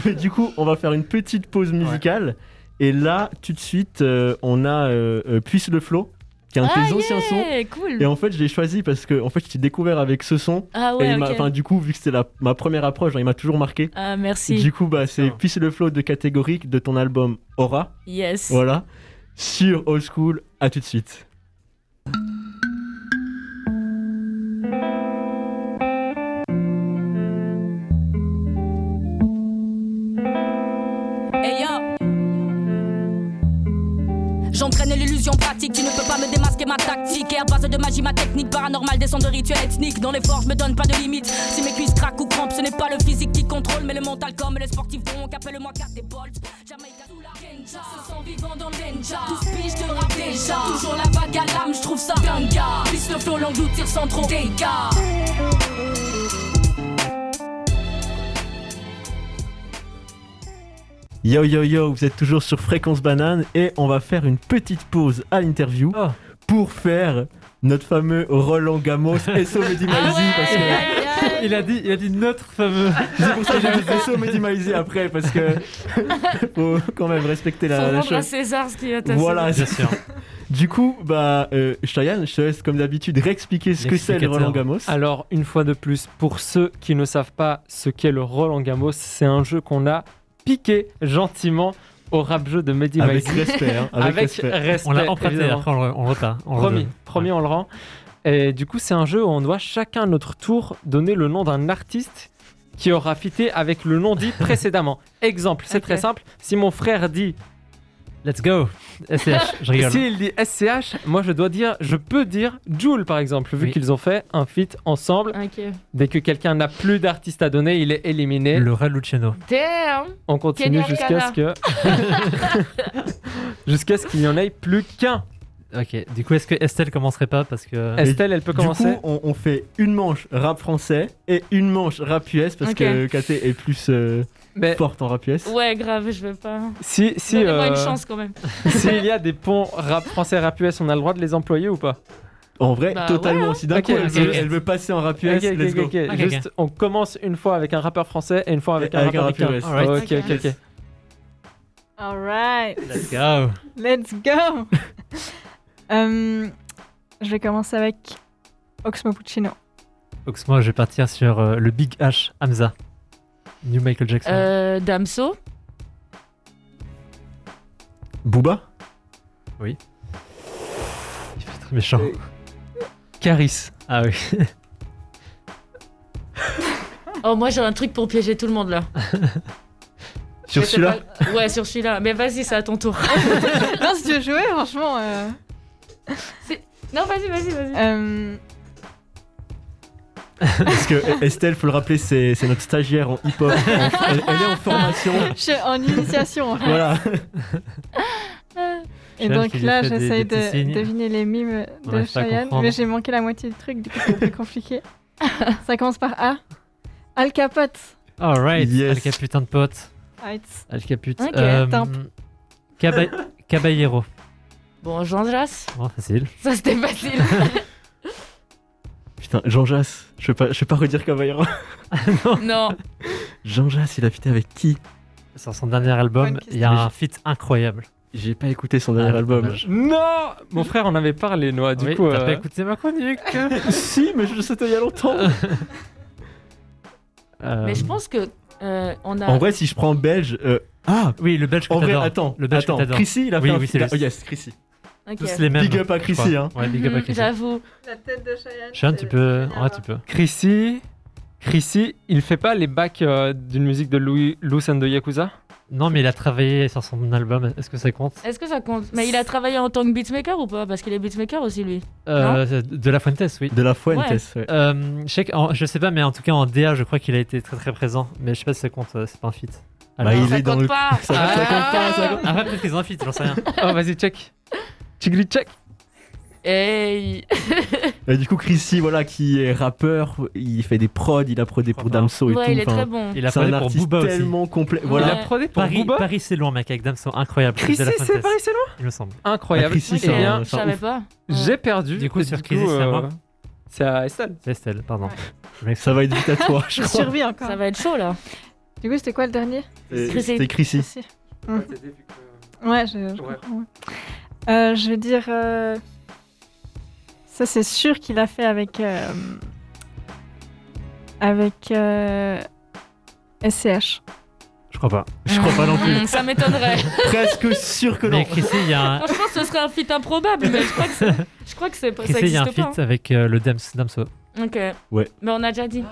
Speaker 2: Mais du coup, on va faire une petite pause musicale. Et là, tout de suite, euh, on a euh, euh, Puisse le Flow, qui est un
Speaker 15: Ah,
Speaker 2: de tes anciens sons.
Speaker 15: yeah, cool.
Speaker 2: Et en fait, je l'ai choisi parce que en fait, je t'ai découvert avec ce son.
Speaker 15: Ah ouais,
Speaker 2: et il m'a-
Speaker 15: ok.
Speaker 2: enfin, du coup, vu que c'était la- ma première approche, genre, il m'a toujours marqué.
Speaker 15: Ah, merci.
Speaker 2: Du coup, bah, c'est Puisse le Flow de catégorique de ton album Aura.
Speaker 15: Yes.
Speaker 2: Voilà. Sur Old School, à tout de suite.
Speaker 16: Hey yo J'entraîne l'illusion pratique, tu ne peux pas me démasquer ma tactique Et à base de magie, ma technique paranormale descend de rituels ethniques Dans l'effort, je me donne pas de limite Si mes cuisses craquent ou crampent, ce n'est pas le physique qui contrôle Mais le mental comme les sportifs donc Appelle-moi 4 des bolts Jamaica sous la Kenja Se sent vivant dans le Denja Tous piges de rap déjà Toujours la vague à l'âme, je trouve ça dingue Pisse le flow, l'engloutir sans trop dégâts
Speaker 2: Yo yo yo, vous êtes toujours sur Fréquence Banane et on va faire une petite pause à l'interview
Speaker 15: Ah.
Speaker 2: pour faire notre fameux Roland Gamos SO Mehdi
Speaker 15: Ah
Speaker 2: Maizi, parce que
Speaker 4: il a dit il a dit notre fameux.
Speaker 2: C'est pour ça que j'ai mis SO Mehdi Maizi après parce que faut quand même respecter la,
Speaker 15: faut
Speaker 2: la
Speaker 15: rendre à
Speaker 2: chose.
Speaker 15: César ce qu'il a
Speaker 2: Voilà,
Speaker 15: c'est
Speaker 2: c'est- Du coup, bah euh, Cheyenne, je te laisse comme d'habitude réexpliquer ce que c'est le Roland Gamos.
Speaker 3: Alors, une fois de plus, pour ceux qui ne savent pas ce qu'est le Roland Gamos, c'est un jeu qu'on a piqué gentiment au rap jeu de Mehdi
Speaker 4: Avec
Speaker 3: Maizi.
Speaker 4: respect, hein, avec
Speaker 3: Avec
Speaker 4: respect.
Speaker 3: respect,
Speaker 4: On l'a emprunté,
Speaker 3: évidemment.
Speaker 4: après, on le- on le retint, on le
Speaker 3: promis,
Speaker 4: redonne.
Speaker 3: promis, on le rend. Et du coup, c'est un jeu où on doit chacun à notre tour donner le nom d'un artiste qui aura fité avec le nom dit précédemment. Exemple, c'est très simple. Si mon frère dit
Speaker 4: Let's go. SCH, je rigole.
Speaker 3: S'il dit SCH, moi je dois dire, je peux dire Joule par exemple, vu
Speaker 4: Oui.
Speaker 3: qu'ils ont fait un feat ensemble.
Speaker 15: Ok.
Speaker 3: Dès que quelqu'un n'a plus d'artiste à donner, il est éliminé.
Speaker 4: Le Raluciano.
Speaker 15: Damn
Speaker 3: On continue jusqu'à ce que jusqu'à ce qu'il n'y en ait plus qu'un.
Speaker 4: Ok. Du coup, est-ce que Estelle commencerait pas parce que
Speaker 3: Estelle, elle peut
Speaker 2: Du
Speaker 3: commencer
Speaker 2: coup, on, on fait une manche rap français et une manche rap US parce
Speaker 15: Ok.
Speaker 2: que KT est plus euh,
Speaker 3: Mais-
Speaker 2: forte en rap US.
Speaker 15: Ouais, grave, je veux pas.
Speaker 3: Si, si,
Speaker 15: Donnez-moi une
Speaker 3: euh,
Speaker 15: chance quand même.
Speaker 3: S'il y a des ponts rap français rap US, on a le droit de les employer ou pas
Speaker 2: En vrai,
Speaker 3: Bah
Speaker 2: totalement.
Speaker 3: ouais, hein.
Speaker 2: Si d'un
Speaker 3: Ok,
Speaker 2: coup, elle,
Speaker 3: ok,
Speaker 2: veut,
Speaker 3: ok.
Speaker 2: elle veut passer en rap US,
Speaker 3: Ok, ok,
Speaker 2: let's go.
Speaker 3: ok, ok. Juste, on commence une fois avec un rappeur français et une fois avec
Speaker 2: Et
Speaker 3: un
Speaker 2: avec
Speaker 3: rappeur
Speaker 2: un rappeur
Speaker 3: américain.
Speaker 2: US. Alright.
Speaker 3: Ok, ok, ok.
Speaker 7: All right.
Speaker 4: Let's go.
Speaker 7: Let's go. Euh, je vais commencer avec Oxmo Puccino.
Speaker 4: Oxmo, je vais partir sur euh, le Big H Hamza. New Michael Jackson.
Speaker 15: Euh, Damso.
Speaker 2: Booba
Speaker 4: Oui. Il fait très méchant.
Speaker 3: Caris.
Speaker 4: Ah oui.
Speaker 15: Oh, moi j'ai un truc pour piéger tout le monde là.
Speaker 2: Ah, Sur
Speaker 15: Mais c'est
Speaker 2: celui-là
Speaker 15: pas- Ouais, sur celui-là. Mais vas-y, c'est à ton tour.
Speaker 7: non, si tu veux jouer, franchement. euh,
Speaker 15: Non, vas-y, vas-y, vas-y.
Speaker 7: euh,
Speaker 2: Parce que E- Estelle, faut le rappeler, c'est c'est notre stagiaire en hip-hop. Elle, elle est en formation.
Speaker 7: je suis en initiation. en fait.
Speaker 2: Voilà.
Speaker 7: Et
Speaker 2: Cheyenne
Speaker 7: donc
Speaker 2: qui lui
Speaker 7: là,
Speaker 2: fait des-
Speaker 7: j'essaye
Speaker 2: des
Speaker 7: de
Speaker 2: petits signes.
Speaker 7: deviner les mimes
Speaker 2: On
Speaker 7: de
Speaker 2: n'arrive pas à
Speaker 7: Cheyenne,
Speaker 2: comprendre.
Speaker 7: mais j'ai manqué la moitié du truc, du coup c'est plus compliqué. Ça commence par A. Al Capote.
Speaker 4: Alright. Yes. Alca putain de pote.
Speaker 7: Right.
Speaker 4: Alca putain.
Speaker 15: Ok,
Speaker 4: Euh,
Speaker 15: attends.
Speaker 4: Caba- Caballero.
Speaker 15: Bon, Jean Jass.
Speaker 4: Bon, facile.
Speaker 15: Ça c'était facile.
Speaker 2: Putain, Jean Jass. Je vais pas, je vais pas redire Caballero.
Speaker 15: non.
Speaker 2: Euh. Jean Jass, il a fité avec qui
Speaker 4: Sur son dernier album, il y a un feat incroyable.
Speaker 2: J'ai pas écouté son
Speaker 3: Ah,
Speaker 2: dernier album.
Speaker 3: Non Mon frère en avait parlé, Noah, du
Speaker 4: Oui,
Speaker 3: coup. euh,
Speaker 4: t'as pas écouté ma chronique
Speaker 2: Si, mais je c'était il y a longtemps.
Speaker 15: Mais je pense que. euh, on a...
Speaker 2: En vrai, si je prends Belge. euh, Ah
Speaker 4: Oui, le Belge que
Speaker 2: En vrai,
Speaker 4: t'adores.
Speaker 2: attends.
Speaker 4: Le Belge que
Speaker 2: attends.
Speaker 4: t'adores.
Speaker 2: Chrissy, il a
Speaker 4: Oui,
Speaker 2: fait un
Speaker 4: oui,
Speaker 2: feat-
Speaker 4: c'est
Speaker 2: il a-
Speaker 4: lui.
Speaker 2: oh, yes, Chrissy.
Speaker 15: Ok.
Speaker 4: Tous les mêmes.
Speaker 2: Big up à
Speaker 4: je
Speaker 2: Chrissy,
Speaker 4: crois.
Speaker 2: hein.
Speaker 4: Ouais, big up à
Speaker 15: Mhm,
Speaker 4: Chrissy.
Speaker 15: J'avoue.
Speaker 7: La tête de Cheyenne.
Speaker 4: Sean, tu peux. Ouais, tu peux.
Speaker 3: Chrissy. Chrissy, il fait pas les bacs euh, d'une musique de Louis Lucen de Yakuza
Speaker 4: Non, mais il a travaillé sur son album. Est-ce que ça compte
Speaker 15: Est-ce que ça compte Mais il a travaillé en tant que beatmaker ou pas Parce qu'il est beatmaker aussi lui.
Speaker 4: Euh, De la Fuentes, oui.
Speaker 2: De la Fuentes,
Speaker 15: Ouais.
Speaker 2: ouais.
Speaker 4: Euh, je, sais, que- en- je sais pas, mais en tout cas en DA, je crois qu'il a été très très présent. Mais je sais pas si ça compte, euh, c'est pas un feat.
Speaker 2: Bah, il est dans le.
Speaker 15: Ah,
Speaker 2: Ça, ça compte pas, ça compte-
Speaker 4: Ah, ouais, peut-être qu'ils ont un feat, j'en sais rien.
Speaker 3: Oh, vas-y, check. Chigli, check.
Speaker 15: Hey ah.
Speaker 2: Et du coup, Chrissy, voilà, qui est rappeur, il fait des prods, hein. Oh, il a prodé pour Damso et
Speaker 15: Ouais,
Speaker 2: tout.
Speaker 15: il est
Speaker 2: enfin,
Speaker 15: très bon.
Speaker 4: Il a
Speaker 2: c'est un
Speaker 4: prodé pour
Speaker 2: artiste
Speaker 4: Booba aussi.
Speaker 2: tellement complet.
Speaker 3: Il
Speaker 2: Voilà.
Speaker 3: a prodé pour
Speaker 4: Paris,
Speaker 3: Booba.
Speaker 4: Paris c'est loin, mec, avec Damso, incroyable.
Speaker 3: Chrissy,
Speaker 4: De La
Speaker 3: c'est
Speaker 4: Fuentes,
Speaker 3: Paris, c'est loin
Speaker 4: Il me semble.
Speaker 2: Ah,
Speaker 3: Incroyable.
Speaker 2: Chrissy,
Speaker 3: Eh
Speaker 2: c'est
Speaker 3: bien,
Speaker 2: un-
Speaker 15: Je
Speaker 2: c'est un
Speaker 15: savais
Speaker 2: ouf.
Speaker 15: pas.
Speaker 3: j'ai perdu.
Speaker 4: Du coup,
Speaker 3: Et
Speaker 4: sur Chrissy, c'est à
Speaker 3: euh,
Speaker 4: moi.
Speaker 3: C'est à Estelle.
Speaker 4: C'est Estelle, pardon. Je m'excuse.
Speaker 2: Ça va être vite à toi, je
Speaker 7: Je
Speaker 2: crois.
Speaker 7: survis encore.
Speaker 15: Ça va être chaud là.
Speaker 7: Du coup, c'était quoi le dernier
Speaker 2: Et
Speaker 15: Chrissy.
Speaker 2: C'était Chrissy.
Speaker 7: Ici.
Speaker 15: Bah,
Speaker 7: Mm. Ouais, je, je
Speaker 3: Ouais.
Speaker 7: comprends. ouais. Euh, je vais dire. euh, Ça, c'est sûr qu'il a fait avec. euh, Avec. euh, SCH.
Speaker 4: Je crois pas.
Speaker 2: Je crois pas non plus.
Speaker 15: Hmm, ça m'étonnerait.
Speaker 2: Presque sûr que non.
Speaker 4: Mais Chrissy, il y a un,
Speaker 15: Franchement, ce serait un feat improbable, mais je crois que c'est. Je crois que c'est ça
Speaker 4: Chrissy, il y a un
Speaker 15: existe pas.
Speaker 4: feat avec euh, le Dams, Damso.
Speaker 15: hein. Ok.
Speaker 2: Ouais.
Speaker 15: Mais on a déjà dit.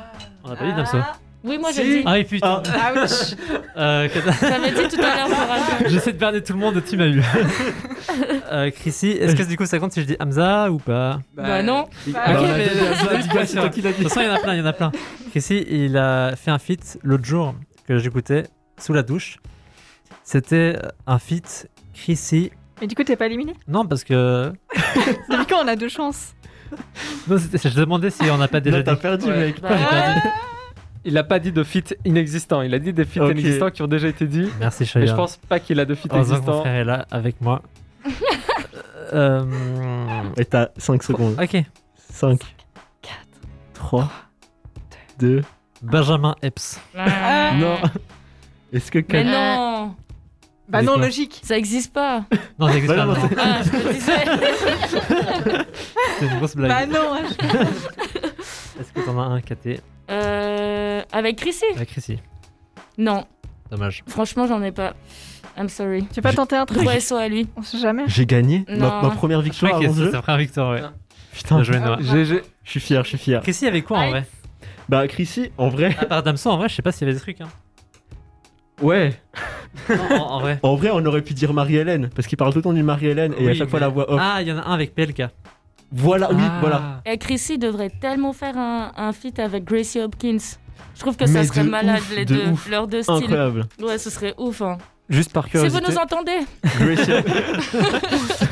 Speaker 4: On a pas dit Damso
Speaker 15: Oui, moi
Speaker 4: Si.
Speaker 15: j'ai dit.
Speaker 4: Ah oui, putain.
Speaker 7: Ouch
Speaker 4: Euh, que-
Speaker 15: J'avais dit tout à l'heure pour Rachel.
Speaker 4: J'essaie de berner tout le monde, tu m'as eu. euh, Chrissy, est-ce que du coup ça compte si je dis Hamza ou pas
Speaker 15: Bah non.
Speaker 3: Ok,
Speaker 2: Bah, on a
Speaker 3: mais-
Speaker 2: dit Hamza, dis pas, c'est toi qui l'as
Speaker 4: De toute façon, il y en a plein, il y en a plein. Chrissy, il a fait un feat l'autre jour que j'écoutais sous la douche. C'était un feat Chrissy.
Speaker 7: Mais du coup, t'es pas éliminé
Speaker 4: Non, parce que.
Speaker 7: Depuis quand on a deux chances
Speaker 4: Non, c'était- je demandais si on n'a pas déjà
Speaker 2: Là, t'as
Speaker 4: dit.
Speaker 2: perdu,
Speaker 3: Ouais.
Speaker 15: Bah.
Speaker 2: mec.
Speaker 4: J'ai perdu.
Speaker 3: Il a pas dit de feat inexistant. Il a dit des feats
Speaker 2: Ok. Oh,
Speaker 3: inexistants qui ont déjà été dit.
Speaker 4: Merci,
Speaker 3: Mais
Speaker 4: Chaya.
Speaker 3: je pense pas qu'il a de feat
Speaker 4: Heureusement que mon
Speaker 3: existant.
Speaker 4: frère est là avec moi. euh...
Speaker 2: Et t'as 5 secondes.
Speaker 4: Ok.
Speaker 2: 5, 3, 2.
Speaker 4: Benjamin Epps.
Speaker 15: Ah.
Speaker 2: Non. Est-ce que
Speaker 15: Mais
Speaker 2: quelqu'un.
Speaker 15: non.
Speaker 7: Bah
Speaker 4: Mais
Speaker 7: non,
Speaker 4: quoi
Speaker 7: logique
Speaker 15: Euh, Ça existe pas.
Speaker 4: Non, ça existe
Speaker 2: Bah
Speaker 4: pas.
Speaker 2: non,
Speaker 4: non.
Speaker 15: Ah, je me disais.
Speaker 4: C'est une grosse blague.
Speaker 7: Bah non hein, je-
Speaker 4: Est-ce que t'en as un KT
Speaker 15: Euh, avec Chrissy
Speaker 4: avec Chrissy
Speaker 15: Non.
Speaker 4: Dommage.
Speaker 15: Franchement, j'en ai pas. I'm sorry.
Speaker 7: Tu veux pas tenter un truc
Speaker 15: Trois SO à lui.
Speaker 7: On sait jamais.
Speaker 2: J'ai gagné ma,
Speaker 15: Non.
Speaker 2: ma première victoire
Speaker 4: que
Speaker 2: avant
Speaker 4: c'est
Speaker 2: jeu.
Speaker 4: sa première victoire, ouais.
Speaker 2: Putain,
Speaker 4: Bien joué, Noah.
Speaker 3: GG.
Speaker 2: je suis fier, je suis fier.
Speaker 4: Chrissy avait quoi en vrai
Speaker 2: Bah, Chrissy, en
Speaker 15: Ah.
Speaker 2: vrai.
Speaker 4: À part Damso, en vrai, je sais pas s'il y avait des trucs. Hein.
Speaker 2: Ouais.
Speaker 4: Non, en, en vrai.
Speaker 2: En vrai, on aurait pu dire Marie-Hélène, parce qu'il parle tout le temps d'une Marie-Hélène et à
Speaker 4: Oui,
Speaker 2: chaque fois
Speaker 4: mais-
Speaker 2: la voix off.
Speaker 4: Ah, il y en a un avec PLK.
Speaker 2: Voilà, oui,
Speaker 15: Ah.
Speaker 2: voilà.
Speaker 15: Et Chrissy devrait tellement faire un, un feat avec Gracie Hopkins. Je trouve que
Speaker 2: Mais
Speaker 15: ça serait
Speaker 2: de
Speaker 15: malade,
Speaker 2: ouf,
Speaker 15: les
Speaker 2: de
Speaker 15: deux,
Speaker 2: ouf.
Speaker 15: leurs deux styles.
Speaker 2: Incroyable.
Speaker 15: Ouais, ce serait ouf. hein.
Speaker 3: Juste par
Speaker 15: Si vous
Speaker 3: curiosité.
Speaker 15: nous entendez,
Speaker 2: Gracie-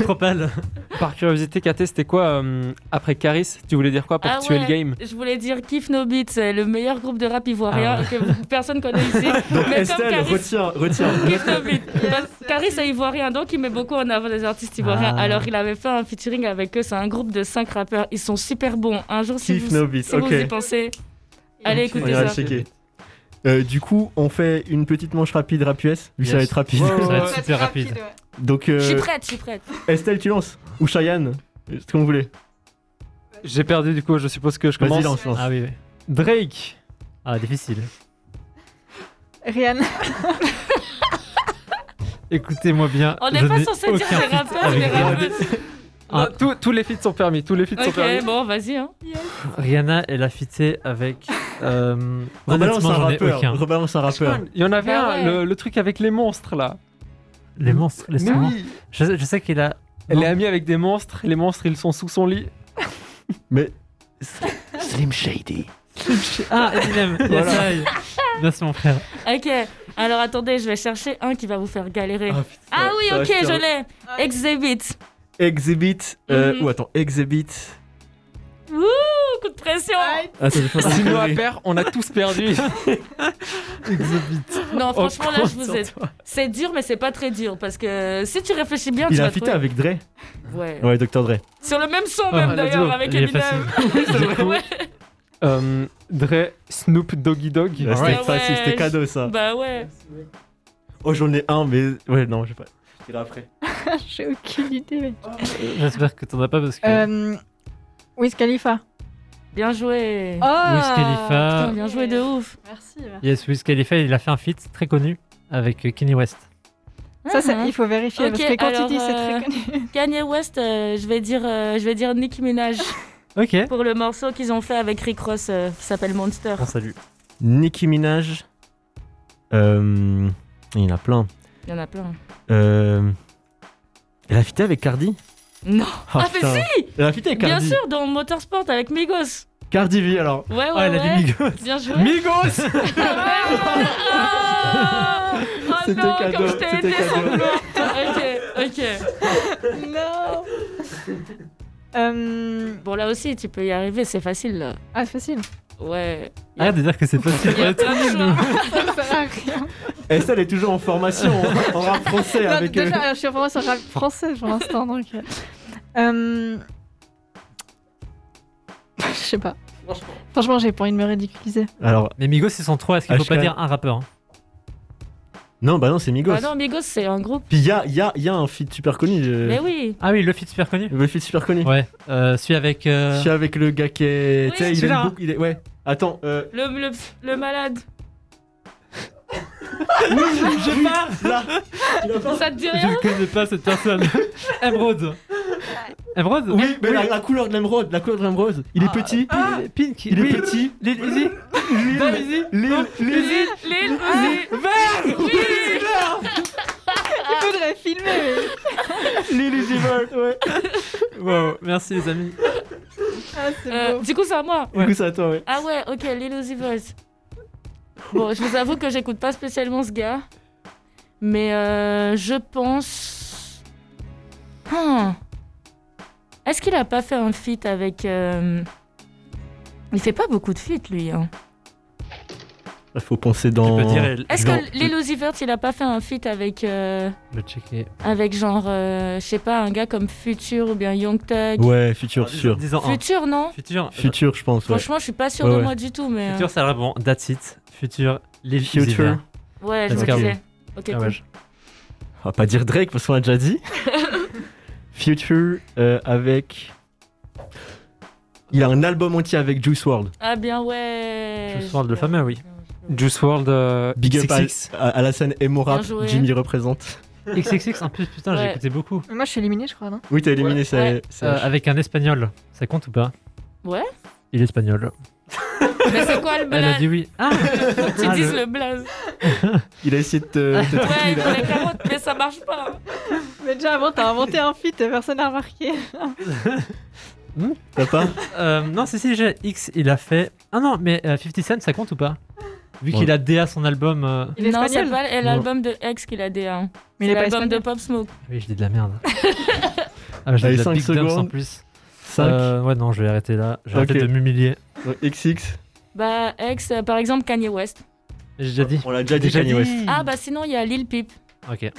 Speaker 4: Propal.
Speaker 3: Par curiosité, KT, c'était quoi euh, après Caris Tu voulais dire quoi pour
Speaker 15: Ah
Speaker 3: tuer le
Speaker 15: ouais.
Speaker 3: game
Speaker 15: je voulais dire Kiff No Beats, c'est le meilleur groupe de rap ivoirien que personne connaît ici.
Speaker 2: Ah Donc,
Speaker 15: Mais comme
Speaker 2: Estelle,
Speaker 15: Caris,
Speaker 2: retiens, retiens.
Speaker 15: Kiff No Beats. Parce que Caris est ivoirien, donc il met beaucoup en avant des artistes ivoiriens.
Speaker 4: Ah.
Speaker 15: Alors il avait fait un featuring avec eux, c'est un groupe de 5 rappeurs. Ils sont super bons. Un jour, si,
Speaker 2: Kiff
Speaker 15: vous,
Speaker 2: No Beats,
Speaker 15: si
Speaker 2: ok.
Speaker 15: vous y pensez, allez
Speaker 2: On
Speaker 15: écouter
Speaker 2: ira
Speaker 15: ça.
Speaker 2: le checker. Euh, du coup, on fait une petite manche rapide, rap US. Lui, ça va
Speaker 4: Yes.
Speaker 2: être rapide.
Speaker 4: Ça va
Speaker 3: Ouais,
Speaker 4: être super rapide.
Speaker 7: ouais.
Speaker 2: Donc,
Speaker 15: Je suis
Speaker 2: euh,
Speaker 15: prête, je suis prête.
Speaker 2: Estelle, tu lances Ou Cheyenne Ce qu'on voulait.
Speaker 3: J'ai perdu du coup, je suppose que je
Speaker 2: Vas-y,
Speaker 3: commence.
Speaker 2: lance, lance.
Speaker 4: Ah oui, oui.
Speaker 3: Drake.
Speaker 4: Ah, difficile.
Speaker 7: Rihanna.
Speaker 4: Écoutez-moi bien.
Speaker 15: On n'est
Speaker 4: je
Speaker 15: pas
Speaker 4: n'ai
Speaker 15: censé dire
Speaker 4: aucun
Speaker 15: les
Speaker 4: fit
Speaker 15: rappeurs,
Speaker 4: avec
Speaker 15: les
Speaker 4: Rihanna.
Speaker 15: rappeuses.
Speaker 4: Ah,
Speaker 3: Bon, tous- tous les feats sont permis, tous les feats sont permis.
Speaker 15: Ok, bon, vas-y. Hein.
Speaker 4: Rihanna, elle a fité avec. Euh,
Speaker 2: Rebalance
Speaker 4: honnêtement,
Speaker 2: un
Speaker 4: j'en ai
Speaker 2: rappeur,
Speaker 4: aucun.
Speaker 2: rebalance un rappeur.
Speaker 3: Il y en avait
Speaker 15: Bah
Speaker 3: un,
Speaker 15: ouais.
Speaker 3: le, le truc avec les monstres là.
Speaker 4: Les monstres, les
Speaker 3: Mais
Speaker 4: moi
Speaker 3: oui.
Speaker 4: je, je sais qu'il a.
Speaker 3: Elle
Speaker 4: Non.
Speaker 3: est amie avec des monstres, les monstres ils sont sous son lit.
Speaker 2: Mais. Slim Shady.
Speaker 4: Ah, Eminem, yes,
Speaker 3: Voilà.
Speaker 4: aïe. Merci mon frère.
Speaker 15: Ok, alors attendez, je vais chercher un qui va vous faire galérer. Ah, oui,
Speaker 2: ça va
Speaker 15: ok,
Speaker 2: être
Speaker 15: je
Speaker 2: dur.
Speaker 15: l'ai. Exhibit.
Speaker 2: Exhibit. euh,
Speaker 15: Mhm.
Speaker 2: Ou attends, Exhibit.
Speaker 15: Ouh, coup de pression.
Speaker 2: Ah, ça, j'ai pas compris.
Speaker 3: Sinon, à perd, on a tous perdu.
Speaker 15: Non,
Speaker 3: On
Speaker 15: franchement, là,
Speaker 3: compte
Speaker 15: je vous
Speaker 3: sur
Speaker 15: ai. C'est dur, mais c'est pas très dur. Parce que euh, si tu réfléchis bien, tu
Speaker 2: Il
Speaker 15: vas
Speaker 2: a fité
Speaker 15: trouver.
Speaker 2: avec Dre.
Speaker 15: Ouais.
Speaker 2: Ouais, Dr. Dre.
Speaker 15: Sur le même son,
Speaker 3: Ah,
Speaker 15: même
Speaker 3: let's
Speaker 15: d'ailleurs,
Speaker 3: go.
Speaker 15: avec
Speaker 3: Il est
Speaker 15: Eminem. Ouais.
Speaker 3: Euh, Dre, Snoop, Doggy Dog.
Speaker 2: Ouais, c'était
Speaker 15: Ah
Speaker 2: facile,
Speaker 15: ouais,
Speaker 2: c'était cadeau ça.
Speaker 15: Bah ouais.
Speaker 2: Oh, j'en ai un, mais. Ouais, non, je sais pas. Je dirai après.
Speaker 7: J'ai aucune idée, mec.
Speaker 4: J'espère que t'en as pas parce que.
Speaker 7: Euh, Wiz Khalifa.
Speaker 15: Bien joué.
Speaker 7: Oh
Speaker 4: Wiz Khalifa.
Speaker 15: ah, Putain, bien joué de ouf.
Speaker 7: Merci.
Speaker 4: Yes, Wiz Khalifa, il a fait un feat très connu avec euh, Kanye West.
Speaker 7: Ça, ça, il faut vérifier
Speaker 15: Ah. Ok,
Speaker 7: parce que quand
Speaker 15: alors,
Speaker 7: tu dis c'est
Speaker 15: euh,
Speaker 7: très connu.
Speaker 15: Uh-huh. Kanye West, euh, je vais dire, euh, je vais dire Nicki Minaj
Speaker 4: Ok.
Speaker 15: pour le morceau qu'ils ont fait avec Rick Ross euh, qui s'appelle Monster.
Speaker 4: Bon, salut.
Speaker 2: Nicki Minaj. Euh, Il y en a plein.
Speaker 15: Il y en a plein.
Speaker 2: Euh... Elle a fité avec Cardi Oh,
Speaker 15: Non. ah mais
Speaker 2: putain.
Speaker 15: si.
Speaker 2: Elle a fité avec
Speaker 15: Bien
Speaker 2: Cardi.
Speaker 15: sûr, dans Motorsport avec Migos.
Speaker 2: Cardi V alors.
Speaker 15: Ouais, ouais,
Speaker 2: Oh, elle a
Speaker 15: ouais.
Speaker 2: dit Migos.
Speaker 15: Bien joué.
Speaker 2: Migos
Speaker 15: Ah Oh
Speaker 2: C'était
Speaker 15: non,
Speaker 2: cadeau,
Speaker 15: comme je t'ai
Speaker 2: c'était
Speaker 15: aidé sans
Speaker 2: cadeau.
Speaker 15: vouloir. Ok, ok.
Speaker 7: non
Speaker 15: Bon, là aussi, tu peux y arriver, c'est facile. Là.
Speaker 7: Euh, Ah, c'est facile.
Speaker 15: Ouais.
Speaker 4: Arrête de dire que c'est facile.
Speaker 15: Il y a plein de gens.
Speaker 7: Ça ne sert à rien.
Speaker 2: Estelle est toujours en formation en rap français
Speaker 7: Non,
Speaker 2: avec. euh,
Speaker 7: déjà, alors, je suis vraiment sur rap français pour l'instant, donc. euh, euh, Je sais pas. Franchement, j'ai pas envie de me ridiculiser.
Speaker 2: Alors,
Speaker 4: Mais Migos, ils sont trois. Est-ce qu'il faut pas
Speaker 2: HK.
Speaker 4: dire un rappeur hein
Speaker 2: non, bah non, c'est Migos.
Speaker 15: Ah non, Migos, c'est un groupe.
Speaker 2: Puis il y a, y, a, y a un feat super connu. euh,
Speaker 15: Mais oui.
Speaker 4: Ah oui, le feat super connu.
Speaker 2: Le feat super connu.
Speaker 4: Ouais. Euh, celui avec. euh,
Speaker 2: Je suis avec le gars qui est.
Speaker 15: Oui,
Speaker 2: tu sais, il,
Speaker 4: celui-là,
Speaker 2: a
Speaker 4: hein.
Speaker 2: une boucle, il est. Ouais. Attends, euh.
Speaker 15: Le, le, le malade.
Speaker 2: Je pars Là
Speaker 15: Ça te dit
Speaker 4: Je
Speaker 15: rien
Speaker 4: ne connais pas cette personne. Emerald. Emerald
Speaker 2: Oui, mais La, la couleur de l'émeraude, la couleur de l'émeraude. Il est petit.
Speaker 4: Pink.
Speaker 2: Il est
Speaker 4: Ah. oui.
Speaker 2: petit.
Speaker 4: Lil Uzi.
Speaker 2: Lille, Lille, Lille.
Speaker 15: Lille, Uzi.
Speaker 7: Il faudrait filmer.
Speaker 2: Lille is evil, ouais.
Speaker 4: Wow, merci les amis.
Speaker 7: Ah, c'est
Speaker 15: Euh,
Speaker 7: beau.
Speaker 15: du coup, c'est à moi.
Speaker 2: Du coup, c'est à toi, ouais.
Speaker 15: Ah ouais, ok, Lil Uzi Vert. Bon, je vous avoue que j'écoute pas spécialement ce gars. Mais euh, je pense. Hmm. Est-ce qu'il a pas fait un feat avec. euh, Il fait pas beaucoup de feats, lui. hein.
Speaker 2: Il Ah, faut penser dans.
Speaker 4: Tu peux dire.
Speaker 15: Est-ce
Speaker 4: Non,
Speaker 15: que Lil Uzi Vert, il a pas fait un feat avec. euh,
Speaker 4: Je vais checker.
Speaker 15: Avec genre. euh, je sais pas, un gars comme Future ou bien Young Thug
Speaker 2: Ouais, futur, sûr.
Speaker 4: Disons un.
Speaker 15: Future, non
Speaker 4: Futur.
Speaker 2: Futur, je pense, ouais.
Speaker 15: Franchement, je suis pas sûre
Speaker 2: Ouais,
Speaker 15: de
Speaker 2: ouais.
Speaker 15: moi du tout, mais. euh,
Speaker 4: Futur, ça va bon. That's it. Futur. Lil
Speaker 2: Future.
Speaker 4: Uzi Vert.
Speaker 15: Ouais, je
Speaker 4: Let's
Speaker 15: me
Speaker 4: go.
Speaker 15: disais. Ok,
Speaker 4: Ah
Speaker 15: cool.
Speaker 2: On
Speaker 4: ouais.
Speaker 2: va Ah, pas dire Drake parce qu'on l'a déjà dit. Future euh, avec. Il a un album entier avec Juice WRLD.
Speaker 15: Ah bien ouais.
Speaker 4: Juice WRLD, le fameux, oui.
Speaker 3: Juice World. euh,
Speaker 2: Big up
Speaker 3: Six.
Speaker 2: à, à- à la scène Emo
Speaker 15: Bien
Speaker 2: Rap,
Speaker 15: joué.
Speaker 2: Jimmy représente.
Speaker 4: XXX en plus, putain, j'ai
Speaker 15: Ouais.
Speaker 4: écouté beaucoup.
Speaker 7: Mais Moi, je suis éliminée, je crois, non
Speaker 2: Oui, t'as éliminé ça.
Speaker 15: Ouais.
Speaker 4: Euh, avec un espagnol. Ça compte ou pas
Speaker 15: Ouais.
Speaker 4: Il est espagnol.
Speaker 15: Mais c'est quoi le
Speaker 4: Elle a
Speaker 15: blaze
Speaker 4: dit oui. Ah
Speaker 15: Faut que tu
Speaker 4: Ah,
Speaker 15: dises
Speaker 4: le-
Speaker 15: le blaze.
Speaker 2: Il a essayé de te. te
Speaker 15: Ouais, il faut les carottes, mais ça marche pas.
Speaker 7: Mais déjà, avant, t'as inventé un feat et personne n'a remarqué.
Speaker 2: T'as pas
Speaker 4: Euh, non, si, si, j'ai X, il a fait. Ah non, mais euh, 50 Cent, ça compte ou pas Vu
Speaker 2: Ouais.
Speaker 4: qu'il a DA son album. euh,
Speaker 7: Il est
Speaker 15: non, c'est
Speaker 7: espagnol.
Speaker 15: pas et l'album de X qu'il a dit. Hein.
Speaker 7: Mais il
Speaker 15: C'est
Speaker 7: est pas
Speaker 15: l'album de
Speaker 7: espagnol.
Speaker 15: Pop Smoke.
Speaker 4: Oui, je dis de la merde. ah, je dis
Speaker 2: Allez,
Speaker 4: de la
Speaker 2: cinq
Speaker 4: big dumps en
Speaker 2: secondes.
Speaker 4: plus.
Speaker 2: 5.
Speaker 4: Euh, ouais, non, je vais arrêter là. Je vais
Speaker 2: Ok.
Speaker 4: arrêter de m'humilier.
Speaker 2: XX.
Speaker 15: Bah X, euh, par exemple Kanye West.
Speaker 4: J'ai déjà dit.
Speaker 2: On l'a déjà dit,
Speaker 4: Déjà
Speaker 2: Kanye
Speaker 4: dit.
Speaker 7: Hmm.
Speaker 2: West.
Speaker 15: Ah bah sinon il y a Lil Peep.
Speaker 4: Ok.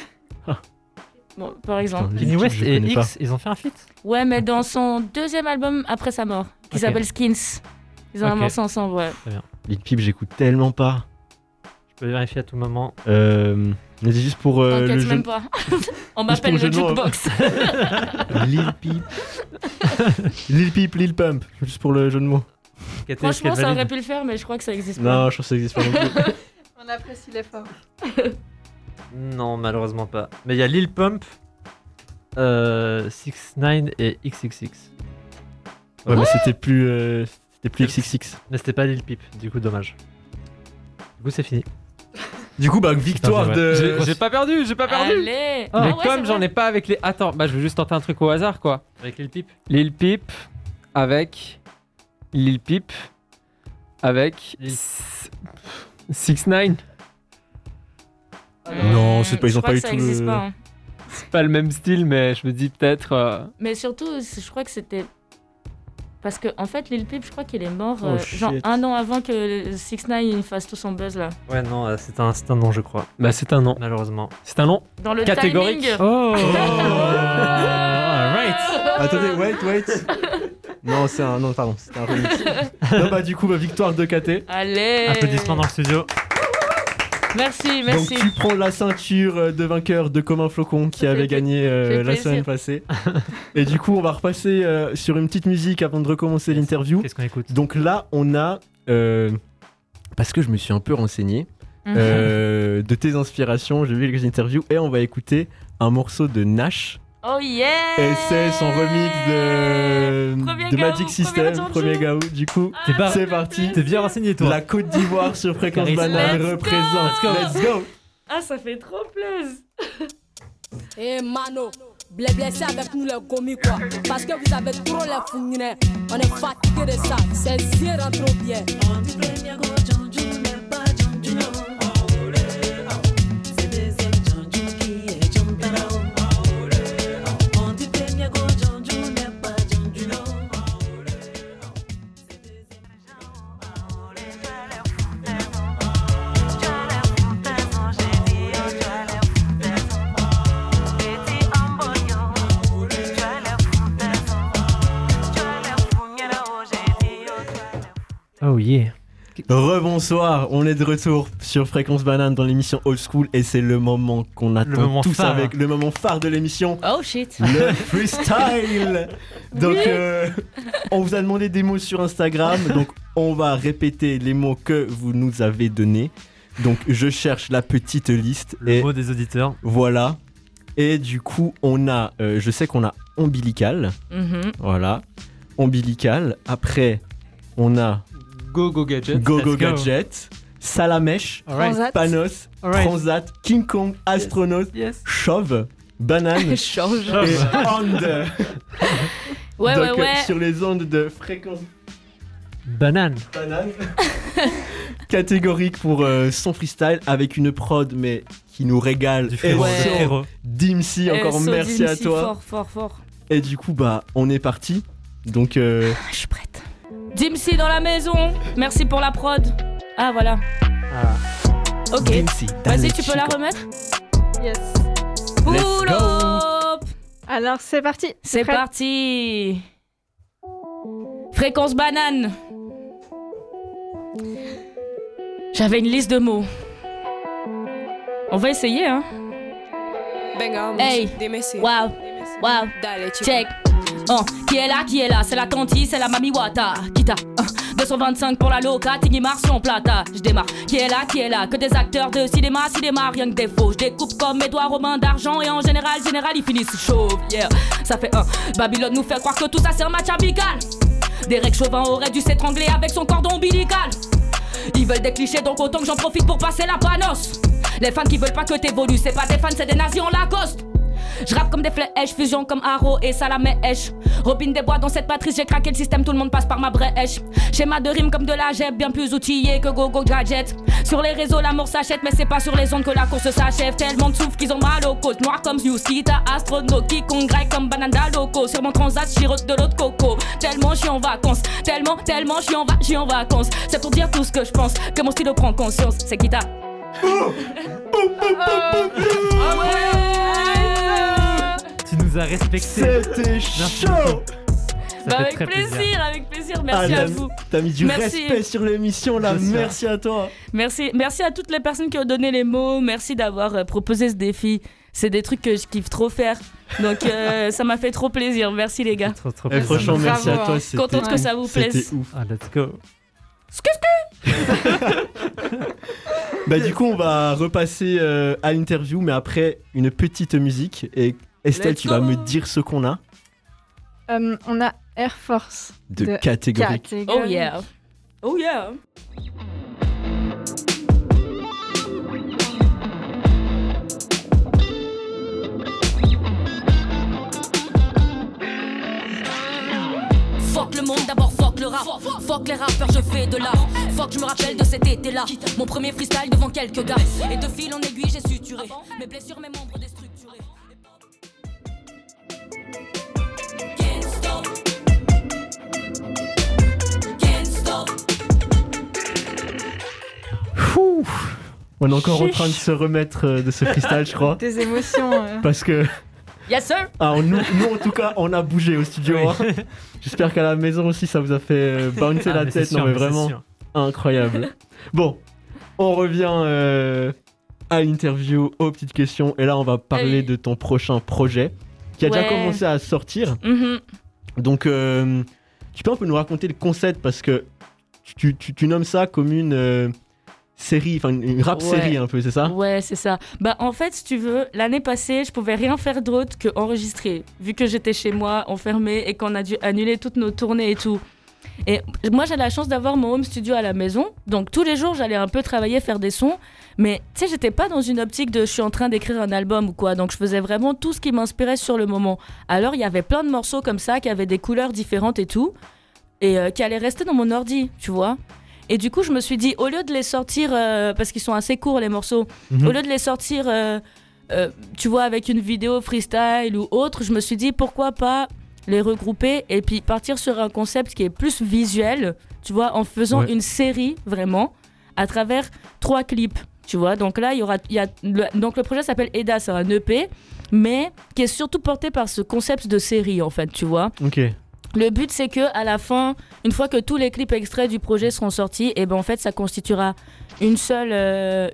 Speaker 15: Bon, par exemple.
Speaker 2: Putain,
Speaker 4: Kanye West
Speaker 2: je
Speaker 4: et
Speaker 2: connais
Speaker 4: X,
Speaker 2: pas.
Speaker 4: ils ont fait un feat
Speaker 15: Ouais, mais dans son deuxième album après sa mort, qui
Speaker 4: Ok.
Speaker 15: s'appelle Skins. Ils ont
Speaker 4: Ok.
Speaker 15: un morceau ensemble, ouais.
Speaker 2: Lil Peep, j'écoute tellement pas.
Speaker 4: Je peux vérifier à tout moment.
Speaker 2: Euh, mais c'est juste pour euh, le
Speaker 15: T'inquiète
Speaker 2: jeu.
Speaker 15: même pas. On m'appelle
Speaker 2: pour
Speaker 15: le
Speaker 2: le nom,
Speaker 15: jukebox.
Speaker 2: Lil Peep. Lil Peep, Lil Pump. Juste pour le jeu de mots.
Speaker 4: Qu'est-ce
Speaker 15: Franchement,
Speaker 4: qu'elle
Speaker 15: ça aurait
Speaker 4: valide
Speaker 15: pu le faire, mais je crois que ça existe pas.
Speaker 2: Non, je pense que ça existe pas non plus.
Speaker 7: On apprécie l'effort.
Speaker 4: Non, malheureusement pas. Mais il y a Lil Pump, euh, 6 9 et XXX.
Speaker 2: Ouais, mais c'était plus, euh, c'était plus XXX.
Speaker 4: Mais c'était pas Lil Peep, du coup, dommage. Du coup, c'est fini.
Speaker 2: Du coup, bah, victoire
Speaker 4: Putain, c'est
Speaker 2: de.
Speaker 4: vrai.
Speaker 3: J'ai j'ai pas perdu, j'ai pas perdu.
Speaker 15: Allez
Speaker 3: Mais
Speaker 15: Ah ouais,
Speaker 3: comme
Speaker 15: c'est
Speaker 3: j'en
Speaker 15: vrai.
Speaker 3: ai pas avec les. Attends, bah je vais juste tenter un truc au hasard quoi.
Speaker 4: Avec Lil Peep
Speaker 3: Lil Peep avec Lil Peep avec 6 9
Speaker 2: Non, c'est pas- ils
Speaker 15: je
Speaker 2: ont
Speaker 15: crois
Speaker 2: pas
Speaker 15: que
Speaker 2: eu
Speaker 15: ça
Speaker 2: tout
Speaker 15: existe
Speaker 2: le-
Speaker 15: pas, hein.
Speaker 3: C'est pas le même style, mais je me dis peut-être. euh,
Speaker 15: Mais surtout, c'est- je crois que c'était. Parce que, en fait, Lil Peep, je crois qu'il est mort
Speaker 4: Oh,
Speaker 15: euh, genre
Speaker 4: shit.
Speaker 15: un an avant que 6 9 fasse tout son buzz là.
Speaker 4: Ouais, non, euh, c'est un, c'est un nom, je crois.
Speaker 3: Bah, c'est un nom.
Speaker 4: Malheureusement.
Speaker 3: C'est un nom
Speaker 15: Dans le
Speaker 3: Catégorique.
Speaker 15: timing.
Speaker 3: Oh.
Speaker 2: Attendez, wait, wait. Non, c'est un. Non, pardon, c'était un remix. non, bah, du coup, bah, victoire de KT.
Speaker 15: Allez
Speaker 4: Applaudissements dans le studio.
Speaker 15: Merci, merci.
Speaker 2: Donc, tu prends la ceinture euh, de vainqueur de Commun Flocon qui avait gagné euh,
Speaker 15: fait
Speaker 2: la
Speaker 15: plaisir.
Speaker 2: semaine passée. Et du coup, on va repasser euh, sur une petite musique avant de recommencer l'interview.
Speaker 4: Qu'est-ce qu'on écoute
Speaker 2: Donc là, on a. euh, parce que je me suis un peu renseigné
Speaker 4: Mhm.
Speaker 2: euh, de tes inspirations, j'ai vu les interviews et on va écouter un morceau de Nash.
Speaker 15: Oh yeah
Speaker 2: Et c'est son remix
Speaker 15: Premier Ah,
Speaker 2: de, de
Speaker 15: Gaou,
Speaker 2: Magic System,
Speaker 15: retour de
Speaker 2: premier
Speaker 15: jeu.
Speaker 2: Gaou. Du coup,
Speaker 4: pas-
Speaker 2: c'est parti.
Speaker 4: T'es bien renseigné, toi.
Speaker 2: La Côte d'Ivoire sur Fréquence
Speaker 4: Charisme.
Speaker 2: Banane
Speaker 4: Let's go.
Speaker 2: représente. Let's go
Speaker 15: Ah, ça fait trop plaisir
Speaker 17: Eh mano, blé blessé avec nous les commis quoi. Parce que vous avez trop les fouinés. On est fatigué de ça. C'est zéro trop bien.
Speaker 4: Oh yeah.
Speaker 2: Rebonsoir, on est de retour sur Fréquence Banane dans l'émission Old School et c'est le moment qu'on attend
Speaker 4: moment
Speaker 2: tous
Speaker 4: phare.
Speaker 2: avec, le moment phare de l'émission.
Speaker 15: Oh shit
Speaker 2: Le freestyle Donc
Speaker 15: Oui.
Speaker 2: euh, on vous a demandé des mots sur Instagram, donc on va répéter les mots que vous nous avez donnés. Donc je cherche la petite liste.
Speaker 4: Le
Speaker 2: et
Speaker 4: mot des auditeurs.
Speaker 2: Voilà. Et du coup on a, euh, je sais qu'on a ombilical.
Speaker 15: Mhm.
Speaker 2: Voilà. Ombilical. Après on a
Speaker 3: Go Go Gadget.
Speaker 2: Go Go
Speaker 3: Let's go.
Speaker 2: Gadget. Salamèche,
Speaker 3: Alright. Transat.
Speaker 2: Panos,
Speaker 3: Alright.
Speaker 2: Transat, King Kong, Astronaute, Chauve, Banane,
Speaker 15: Chauve.
Speaker 2: et
Speaker 15: Chauve.
Speaker 2: Onde.
Speaker 15: Ouais,
Speaker 2: Donc,
Speaker 15: ouais,
Speaker 2: euh,
Speaker 15: ouais.
Speaker 2: Sur les ondes de fréquence
Speaker 4: Banane.
Speaker 2: banane. catégorique pour euh, son freestyle avec une prod, mais qui nous régale. Du
Speaker 4: frérot,
Speaker 15: du
Speaker 4: frérot.
Speaker 2: Dimsy, encore
Speaker 15: Eh, so
Speaker 2: merci
Speaker 15: Dimsy,
Speaker 2: à toi.
Speaker 15: Fort, fort, fort.
Speaker 2: Et du coup, bah, on est parti. Donc, euh,
Speaker 15: Ah, Dimsy dans la maison. Merci pour la prod. Ah, voilà. Ok.
Speaker 2: Dimsy,
Speaker 15: Vas-y,
Speaker 2: Dale
Speaker 15: tu peux la
Speaker 2: Chico.
Speaker 15: remettre
Speaker 7: Yes.
Speaker 15: Pull
Speaker 2: go.
Speaker 15: up
Speaker 7: Alors c'est parti.
Speaker 15: C'est parti Fréquence banane J'avais une liste de mots. On va essayer, hein Hey Wow Wow Check Oh, qui est là, qui est là, c'est la tantie, c'est la mamie Wata. Kita, Oh, 225 pour la loca, Tinimar sur plata. Je démarre, qui est là, qui est là, que des acteurs de cinéma, cinéma, rien que des faux. Je découpe comme Edouard Romain d'argent et en général, général, ils finissent chauves. Yeah, ça fait un. Babylone nous fait croire que tout ça c'est un match amical. Derek Chauvin aurait dû s'étrangler avec son cordon ombilical. Ils veulent des clichés, donc autant que j'en profite pour passer la panosse. Les fans qui veulent pas que t'évolues, c'est pas des fans, c'est des nazis en Lacoste. Je rappe comme des flèches, fusion comme Haro et Salamèche. Robin des bois dans cette matrice, j'ai craqué le système, tout le monde passe par ma brèche. Schéma de rime comme de la jette, bien plus outillé que Gogo Gadget. Sur les réseaux, l'amour s'achète, mais c'est pas sur les ondes que la course s'achève. Tellement de souffle qu'ils ont mal aux côtes. Noir comme Yuskita, astronaute, quiconque grec comme Banana Loco. Sur mon transat, chirote de l'eau de coco. Tellement je suis en vacances, tellement, tellement je suis en, va je suis en vacances. C'est pour dire tout ce que je pense, que mon stylo prend conscience. C'est Kita.
Speaker 4: Tu nous as respecté.
Speaker 2: c'était chaud.
Speaker 15: Bah, avec plaisir, avec plaisir, merci
Speaker 2: Ah,
Speaker 15: à
Speaker 2: t'as-
Speaker 15: vous.
Speaker 2: T'as mis du
Speaker 15: Merci.
Speaker 2: respect sur l'émission là.
Speaker 4: Je sais.
Speaker 2: Merci à toi.
Speaker 15: Merci, merci à toutes les personnes qui ont donné les mots. Merci d'avoir euh, proposé ce défi. C'est des trucs que je kiffe trop faire. Donc euh, ça m'a fait trop plaisir. Merci les gars.
Speaker 4: Trop, trop
Speaker 2: Eh,
Speaker 4: plaisir.
Speaker 2: franchement, merci à toi.
Speaker 15: Contente
Speaker 2: c'était
Speaker 15: que ça vous plaise.
Speaker 2: C'était ouf.
Speaker 4: Ah, let's go.
Speaker 15: Skus, skus.
Speaker 2: Bah du coup on va repasser euh, à l'interview mais après une petite musique et Estelle
Speaker 7: Let's
Speaker 2: tu vas
Speaker 7: go.
Speaker 2: me dire ce qu'on a
Speaker 7: Euh, on a Air Force.
Speaker 2: De catégorique.
Speaker 7: catégorique.
Speaker 15: Oh yeah. Oh yeah.
Speaker 16: Fuck le monde, d'abord fuck le rap. Fuck les rappeurs, je fais de l'art. Fuck, je me rappelle de cet été-là. Mon premier freestyle devant quelques gars. Et de fil en aiguille, j'ai suturé. Mes blessures, mes membres déstructurés. Can't stop. Can't stop.
Speaker 2: Fou On est encore en
Speaker 7: Chiche.
Speaker 2: train de se remettre euh, de ce freestyle je crois
Speaker 7: Des émotions. euh.
Speaker 2: parce que
Speaker 15: Yes sir.
Speaker 2: ah, on- nous, nous, en tout cas on a bougé au studio. hein. J'espère qu'à la maison aussi ça vous a fait euh, bouncer
Speaker 4: Ah,
Speaker 2: la
Speaker 4: mais c'est
Speaker 2: tête
Speaker 4: sûr,
Speaker 2: non mais
Speaker 4: mais c'est
Speaker 2: vraiment
Speaker 4: sûr.
Speaker 2: incroyable. Bon on revient euh, à l'interview aux petites questions et là on va parler de ton prochain projet qui a déjà
Speaker 15: Ouais.
Speaker 2: commencé à sortir.
Speaker 15: Mhm.
Speaker 2: Donc, euh, tu peux un peu nous raconter le concept parce que tu, tu- tu nommes ça comme une euh, série, enfin une rap
Speaker 15: Ouais.
Speaker 2: série un peu, c'est ça
Speaker 15: Ouais, c'est ça. Bah, en fait, si tu veux, l'année passée, je pouvais rien faire d'autre que enregistrer, vu que j'étais chez moi, enfermée, et qu'on a dû annuler toutes nos tournées et tout. Et moi, j'ai la chance d'avoir mon home studio à la maison, donc tous les jours, j'allais un peu travailler, faire des sons, mais tu sais, j'étais pas dans une optique de je suis en train d'écrire un album ou quoi, donc je faisais vraiment tout ce qui m'inspirait sur le moment. Alors, il y avait plein de morceaux comme ça, qui avaient des couleurs différentes et tout et euh, qui allait rester dans mon ordi, tu vois. Et du coup, je me suis dit, au lieu de les sortir, euh, parce qu'ils sont assez courts les morceaux,
Speaker 18: Mhm.
Speaker 15: au lieu de les sortir, euh, euh, tu vois, avec une vidéo freestyle ou autre, je me suis dit, pourquoi pas les regrouper et puis partir sur un concept qui est plus visuel, tu vois, en faisant
Speaker 18: Ouais.
Speaker 15: une série vraiment à travers trois clips. Tu vois, donc là, il y aura. il Y a, le- donc le projet s'appelle EDA, c'est un EP, mais qui est surtout porté par ce concept de série, en fait, tu vois.
Speaker 2: Ok.
Speaker 15: Le but, c'est que à la fin, une fois que tous les clips extraits du projet seront sortis, et ben en fait, ça constituera une seule, euh,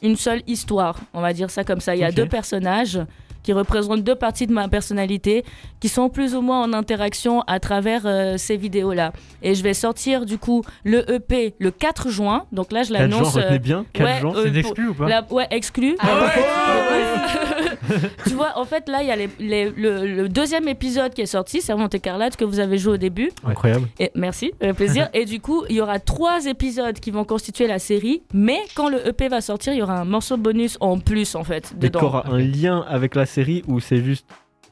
Speaker 15: une seule histoire. On va dire ça comme ça. Il y a
Speaker 18: Ok.
Speaker 15: deux personnages qui représentent deux parties de ma personnalité, qui sont plus ou moins en interaction à travers euh, ces vidéos-là. Et je vais sortir du coup le EP le 4 juin. Donc là, je
Speaker 2: 4 juin,
Speaker 15: l'annonce. euh,
Speaker 2: retenez bien, 4 juin. C'est une
Speaker 15: pour-
Speaker 2: exclu ou pas
Speaker 15: la- Ouais, exclu. tu vois, en fait, là, il y a les- les- le, le deuxième épisode qui est sorti, c'est Monte Écarlate que vous avez joué au début.
Speaker 2: Incroyable.
Speaker 15: Et merci, avec plaisir. Et du coup, il y aura trois épisodes qui vont constituer la série, mais quand le EP va sortir, il y aura un morceau bonus en plus, en fait,
Speaker 2: Mais
Speaker 15: dedans.
Speaker 2: t'auras un lien avec la série ou c'est juste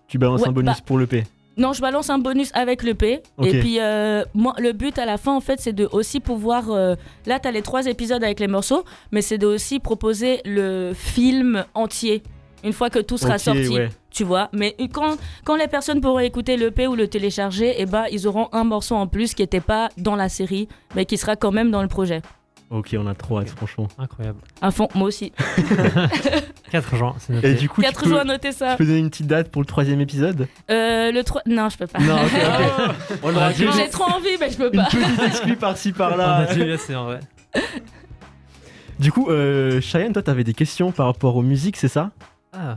Speaker 2: tu balances
Speaker 15: Ouais,
Speaker 2: un bonus
Speaker 15: bah-
Speaker 2: pour le P
Speaker 15: Non, je balance un bonus avec le P.
Speaker 2: Ok.
Speaker 15: Et puis, euh, moi, le but à la fin, en fait, c'est de aussi pouvoir. euh, là, t'as les trois épisodes avec les morceaux, mais c'est de aussi proposer le film entier une fois que tout sera
Speaker 18: Entier,
Speaker 15: sorti.
Speaker 18: ouais.
Speaker 15: Tu vois, mais une- quand, quand les personnes pourront écouter le P ou le télécharger, eh ben, ils auront un morceau en plus qui n'était pas dans la série, mais qui sera quand même dans le projet.
Speaker 2: Ok, on a trop hâte, franchement. Incroyable.
Speaker 15: À fond, moi aussi.
Speaker 2: 4 juin, c'est
Speaker 4: noté.
Speaker 2: Et du coup,
Speaker 15: 4
Speaker 2: tu peux,
Speaker 15: juin, notez ça.
Speaker 2: Tu peux donner une petite date pour le troisième épisode
Speaker 15: Euh, le 3... Non, je peux pas.
Speaker 2: Non, ok,
Speaker 4: Ah,
Speaker 2: ok. On aura dû-
Speaker 15: J'ai trop envie, mais je peux
Speaker 2: Une
Speaker 15: pas.
Speaker 2: petite exclue par-ci
Speaker 4: On
Speaker 2: par-là.
Speaker 4: a dû laisser, en vrai.
Speaker 2: Du coup, euh, Cheyenne, toi, t'avais des questions par rapport aux musiques, c'est ça
Speaker 4: Ah.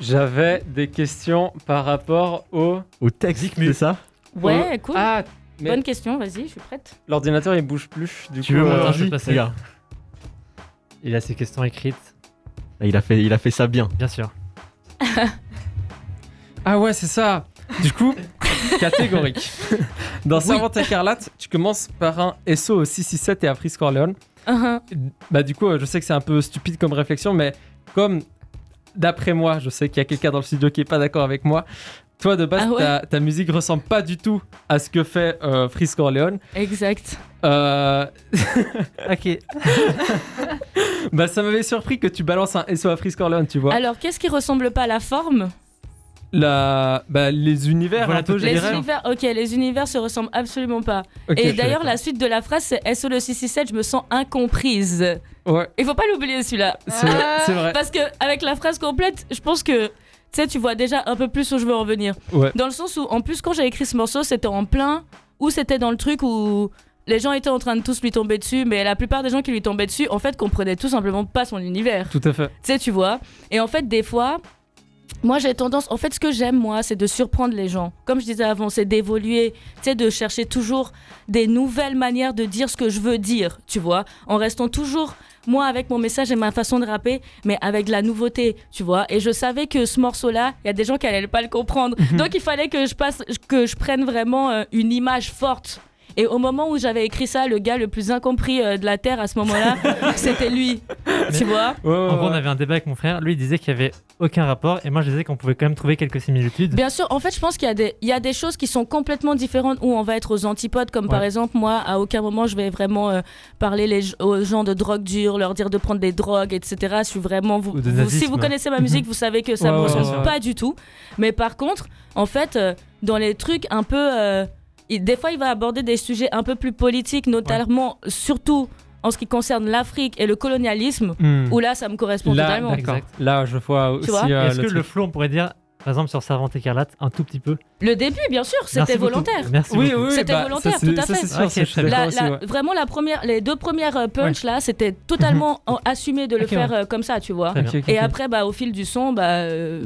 Speaker 3: J'avais des questions par rapport au.
Speaker 2: Au texte, c'est ça
Speaker 15: Ouais, cool.
Speaker 3: Ah, mais-
Speaker 15: Bonne question, vas-y, je suis prête.
Speaker 3: L'ordinateur il bouge plus. Du
Speaker 2: Tu
Speaker 3: coup,
Speaker 2: veux mon
Speaker 3: euh,
Speaker 2: ordi Regarde.
Speaker 4: Il a ses questions écrites.
Speaker 2: Là, Ah, il a fait, il a fait ça bien.
Speaker 4: Bien sûr.
Speaker 3: Ah ouais, c'est ça. Du coup, catégorique. Dans Servante écarlate, tu commences par un SO au 667 et à Frisk Corleone.
Speaker 15: Uh-huh.
Speaker 3: Bah du coup, euh, je sais que c'est un peu stupide comme réflexion, mais comme d'après moi, je sais qu'il y a quelqu'un dans le studio qui est pas d'accord avec moi. Toi de base,
Speaker 15: Ah ouais
Speaker 3: ta, ta musique ressemble pas du tout à ce que fait euh, Frisk Corleone.
Speaker 15: Exact.
Speaker 3: Euh... ok. bah ça m'avait surpris que tu balances un SO à Frisk Corleone, tu vois.
Speaker 15: Alors, qu'est-ce qui ressemble pas à la forme
Speaker 3: La... Bah, les univers un peu, je
Speaker 15: Les
Speaker 3: dirais.
Speaker 15: univers, ok, les univers se ressemblent absolument pas.
Speaker 3: Ok, je
Speaker 15: Et
Speaker 3: suis
Speaker 15: d'ailleurs,
Speaker 3: d'accord.
Speaker 15: la suite de la phrase, c'est SO le 667, je me sens incomprise.
Speaker 3: Ouais.
Speaker 15: Il faut pas l'oublier celui-là.
Speaker 3: C'est vrai,
Speaker 15: Ah.
Speaker 3: c'est vrai.
Speaker 15: Parce que avec la phrase complète, je pense que tu sais, tu vois déjà un peu plus où je veux en venir.
Speaker 18: Ouais.
Speaker 15: Dans le sens où, en plus, quand j'ai écrit ce morceau, c'était en plein ou c'était dans le truc où les gens étaient en train de tous lui tomber dessus, mais la plupart des gens qui lui tombaient dessus, en fait, comprenaient tout simplement pas son univers.
Speaker 3: Tout à fait.
Speaker 15: Tu sais, tu vois. Et en fait, des fois, Moi, j'ai tendance. En fait, ce que j'aime, moi, c'est de surprendre les gens. Comme je disais avant, c'est d'évoluer, tu sais, de chercher toujours des nouvelles manières de dire ce que je veux dire, tu vois. En restant toujours, moi, avec mon message et ma façon de rapper, mais avec de la nouveauté, tu vois. Et je savais que ce morceau-là, il y a des gens qui allaient pas le comprendre. Donc, il fallait que je, passe, que je prenne vraiment euh, une image forte. Et au moment où j'avais écrit ça, le gars le plus incompris euh, de la Terre à ce moment-là, c'était lui. Tu vois
Speaker 4: en gros, on avait un débat avec mon frère. Lui, il disait qu'il n'y avait aucun rapport. Et moi, je disais qu'on pouvait quand même trouver quelques similitudes.
Speaker 15: Bien sûr, en fait, je pense qu'il y, a des- il y a des choses qui sont complètement différentes où on va être aux antipodes, comme par
Speaker 4: Ouais.
Speaker 15: exemple, moi, à aucun moment je vais vraiment euh, parler les- aux gens de drogue dure, leur dire de prendre des drogues, etc. Je suis vraiment. Vous,
Speaker 4: Ou de
Speaker 15: vous- si
Speaker 4: nazisme.
Speaker 15: vous connaissez ma musique, vous savez que ça
Speaker 4: Ouais,
Speaker 15: me
Speaker 4: ouais,
Speaker 15: ressemble
Speaker 4: ouais, ouais.
Speaker 15: pas du tout. Mais par contre, en fait, euh, dans les trucs un peu. euh, il- des fois, il va aborder des sujets un peu plus politiques, notamment, surtout en ce qui concerne l'Afrique et le colonialisme,
Speaker 3: Hmm.
Speaker 15: où là, ça me correspond
Speaker 3: Là,
Speaker 15: totalement.
Speaker 3: d'accord. Là, je vois
Speaker 15: Tu vois
Speaker 3: aussi. euh,
Speaker 4: Est-ce que
Speaker 3: truc.
Speaker 4: le flow, on pourrait dire, par exemple, sur Servante écarlate, un tout petit peu
Speaker 15: Le début, bien sûr,
Speaker 4: Merci
Speaker 15: c'était
Speaker 4: beaucoup.
Speaker 15: volontaire.
Speaker 4: Merci Oui, beaucoup. oui,
Speaker 15: c'était
Speaker 4: bah,
Speaker 15: volontaire,
Speaker 4: ça, c'est-
Speaker 15: tout à
Speaker 4: ça,
Speaker 15: fait.
Speaker 4: c'est sûr, Ok, ça, je suis très
Speaker 15: La-
Speaker 4: d'accord
Speaker 15: la-
Speaker 4: aussi, ouais.
Speaker 15: Vraiment, la première, les deux premières euh, punch là, c'était totalement en- assumé de le
Speaker 4: Ok,
Speaker 15: faire
Speaker 4: ouais.
Speaker 15: euh, comme ça, tu vois.
Speaker 4: Très bien. Ok, ok,
Speaker 15: Et
Speaker 4: ok.
Speaker 15: après, bah, au fil du son, bah, euh,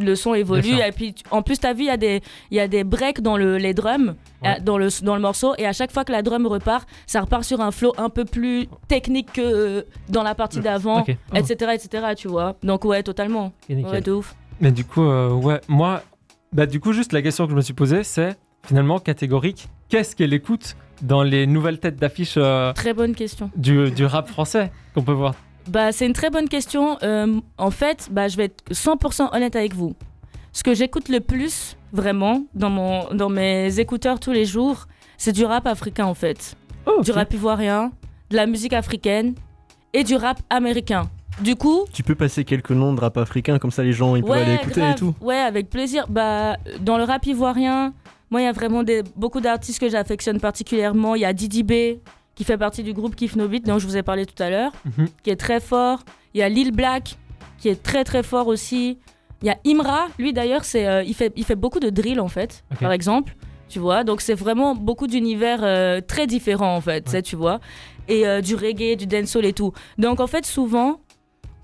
Speaker 15: le son évolue.
Speaker 4: Bien sûr.
Speaker 15: Et puis, tu- en plus, t'as vu, il y a des, il y a des breaks dans le, les drums,
Speaker 4: Ouais.
Speaker 15: euh, dans le dans le morceau. Et à chaque fois que la drum repart, ça repart sur un flow un peu plus technique que euh, dans la partie d'avant,
Speaker 3: Ok. Oh.
Speaker 15: etc., etc. Tu vois. Donc ouais, totalement.
Speaker 4: Et nickel.
Speaker 15: Ouais, de ouf.
Speaker 3: Mais du coup, euh, ouais, moi, bah du coup, juste la question que je me suis posée, c'est finalement catégorique, qu'est-ce qu'elle écoute dans les nouvelles têtes d'affiche euh,
Speaker 15: Très bonne question.
Speaker 3: du, du rap français qu'on peut voir
Speaker 15: Bah, c'est une très bonne question. Euh, en fait, bah, je vais être 100% honnête avec vous. Ce que j'écoute le plus, vraiment, dans, mon, dans mes écouteurs tous les jours, c'est du rap africain, en fait. Du rap ivoirien, de la musique africaine et du rap américain. Du coup,
Speaker 2: Tu peux passer quelques noms de rap africain, comme ça les gens ils peuvent aller écouter
Speaker 15: grave.
Speaker 2: et tout.
Speaker 15: Ouais, avec plaisir. Bah, dans le rap ivoirien, moi, il y a vraiment des, beaucoup d'artistes que j'affectionne particulièrement. Il y a Didi B, qui fait partie du groupe Kif No Beat, dont je vous ai parlé tout à l'heure,
Speaker 3: Mhm.
Speaker 15: qui est très fort. Il y a Lil Black, qui est très très fort aussi. Il y a Imra, lui d'ailleurs, c'est, euh, il, fait, il fait beaucoup de drill en fait,
Speaker 18: Ok.
Speaker 15: par exemple. Tu vois, donc c'est vraiment beaucoup d'univers euh, très différents en fait, tu sais, tu vois. Et euh, du reggae, du dancehall et tout. Donc en fait, souvent,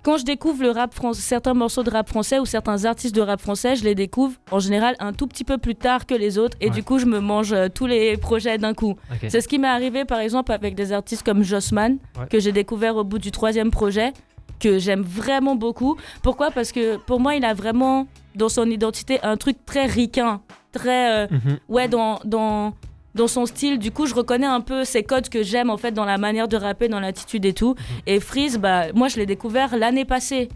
Speaker 15: quand je découvre le rap français, certains morceaux de rap français ou certains artistes de rap français, je les découvre en général un tout petit peu plus tard que les autres et
Speaker 18: Ouais.
Speaker 15: du coup je me mange euh, tous les projets d'un coup.
Speaker 18: Ok.
Speaker 15: C'est ce qui m'est arrivé par exemple avec des artistes comme Jossman
Speaker 18: Ouais.
Speaker 15: que j'ai découvert au bout du troisième projet que j'aime vraiment beaucoup. Pourquoi Parce que pour moi il a vraiment dans son identité un truc très ricain, très euh,
Speaker 18: Mhm.
Speaker 15: ouais dans dans dans son style, du coup, je reconnais un peu ces codes que j'aime en fait dans la manière de rapper, dans l'attitude et tout. Et Freeze, bah, moi, je l'ai découvert l'année passée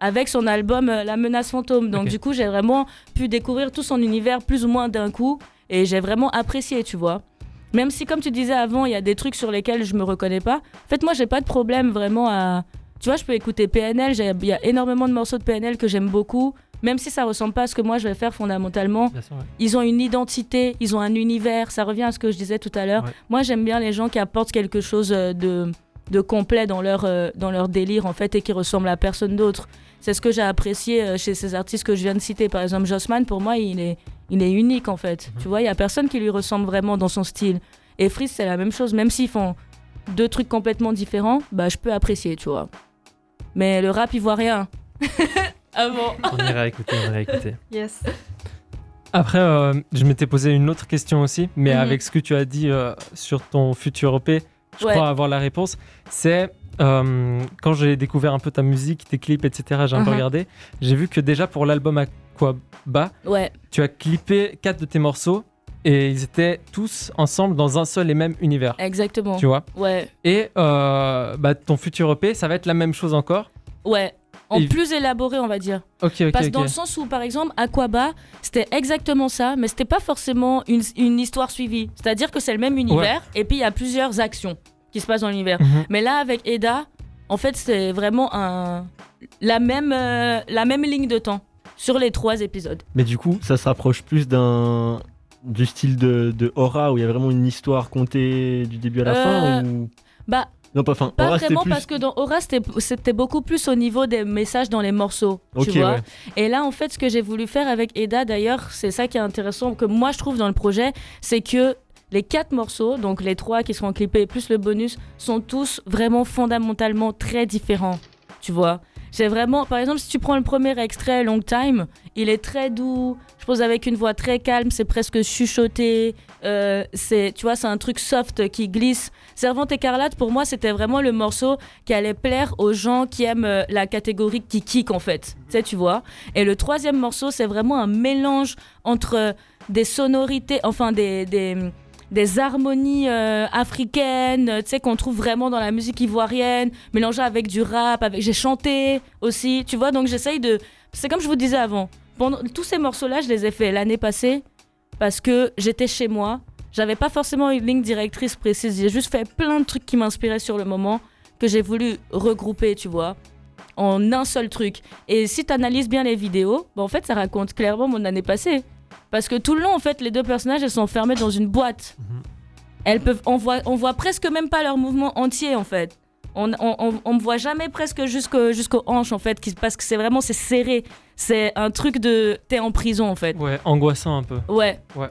Speaker 15: avec son album euh, La menace fantôme. Donc,
Speaker 18: Ok.
Speaker 15: du coup, j'ai vraiment pu découvrir tout son univers plus ou moins d'un coup et j'ai vraiment apprécié, tu vois. Même si, comme tu disais avant, il y a des trucs sur lesquels je me reconnais pas. En fait, moi, j'ai pas de problème vraiment à. Tu vois, je peux écouter PNL, j'ai- il y a énormément de morceaux de PNL que j'aime beaucoup, même si ça ressemble pas à ce que moi je vais faire fondamentalement.
Speaker 4: Bien sûr, ouais.
Speaker 15: Ils ont une identité, ils ont un univers. Ça revient à ce que je disais tout à l'heure. Moi, j'aime bien les gens qui apportent quelque chose euh, de, de complet dans leur, euh, dans leur délire, en fait, et qui ressemblent à personne d'autre. C'est ce que j'ai apprécié euh, chez ces artistes que je viens de citer. Par exemple, Jossman, pour moi, il est, il est unique, en fait. Tu vois, il n'y a personne qui lui ressemble vraiment dans son style. Et Freeze, c'est la même chose. Même s'ils font deux trucs complètement différents, bah, je peux apprécier, tu vois. Mais le rap ivoirien. ah bon
Speaker 4: On ira écouter, on ira écouter.
Speaker 7: Yes.
Speaker 3: Après, euh, je m'étais posé une autre question aussi, mais
Speaker 15: Mhm.
Speaker 3: avec ce que tu as dit euh, sur ton futur EP, je
Speaker 15: Ouais.
Speaker 3: crois avoir la réponse. C'est euh, quand j'ai découvert un peu ta musique, tes clips, etc., j'ai un peu
Speaker 15: Mhm.
Speaker 3: regardé, j'ai vu que déjà pour l'album Aquaba,
Speaker 15: Ouais.
Speaker 3: tu as clippé quatre de tes morceaux et ils étaient tous ensemble dans un seul et même univers.
Speaker 15: Exactement.
Speaker 3: Tu vois
Speaker 15: Ouais.
Speaker 3: Et euh, bah, ton futur EP, ça va être la même chose encore.
Speaker 15: Ouais. En
Speaker 3: Et-
Speaker 15: plus élaboré, on va dire.
Speaker 3: Ok, ok,
Speaker 15: Parce que
Speaker 3: ok.
Speaker 15: dans le sens où, par exemple, Aquaba, c'était exactement ça, mais c'était pas forcément une, une histoire suivie. C'est-à-dire que c'est le même univers, et puis il y a plusieurs actions qui se passent dans l'univers.
Speaker 18: Mhm.
Speaker 15: Mais là, avec Eda, en fait, c'est vraiment un... la, même, euh, la même ligne de temps sur les trois épisodes.
Speaker 2: Mais du coup, ça se rapproche plus d'un du style de, de Aura où il y a vraiment une histoire contée du début à la fin
Speaker 15: Euh,
Speaker 2: ou...
Speaker 15: Bah,
Speaker 2: Non, pas fin.
Speaker 15: Pas
Speaker 2: Aura, c'était
Speaker 15: vraiment
Speaker 2: plus...
Speaker 15: parce que dans Aura c'était- c'était beaucoup plus au niveau des messages dans les morceaux,
Speaker 2: Ok,
Speaker 15: tu vois.
Speaker 2: ouais.
Speaker 15: Et là en fait ce que j'ai voulu faire avec Eda d'ailleurs, c'est ça qui est intéressant que moi je trouve dans le projet, c'est que les quatre morceaux, donc les trois qui seront clippés plus le bonus, sont tous vraiment fondamentalement très différents, tu vois. J'ai vraiment, par exemple, si tu prends le premier extrait, Long Time, il est très doux. Je pose avec une voix très calme, c'est presque chuchoté. euh, c'est, tu vois, c'est un truc soft qui glisse. Servante écarlate, pour moi, c'était vraiment le morceau qui allait plaire aux gens qui aiment euh, la catégorie qui kick en fait. Tu sais, tu vois. Et le troisième morceau, c'est vraiment un mélange entre euh, des sonorités, enfin des- des des harmonies euh, africaines, euh, tu sais, qu'on trouve vraiment dans la musique ivoirienne, mélangées avec du rap, avec j'ai chanté aussi, tu vois, donc j'essaye de... C'est comme je vous disais avant, pendant... tous ces morceaux-là, je les ai faits l'année passée parce que j'étais chez moi, j'avais pas forcément une ligne directrice précise, j'ai juste fait plein de trucs qui m'inspiraient sur le moment, que j'ai voulu regrouper, tu vois en un seul truc. Et si tu analyses bien les vidéos, bah, en fait, ça raconte clairement mon année passée. Parce que tout le long, en fait, les deux personnages, elles sont enfermées dans une boîte. Elles peuvent, on voit, on voit presque même pas leur mouvement entier, en fait. On, on, on- on me voit jamais presque jusqu'au- jusqu'aux hanches, en fait, qui- parce que c'est vraiment, c'est serré. C'est un truc de... T'es en prison, en fait.
Speaker 3: Ouais, angoissant un peu.
Speaker 15: Ouais.
Speaker 3: Ouais.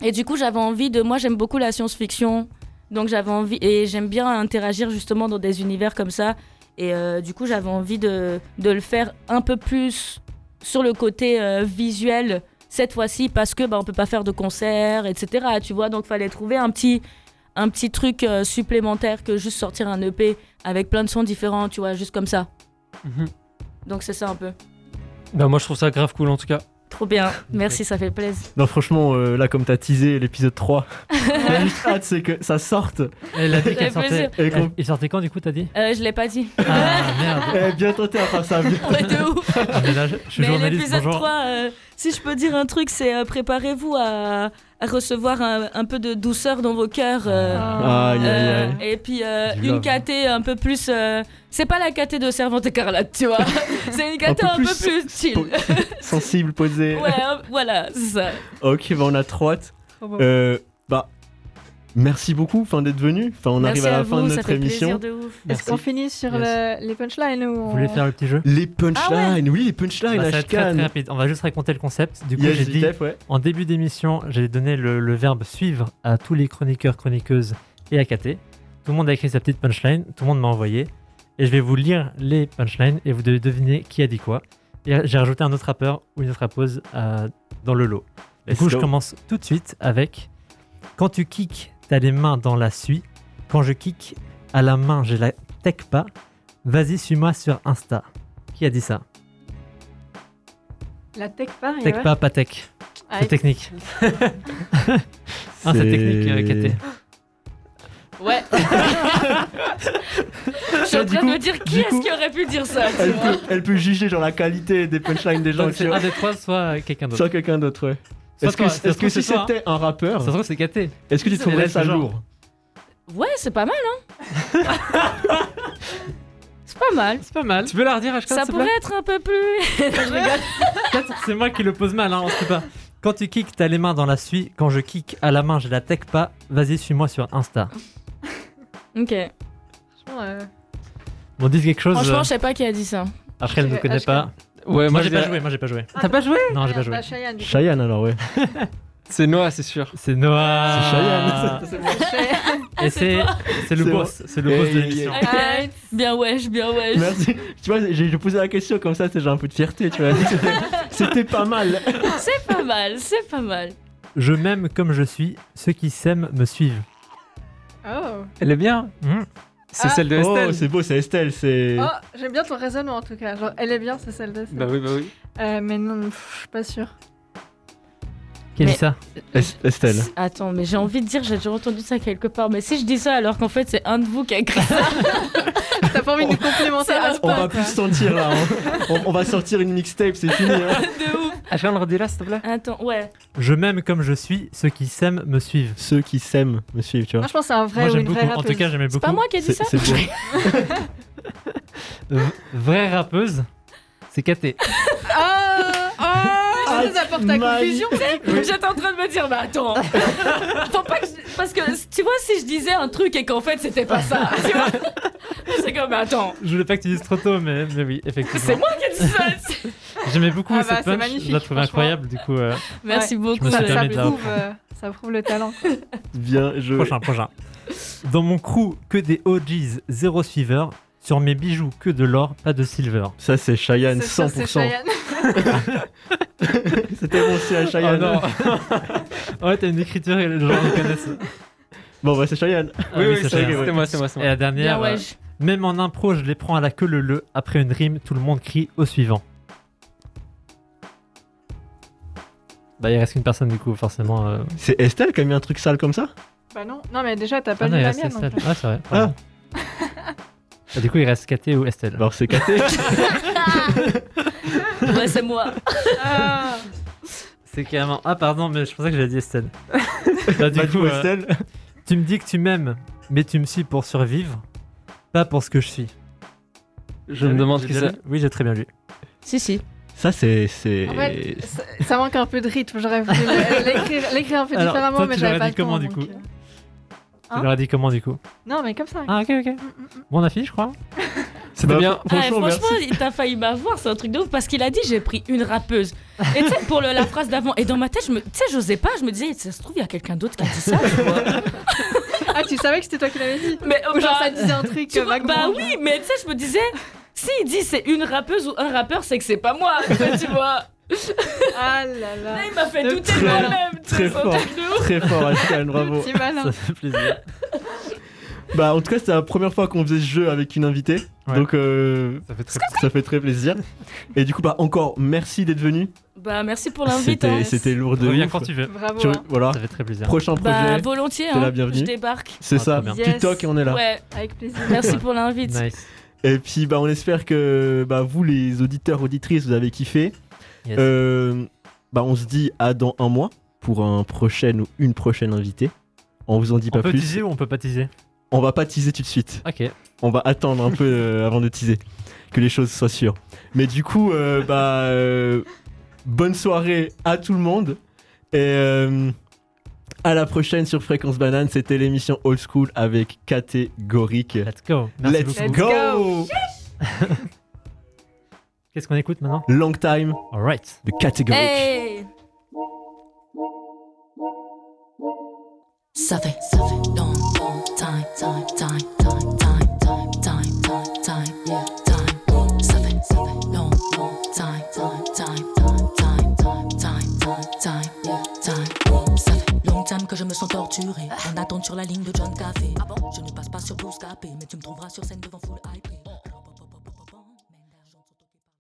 Speaker 15: Et du coup, j'avais envie de. Moi, j'aime beaucoup la science-fiction. Donc, j'avais envie. Et j'aime bien interagir justement dans des univers comme ça. Et euh, du coup, j'avais envie de, de le faire un peu plus sur le côté euh, visuel cette fois-ci parce que bah, on peut pas faire de concert, etc. Tu vois, donc fallait trouver un petit un petit truc euh, supplémentaire que juste sortir un EP avec plein de sons différents, tu vois, juste comme ça.
Speaker 3: Mhm.
Speaker 15: Donc c'est ça un peu.
Speaker 3: Bah, moi, je trouve ça grave cool en tout cas.
Speaker 15: Trop bien. Merci, ça fait plaisir.
Speaker 2: Non, franchement, euh, là, comme t'as teasé l'épisode 3, j'ai juste hâte, c'est que ça sorte.
Speaker 4: Elle a dit qu'elle
Speaker 15: Ça fait
Speaker 4: sortait.
Speaker 2: plaisir. Et qu'on-
Speaker 4: Il sortait quand du coup, t'as dit Ah,
Speaker 15: Euh, je l'ai pas dit. Ah.
Speaker 2: Eh, bien tenté à faire ça. bien.
Speaker 4: Mais là, Ah, je je suis
Speaker 15: Mais
Speaker 4: journaliste,
Speaker 15: l'épisode
Speaker 4: bonjour.
Speaker 15: 3, euh, si je peux dire un truc, c'est euh, préparez-vous à, à recevoir un, un peu de douceur dans vos cœurs. euh,
Speaker 2: Ah. Aïe, aïe,
Speaker 15: euh,
Speaker 2: aïe.
Speaker 15: Et puis euh,
Speaker 2: Du
Speaker 15: une
Speaker 2: love.
Speaker 15: caté un peu plus. euh, c'est pas la caté de servante écarlate, tu vois. c'est une caté
Speaker 2: peu
Speaker 15: un peu
Speaker 2: plus
Speaker 15: plus chill. ouais,
Speaker 2: Sensible, posé.
Speaker 15: hein, voilà, c'est ça.
Speaker 2: Ok, bah on a trop hâte.
Speaker 15: Trop beau.
Speaker 2: Euh, bah, merci beaucoup enfin, d'être venu. Enfin, on
Speaker 7: Merci
Speaker 2: arrive à,
Speaker 7: à
Speaker 2: la fin
Speaker 7: vous,
Speaker 2: de
Speaker 7: ça
Speaker 2: notre
Speaker 7: fait plaisir
Speaker 2: émission.
Speaker 7: de Est-ce qu'on finit sur le- les punchlines ou on...
Speaker 4: le petit jeu
Speaker 2: Les
Speaker 7: Ah
Speaker 2: punchlines, oui, les punchlines,
Speaker 4: Bah, ça va
Speaker 2: la
Speaker 4: être très, très
Speaker 2: chicane.
Speaker 4: rapide. On va juste raconter le concept. Du coup,
Speaker 2: Yes,
Speaker 4: j'ai dit
Speaker 2: JTF, ouais.
Speaker 4: en début d'émission, j'ai donné le, le verbe suivre à tous les chroniqueurs, chroniqueuses et à KT. Tout le monde a écrit sa petite punchline, tout le monde m'a envoyé. Et je vais vous lire les punchlines et vous devez deviner qui a dit quoi. Et j'ai rajouté un autre rappeur ou une autre rappeuse à- dans le lot. Du
Speaker 2: Let's
Speaker 4: coup, je
Speaker 2: go.
Speaker 4: commence tout de suite avec Quand tu kicks, t'as les mains dans la suie. Quand je kick, à la main, j'ai la tech pas. Vas-y, suis-moi sur Insta. Qui a dit ça
Speaker 7: La tech part
Speaker 4: Tech pas, pas tech.
Speaker 7: Ah,
Speaker 4: c'est
Speaker 7: et-
Speaker 4: technique. Ah, c'est technique, euh, KT.
Speaker 15: Ouais. je suis en
Speaker 2: Et du
Speaker 15: train de me
Speaker 2: coup-
Speaker 15: dire qui
Speaker 2: du
Speaker 15: est-ce
Speaker 2: coup-
Speaker 15: qui aurait pu dire ça, tu
Speaker 2: Elle
Speaker 15: vois.
Speaker 2: peut, elle peut juger genre la qualité des punchlines des gens.
Speaker 4: Donc, c'est
Speaker 2: tu vois.
Speaker 4: un des trois, soit euh, quelqu'un d'autre.
Speaker 2: Soit quelqu'un d'autre, ouais.
Speaker 4: Soit
Speaker 2: Est-ce que,
Speaker 4: toi, ça se
Speaker 2: est-ce que si
Speaker 4: trouve, c'est toi, hein.
Speaker 2: c'était un rappeur,
Speaker 4: Ça se trouve, c'est KT.
Speaker 2: est-ce que tu
Speaker 4: C'est
Speaker 2: trouverais
Speaker 4: l'élève
Speaker 2: ça
Speaker 4: du genre.
Speaker 2: lourd
Speaker 15: Ouais, c'est pas mal, hein. c'est pas mal.
Speaker 4: C'est pas mal. Tu veux la redire, Ashkan
Speaker 15: Ça
Speaker 4: s'il te plaît
Speaker 15: pourrait être un peu plus. Je rigole.
Speaker 4: Peut-être C'est moi qui le pose mal, hein, on se fait pas. Quand tu kicks, t'as les mains dans la suie. Quand je kick, à la main, je la tech pas. Vas-y, suis-moi sur Insta.
Speaker 15: Ok.
Speaker 7: Franchement, euh,
Speaker 4: Bon, dis quelque chose.
Speaker 15: Franchement,
Speaker 4: euh,
Speaker 15: je sais pas qui a dit ça.
Speaker 4: Après, elle ne
Speaker 7: je-
Speaker 4: connaît
Speaker 7: HK.
Speaker 4: pas.
Speaker 3: Ouais,
Speaker 4: moi
Speaker 3: moi,
Speaker 4: j'ai
Speaker 3: je
Speaker 4: pas
Speaker 3: dirais-
Speaker 4: joué, moi j'ai pas joué.
Speaker 3: T'as pas joué
Speaker 4: Non, Ah, j'ai pas
Speaker 7: bah,
Speaker 4: joué.
Speaker 7: Cheyenne, du coup.
Speaker 2: Cheyenne alors, ouais.
Speaker 3: C'est Noah, c'est sûr.
Speaker 4: C'est Noah.
Speaker 2: C'est Cheyenne.
Speaker 4: Cheyenne.
Speaker 7: Ah,
Speaker 4: Et c'est c'est le
Speaker 2: C'est
Speaker 4: boss,
Speaker 2: moi.
Speaker 4: c'est le boss
Speaker 2: Eh,
Speaker 4: de
Speaker 2: eh,
Speaker 4: l'émission.
Speaker 2: eh.
Speaker 15: Ok. Bien wesh, bien wesh.
Speaker 2: Merci. Tu vois, j'ai j'ai posé la question comme ça, c'est genre un peu de fierté, tu vois. C'était- C'était pas mal.
Speaker 15: C'est pas mal, c'est pas mal.
Speaker 4: Je m'aime comme je suis, ceux qui s'aiment me suivent.
Speaker 7: Oh,
Speaker 3: Elle est bien. C'est
Speaker 7: Ah.
Speaker 3: celle de Estelle.
Speaker 2: Oh, c'est beau, c'est Estelle, c'est.
Speaker 7: Oh, j'aime bien ton raisonnement en tout cas. Genre, elle est bien, c'est celle de
Speaker 3: Bah oui, bah oui.
Speaker 7: Euh, mais non, pff, je suis pas sûre.
Speaker 4: Qui a dit
Speaker 15: Mais-
Speaker 4: ça
Speaker 2: Es- Estelle.
Speaker 15: Attends, mais j'ai envie de dire, j'ai déjà entendu ça quelque part. Mais si je dis ça alors qu'en fait c'est un de vous qui a écrit ça.
Speaker 7: T'as pas envie de
Speaker 4: Oh.
Speaker 7: complémenter
Speaker 15: Ça
Speaker 7: à
Speaker 15: va
Speaker 7: ce
Speaker 2: On
Speaker 7: point
Speaker 2: va plus se sentir là. hein. On, on va sortir une mixtape, c'est fini. hein.
Speaker 3: Ashkan, redis là, s'il te plaît.
Speaker 15: Attends, ouais.
Speaker 4: Je m'aime comme je suis, ceux qui s'aiment me suivent.
Speaker 2: Ceux qui s'aiment me suivent, tu vois.
Speaker 7: Moi, je pense que c'est un vrai
Speaker 4: Moi
Speaker 7: ou
Speaker 4: j'aime
Speaker 7: une
Speaker 4: beaucoup,
Speaker 7: vraie
Speaker 4: en
Speaker 7: rappeuse.
Speaker 4: tout cas j'aimais beaucoup.
Speaker 15: C'est pas moi qui ai dit
Speaker 2: C'est
Speaker 15: ça.
Speaker 2: c'est beau.
Speaker 4: V- Vraie rappeuse, c'est KT.
Speaker 7: Ah, ah, je vous apporte ta
Speaker 2: my-
Speaker 7: confusion.
Speaker 15: J'étais en train de me dire, mais attends, faut pas que je- parce que tu vois si je disais un truc et qu'en fait c'était pas ça, tu vois, c'est comme mais attends,
Speaker 4: Je voulais pas que tu dises trop tôt, mais, mais oui,
Speaker 15: c'est
Speaker 4: effectivement.
Speaker 15: moi qui ai dit ça.
Speaker 4: J'aimais beaucoup
Speaker 7: Ah bah,
Speaker 4: cette
Speaker 7: c'est
Speaker 4: punch, je
Speaker 7: magnifique,
Speaker 4: la trouvais
Speaker 7: franchement.
Speaker 4: incroyable, du coup. euh,
Speaker 15: Merci
Speaker 7: Ouais.
Speaker 15: beaucoup.
Speaker 4: Je me suis
Speaker 7: Ça, ça
Speaker 4: permis de la
Speaker 7: prouve, euh, ça prouve le talent. quoi.
Speaker 2: Bien joué.
Speaker 4: Prochain, prochain. Dans mon crew, que des OGs, zéro suiveur. Sur mes bijoux, que de l'or, pas de silver.
Speaker 2: Ça, c'est Cheyenne,
Speaker 4: Ça,
Speaker 2: 100%.
Speaker 4: c'est
Speaker 2: C'était bon aussi à Cheyenne.
Speaker 4: non. Ah ouais, t'as une écriture et les gens reconnaissent.
Speaker 2: Bon, bah, c'est Cheyenne.
Speaker 4: Ah oui, c'est Cheyenne. Et la dernière,
Speaker 15: Bien,
Speaker 4: euh,
Speaker 15: wesh.
Speaker 4: même en impro, je les prends à la queue le le. Après une rime, tout le monde crie au suivant. Bah, il reste qu'une personne du coup, forcément. euh.
Speaker 2: C'est Estelle qui a mis un truc sale comme ça
Speaker 7: Bah non, non mais déjà t'as pas
Speaker 4: Ah non,
Speaker 7: lu
Speaker 4: il
Speaker 7: la
Speaker 4: reste
Speaker 7: mienne. donc,
Speaker 4: Estelle.
Speaker 7: euh,
Speaker 4: Ah, c'est vrai. pardon. Ah, Bah, du coup, il reste KT ou Estelle.
Speaker 2: Alors, c'est KT.
Speaker 15: Ouais, c'est moi.
Speaker 7: Ah.
Speaker 4: C'est carrément. Ah, pardon, mais je pensais que j'avais dit Estelle.
Speaker 2: Bah,
Speaker 4: Bah,
Speaker 2: du coup, Estelle.
Speaker 4: Tu me dis que tu m'aimes, mais tu me suis pour survivre, pas pour ce que je suis.
Speaker 3: Eh, Je me demande
Speaker 4: J'ai
Speaker 3: qui
Speaker 4: bien
Speaker 3: c'est.
Speaker 4: lu Oui, j'ai très bien lu.
Speaker 15: Si, si.
Speaker 2: Ça, c'est. c'est... Bah,
Speaker 7: En fait, ça, ça manque un peu de rythme. J'aurais voulu l'écrire l'écrire un peu
Speaker 4: Alors,
Speaker 7: différemment,
Speaker 4: toi,
Speaker 7: mais
Speaker 4: tu
Speaker 7: j'avais
Speaker 4: l'aurais
Speaker 7: pas
Speaker 4: dit
Speaker 7: le temps,
Speaker 4: comment du
Speaker 7: donc,
Speaker 4: coup
Speaker 7: euh, Hein
Speaker 4: Tu l'aurais dit comment du coup
Speaker 7: Non, mais comme ça.
Speaker 4: Ah, ok, ok. Bon, on a fini, je crois.
Speaker 3: C'était bien.
Speaker 15: Ouais, Ah, franchement, il t'a failli m'avoir, c'est un truc de ouf parce qu'il a dit j'ai pris une rappeuse. Et tu sais, pour le- la phrase d'avant, et dans ma tête, je me- tu sais, j'osais pas, je me disais, ça se trouve, il y a quelqu'un d'autre qui a dit ça.
Speaker 7: ah, tu savais que c'était toi qui l'avais dit
Speaker 15: Mais
Speaker 7: Ou genre,
Speaker 15: bah,
Speaker 7: ça disait un truc
Speaker 15: tu
Speaker 7: euh,
Speaker 15: vois,
Speaker 7: vaguement,
Speaker 15: Bah
Speaker 7: genre.
Speaker 15: oui, mais tu sais, je me disais, s'il dit c'est une rappeuse ou un rappeur, c'est que c'est pas moi, tu vois.
Speaker 7: Ah là là.
Speaker 15: il m'a fait
Speaker 7: Le
Speaker 15: douter
Speaker 7: petit
Speaker 15: de
Speaker 7: malin.
Speaker 15: moi-même.
Speaker 2: Très
Speaker 15: c'est un
Speaker 2: fort,
Speaker 15: truc de ouf.
Speaker 2: très fort, Ashkan, bravo.
Speaker 15: petit malin. Ça
Speaker 2: fait plaisir. bah, en tout cas, c'était la première fois qu'on faisait ce jeu avec une invitée. Donc, euh, ça, fait très... plaisir. Et du coup, bah, encore merci d'être venu.
Speaker 15: Bah merci pour l'invite. hein.
Speaker 2: C'était c'était lourd de
Speaker 4: Reviens
Speaker 2: ouf.
Speaker 4: quand tu veux.
Speaker 15: Bravo,
Speaker 2: Tu-
Speaker 15: hein.
Speaker 2: Voilà.
Speaker 4: Ça fait très plaisir.
Speaker 2: Prochain projet.
Speaker 15: Bah, volontiers,
Speaker 2: T'es la
Speaker 15: hein.
Speaker 2: bienvenue.
Speaker 15: Je débarque.
Speaker 2: C'est
Speaker 15: Ah,
Speaker 2: ça.
Speaker 15: trop bien.
Speaker 2: Tu toques et on est là.
Speaker 15: Ouais,
Speaker 7: avec plaisir.
Speaker 15: Merci pour l'invite.
Speaker 2: Bah, Et puis bah on espère que bah, vous les auditeurs auditrices vous avez kiffé.
Speaker 4: Yes.
Speaker 2: Euh, bah on se dit à dans un mois pour un prochain ou une prochaine invitée. On vous en dit
Speaker 4: On
Speaker 2: pas
Speaker 4: peut
Speaker 2: plus.
Speaker 4: teaser ou on peut pas teaser
Speaker 2: On va pas teaser tout de suite.
Speaker 4: Ok.
Speaker 2: On va attendre un peu euh, avant de teaser que les choses soient sûres. Mais du coup euh, bah euh, bonne soirée à tout le monde et euh, à la prochaine sur Fréquence Banane. C'était l'émission Old School avec Catégorique. Let's
Speaker 4: go. Merci beaucoup.
Speaker 2: Let's go.
Speaker 4: Qu'est-ce qu'on écoute maintenant
Speaker 2: Long Time
Speaker 4: Alright.
Speaker 2: de Catégorique.
Speaker 15: Hey.
Speaker 16: Ça fait, ça fait long, long time, time, time, time, time, time, time, time, time, yeah, time. Ça fait, ça fait long, long time, time, time, time, time, time, time, time, time, yeah, time. Ça fait long time que je me sens torturé. En attente sur la ligne de John Café. Je ne passe pas sur Bouscapé, mais tu me trouveras sur scène devant foule.